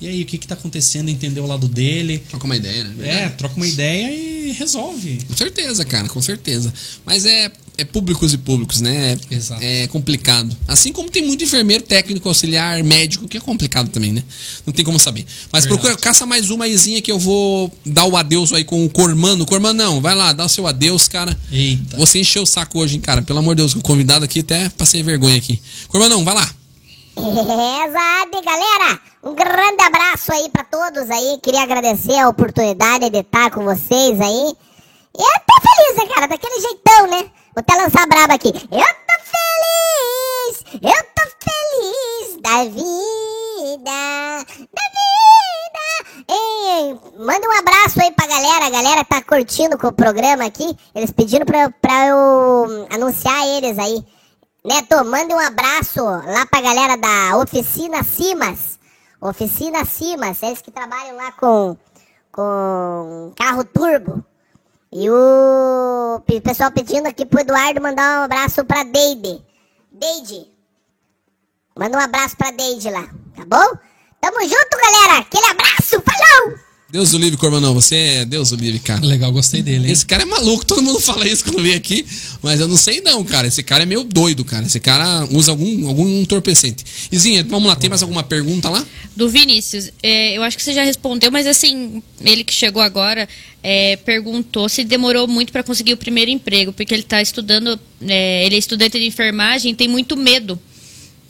E aí, o que que tá acontecendo? Entender o lado dele. Troca uma ideia, né? É, troca uma ideia e resolve. Com certeza, cara, com certeza. Mas é, é públicos e públicos, né? É, Exato. é complicado. Assim como tem muito enfermeiro, técnico, auxiliar, médico, que é complicado também, né? Não tem como saber. Mas Verdade. procura, caça mais uma aizinha que eu vou dar o adeus aí com o Cormano. Cormano, não, vai lá, dá o seu adeus, cara. Eita. Você encheu o saco hoje, hein, cara? Pelo amor de Deus, o convidado aqui até passei vergonha aqui. Cormanão, vai lá. [laughs] Exato, galera! Um grande abraço aí pra todos aí. Queria agradecer a oportunidade de estar com vocês aí. E eu tô feliz, né, cara? Daquele jeitão, né? Vou até lançar a braba aqui. Eu tô feliz! Eu tô feliz da vida! Da vida! Ei, manda um abraço aí pra galera. A galera tá curtindo com o programa aqui. Eles pediram pra, eu- pra eu anunciar eles aí. Neto, manda um abraço lá pra galera da Oficina Simas. Oficina Simas, eles que trabalham lá com, com carro turbo. E o pe- pessoal pedindo aqui pro Eduardo mandar um abraço pra Deide. Deide, manda um abraço pra Deide lá, tá bom? Tamo junto, galera! Aquele abraço, falou! Deus o livre, Cormanão, você é Deus o livre, cara. Legal, gostei dele, hein? Esse cara é maluco, todo mundo [laughs] fala isso quando vem aqui, mas eu não sei não, cara. Esse cara é meio doido, cara. Esse cara usa algum, algum entorpecente. Izinha, vamos lá, tem mais alguma pergunta lá? Do Vinícius, é, eu acho que você já respondeu, mas assim, ele que chegou agora é, perguntou se demorou muito para conseguir o primeiro emprego, porque ele está estudando, é, ele é estudante de enfermagem e tem muito medo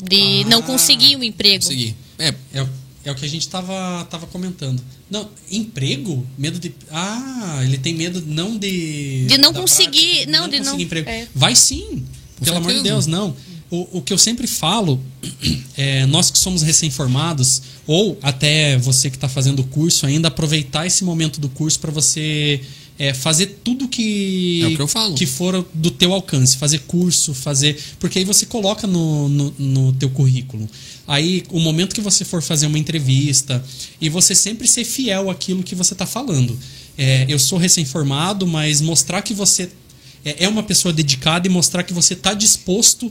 de não conseguir um emprego. Ah, Consegui. É, É, o- é o que a gente tava, tava comentando. Não, emprego? Medo de. Ah, ele tem medo não de. De não da conseguir- não, de não- conseguir emprego. é. Vai sim. Com pelo amor de certeza. Deus, não. O, o que eu sempre falo, [clears throat] é, nós que somos recém-formados, ou até você que está fazendo o curso ainda, aproveitar esse momento do curso para você é, fazer tudo que, É o que eu falo. que for do teu alcance, fazer curso, fazer. Porque aí você coloca no, no, no teu currículo. Aí, o momento que você for fazer uma entrevista, e você sempre ser fiel àquilo que você está falando. É, eu sou recém-formado, mas mostrar que você é é uma pessoa dedicada e mostrar que você está disposto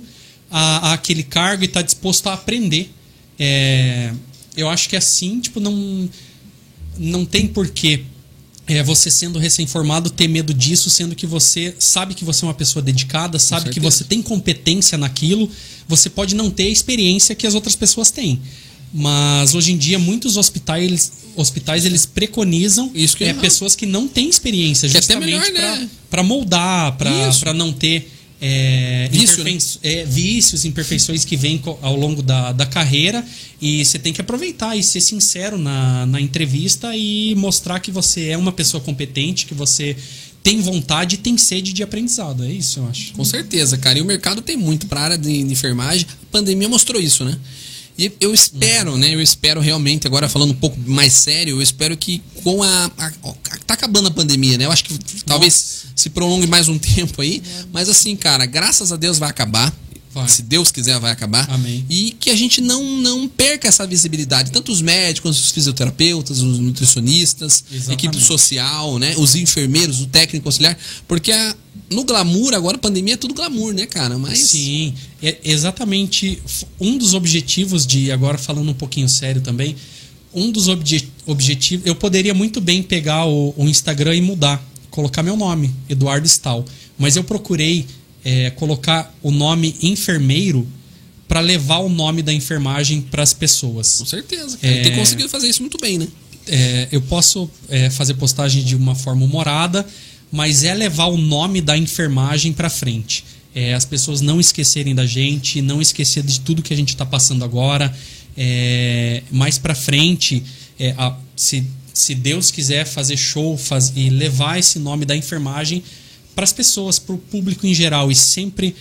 a, a aquele cargo e está disposto a aprender. É, eu acho que assim, tipo, não não tem porquê é, você sendo recém-formado ter medo disso, sendo que você sabe que você é uma pessoa dedicada, sabe que certeza. você tem competência naquilo, você pode não ter a experiência que as outras pessoas têm. Mas hoje em dia muitos hospitais eles, hospitais, eles preconizam Isso que eu é, ia falar. pessoas que não têm experiência Que é até justamente melhor, né? para moldar, Isso. para não ter é, Vício, né? imperfei- é, vícios, imperfeições que vêm co- ao longo da, da carreira e você tem que aproveitar e ser sincero na, na entrevista e mostrar que você é uma pessoa competente, que você tem vontade e tem sede de aprendizado. É isso, eu acho. Com certeza, cara. E o mercado tem muito para área de, de enfermagem. A pandemia mostrou isso, né? E eu espero, né? Eu espero realmente, agora falando um pouco mais sério, eu espero que com a. a- ó, tá acabando a pandemia, né? Eu acho que talvez se prolongue mais um [laughs] tempo aí. Mas assim, cara, graças a Deus vai acabar. É. Vai. Se Deus quiser, vai acabar. Amém. E que a gente não, não perca essa visibilidade. Tanto os médicos, os fisioterapeutas, os nutricionistas, Exatamente. equipe social, né? Os enfermeiros, o técnico auxiliar. Porque a- no glamour, agora a pandemia é tudo glamour, né, cara? Mas. Sim, é exatamente. F- Um dos objetivos de, agora falando um pouquinho sério também, um dos obje objetivos. Eu poderia muito bem pegar o, o Instagram e mudar, colocar meu nome, Eduardo Stal. Mas eu procurei é, colocar o nome enfermeiro para levar o nome da enfermagem para as pessoas. Com certeza, cara. É. Tem conseguido fazer isso muito bem, né? É, eu posso é, fazer postagem de uma forma humorada, mas é levar o nome da enfermagem pra frente. É, as pessoas não esquecerem da gente, não esquecer de tudo que a gente tá passando agora. É, mais pra frente, é, a- se, se Deus quiser fazer show faz- e levar esse nome da enfermagem para as pessoas, para o público em geral e sempre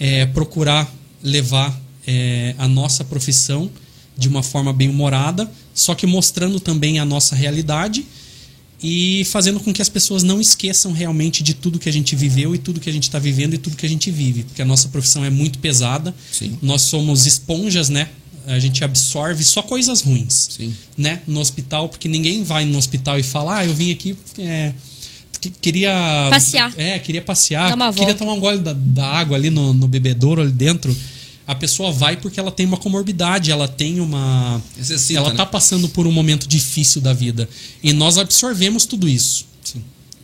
é, procurar levar é, a nossa profissão de uma forma bem humorada, só que mostrando também a nossa realidade e fazendo com que as pessoas não esqueçam realmente de tudo que a gente viveu e tudo que a gente está vivendo e tudo que a gente vive, porque a nossa profissão é muito pesada. Sim. Nós somos esponjas, né? A gente absorve só coisas ruins Sim. né, no hospital, porque ninguém vai no hospital e fala, ah, eu vim aqui, é, que- queria. Passear. É, queria passear. Dar uma queria volta. tomar um gole da, da água ali no, no bebedouro ali dentro. A pessoa vai porque ela tem uma comorbidade, ela tem uma. Necessita, ela né? tá passando por um momento difícil da vida. E nós absorvemos tudo isso.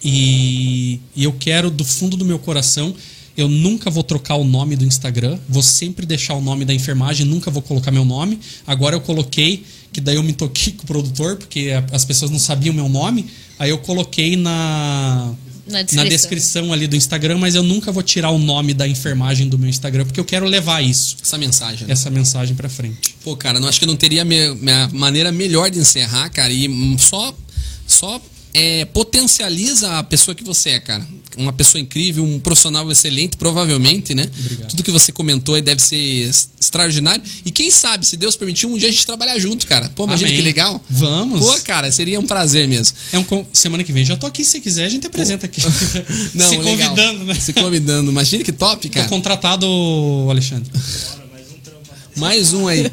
E, e eu quero, do fundo do meu coração, eu nunca vou trocar o nome do Instagram, vou sempre deixar o nome da enfermagem, nunca vou colocar meu nome. Agora eu coloquei, que daí eu me toquei [laughs] com o produtor, porque a- as pessoas não sabiam meu nome, aí eu coloquei na. Na Na descrição. descrição ali do Instagram, mas eu nunca vou tirar o nome da enfermagem do meu Instagram, porque eu quero levar isso, Essa mensagem. né? essa mensagem pra frente. Pô, cara, não acho que não teria me- minha maneira melhor de encerrar, cara. E hum, só, só é, potencializa a pessoa que você é, cara. Uma pessoa incrível, um profissional excelente, provavelmente, né? Obrigado. Tudo que você comentou aí deve ser es- extraordinário. E quem sabe, se Deus permitir, um dia a gente trabalhar junto, cara. Pô, imagina Amém. que legal. Vamos. Pô, cara, seria um prazer mesmo. É um con- semana que vem. Já tô aqui, se quiser, a gente apresenta [laughs] aqui. Não, se legal. convidando, né? Se convidando. Imagina que top, Tô cara. contratado, [laughs] Alexandre. Mais um aí.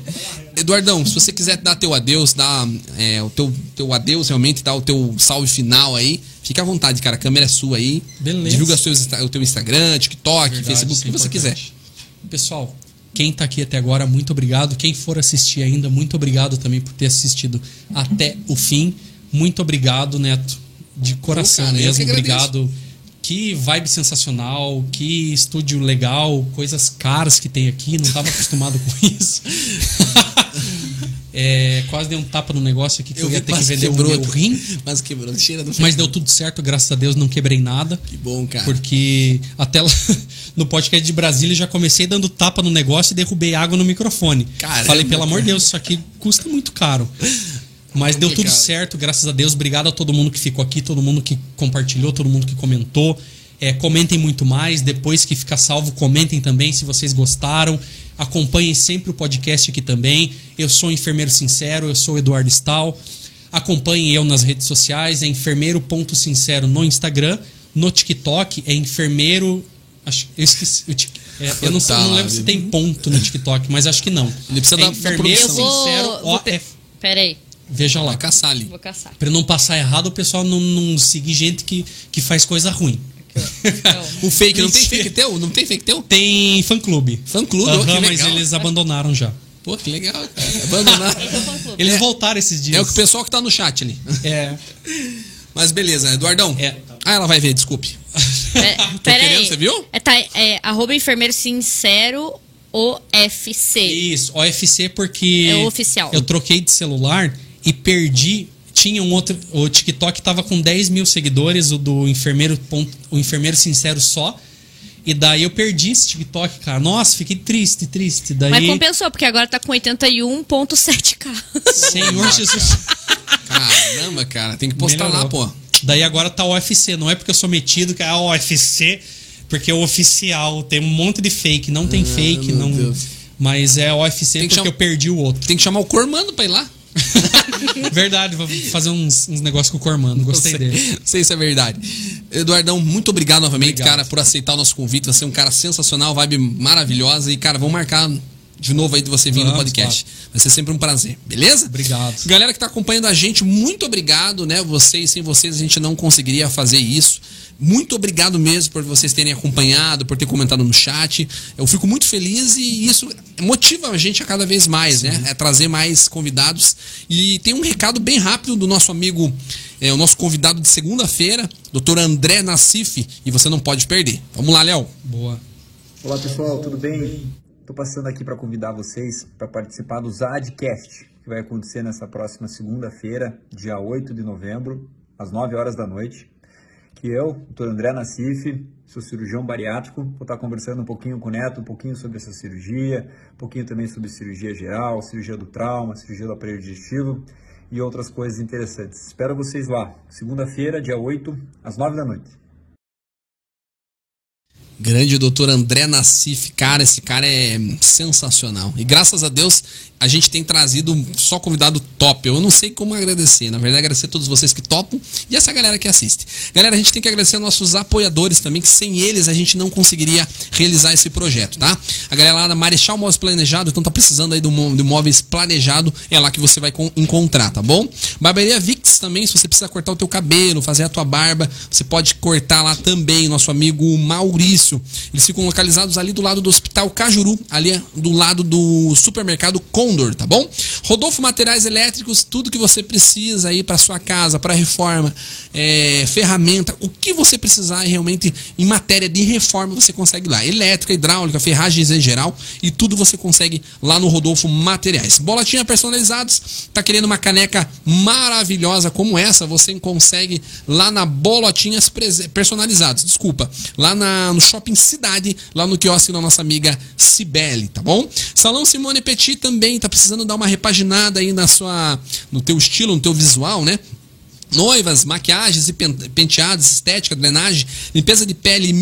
Eduardão, se você quiser dar teu adeus, dar é, o teu, teu adeus realmente, dar o teu salve final aí, fica à vontade, cara. A câmera é sua aí. Beleza. Divulga os teus insta- o teu Instagram, TikTok, Verdade, Facebook, o isso é que você quiser. importante. Pessoal, quem tá aqui até agora, muito obrigado. Quem for assistir ainda, muito obrigado também por ter assistido até o fim. Muito obrigado, Neto. De coração cara, eu mesmo, que agradeço. obrigado. Que vibe sensacional, que estúdio legal, coisas caras que tem aqui, não tava acostumado com [laughs] isso. É, quase dei um tapa no negócio aqui que eu, ia ter que vender o meu rim, [laughs] Mas quebrou. Cheira do mas deu tudo certo, graças a Deus, não quebrei nada. Que bom, cara. Porque até lá, [laughs] no podcast de Brasília já comecei dando tapa no negócio e derrubei água no microfone. Caramba. Falei, pelo amor de Deus, isso aqui custa muito caro. Mas deu tudo Complicado. certo, graças a Deus. Obrigado a todo mundo que ficou aqui, todo mundo que compartilhou, todo mundo que comentou. É, comentem muito mais. Depois que ficar salvo, comentem também se vocês gostaram. Acompanhem sempre o podcast aqui também. Eu sou o Enfermeiro Sincero, eu sou o Eduardo Stahl. Acompanhem eu nas redes sociais, é enfermeiro.sincero no Instagram. No TikTok é enfermeiro. Acho, eu esqueci. o tic- é, eu não, sei- eu não lembro se tem ponto no TikTok, mas acho que não. Ele precisa é da- da enfermeiro produção. Eu vou- sincero. vou é OF. Peraí, Veja lá. Vai caçar ali. vou caçar. Pra não passar errado, o pessoal não, não seguir gente que, que faz coisa ruim. [laughs] O fake, não tem Mentira. fake teu? Não tem fake teu? Tem fã-clube. Fã-clube, Aham, oh, que mas legal. eles abandonaram já. Pô, que legal, cara. [laughs] Abandonar. Eles voltaram esses dias. é o que o pessoal que tá no chat ali. É. Mas beleza, Eduardão. É. Ah, ela vai ver, desculpe. [laughs] Pera, pera É, querendo, aí. você viu? É, tá, é, arroba enfermeiro sincero OFC. Isso, OFC porque. É o oficial. Eu troquei de celular e perdi. Tinha um outro. O TikTok tava com 10 mil seguidores, o do enfermeiro, ponto- o enfermeiro sincero só. E daí eu perdi esse TikTok, cara. Nossa, fiquei triste, triste. Daí. Mas compensou, porque agora tá com 81.7k. Senhor Jesus. Caramba, cara. Tem que postar lá, Melhorou. pô. Daí agora tá o UFC, não é porque eu sou metido que é a UFC, porque é o oficial, tem um monte de fake, não tem fake, É, meu não. Deus. Mas é o UFC Tem que porque chamar- eu perdi o outro. Tem que chamar o Cormano pra ir lá. Verdade, vou fazer uns, uns negócios com o Cormano, gostei não sei, dele. [laughs] não sei se é verdade. Eduardão, muito obrigado novamente, Obrigado. cara, por aceitar o nosso convite. Você é um cara sensacional, vibe maravilhosa. E, cara, vamos marcar de novo aí de você vir no Vamos, podcast. Vai ser sempre um prazer, beleza? Obrigado. Galera que tá acompanhando a gente, muito obrigado, né? Vocês, sem vocês, a gente não conseguiria fazer isso. Muito obrigado mesmo por vocês terem acompanhado, por ter comentado no chat. Eu fico muito feliz e isso motiva a gente a cada vez mais, né? É trazer mais convidados. E tem um recado bem rápido do nosso amigo, é, o nosso convidado de segunda-feira, Dr. André Nassif, e você não pode perder. Vamos lá, Léo. Boa. Olá pessoal, tudo bem? Estou passando aqui para convidar vocês para participar do Zadcast, que vai acontecer nessa próxima segunda-feira, dia 8 de novembro, às 9 horas da noite. Que eu, Dr. André Nassif, sou cirurgião bariátrico, vou estar conversando um pouquinho com o Neto, um pouquinho sobre essa cirurgia, um pouquinho também sobre cirurgia geral, cirurgia do trauma, cirurgia do aparelho digestivo e outras coisas interessantes. Espero vocês lá, segunda-feira, dia 8, às 9 da noite. Grande doutor André Nassif, cara, esse cara é sensacional. E graças a Deus, a gente tem trazido só convidado top. Eu não sei como agradecer, na verdade, agradecer a todos vocês que topam e essa galera que assiste. Galera, a gente tem que agradecer aos nossos apoiadores também, que sem eles a gente não conseguiria realizar esse projeto, tá? A galera lá da Marechal Móveis Planejado, então tá precisando aí do mó- do móveis planejado, é lá que você vai con- encontrar, tá bom? Barbearia Vix também, se você precisa cortar o teu cabelo, fazer a tua barba, você pode cortar lá também, nosso amigo Maurício. Eles ficam localizados ali do lado do Hospital Cajuru, ali é do lado do supermercado Condor, tá bom? Rodolfo Materiais Elétricos, tudo que você precisa aí para sua casa, para reforma, é, ferramenta, o que você precisar realmente em matéria de reforma você consegue lá. Elétrica, hidráulica, ferragens em geral e tudo você consegue lá no Rodolfo Materiais. Bolotinha personalizados, tá querendo uma caneca maravilhosa como essa, você consegue lá na Bolotinhas Prese- Personalizados, desculpa, lá na- no Shopping Cidade, lá no quiosque da nossa amiga Cibele, tá bom? Salão Simone Petit também tá precisando dar uma repaginada aí na sua no teu estilo, no teu visual, né? Noivas, maquiagens e pen- penteados, estética, drenagem, limpeza de pele e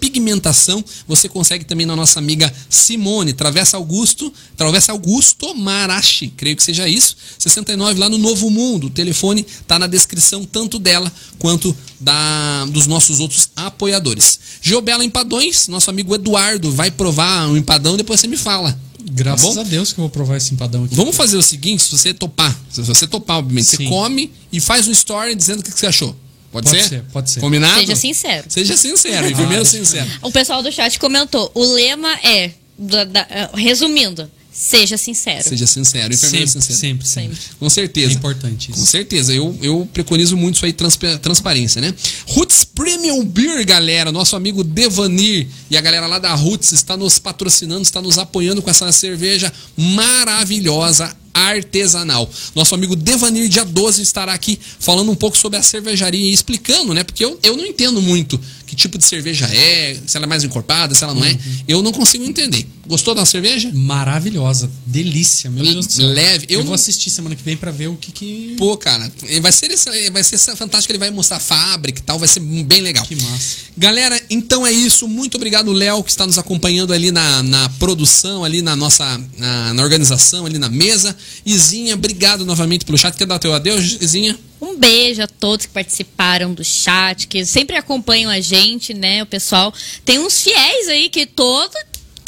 micropigmentação, você consegue também na nossa amiga Simone, Travessa Augusto, Travessa Augusto Marachi, creio que seja isso, 69 lá no Novo Mundo. O telefone tá na descrição tanto dela quanto da dos nossos outros apoiadores. Geobela Empadões, nosso amigo Eduardo vai provar um empadão, depois você me fala. Tá Graças bom? a Deus que eu vou provar esse empadão aqui. Vamos fazer o seguinte, se você topar, se você topar, obviamente, você Sim. come e faz um story dizendo o que que você achou. Pode, Pode ser? ser, pode ser. Combinado? Seja sincero. Seja sincero, e primeiro sincero. O pessoal do chat comentou. O lema é, da- da- eh, resumindo, seja sincero. Seja sincero, e primeiro Sempre, sincero. sempre, sempre, Com certeza. É importante isso. Com certeza. Eu, eu preconizo muito isso aí, transpa- transparência, né? Roots Premium Beer, galera. Nosso amigo Devanir e a galera lá da Roots está nos patrocinando, está nos apoiando com essa cerveja maravilhosa artesanal. Nosso amigo Devanir, dia 12, estará aqui falando um pouco sobre a cervejaria e explicando, né? Porque eu, eu não entendo muito que tipo de cerveja é, se ela é mais encorpada, se ela Uhum. não é. Eu não consigo entender. Gostou da cerveja? Maravilhosa, delícia, meu L- Deus do céu. leve. Eu Eu, não- vou assistir semana que vem pra ver o que que... Pô, cara, vai ser, esse- vai ser fantástico. Ele vai mostrar a fábrica e tal, vai ser bem legal. Que massa. Galera, então é isso. Muito obrigado, Léo, que está nos acompanhando ali na, na produção, ali na nossa na, na organização, ali na mesa. Izinha, obrigado novamente pelo chat. Quer dar teu adeus, Izinha? Um beijo a todos que participaram do chat, que sempre acompanham a gente, né? O pessoal. Tem uns fiéis aí que todo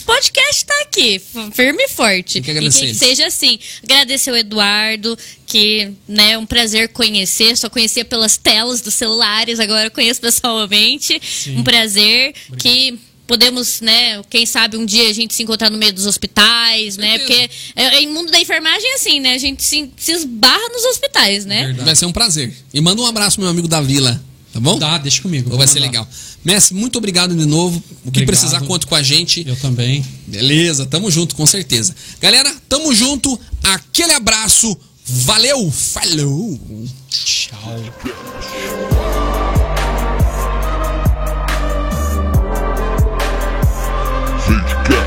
podcast tá aqui, f- firme e forte. Tem que agradecer E que eles. seja assim. Agradecer o Eduardo, que né, é um prazer conhecer. Só conhecia pelas telas dos celulares, agora eu conheço pessoalmente. Um prazer que podemos, né, quem sabe um dia a gente se encontrar no meio dos hospitais, né? Certeza. Porque é, é, em mundo da enfermagem é assim, né? A gente se, se esbarra nos hospitais, né? Verdade. Vai ser um prazer. E manda um abraço, meu amigo da Vila, tá bom? Dá, Ah, deixa comigo. Ou vou vai ser mandar. legal. Messi, muito obrigado de novo. O que Obrigado. precisar, conta com a gente. Eu também. Beleza, tamo junto, com certeza. Galera, tamo junto. Aquele abraço. Valeu, falou. Tchau. Sage Cast.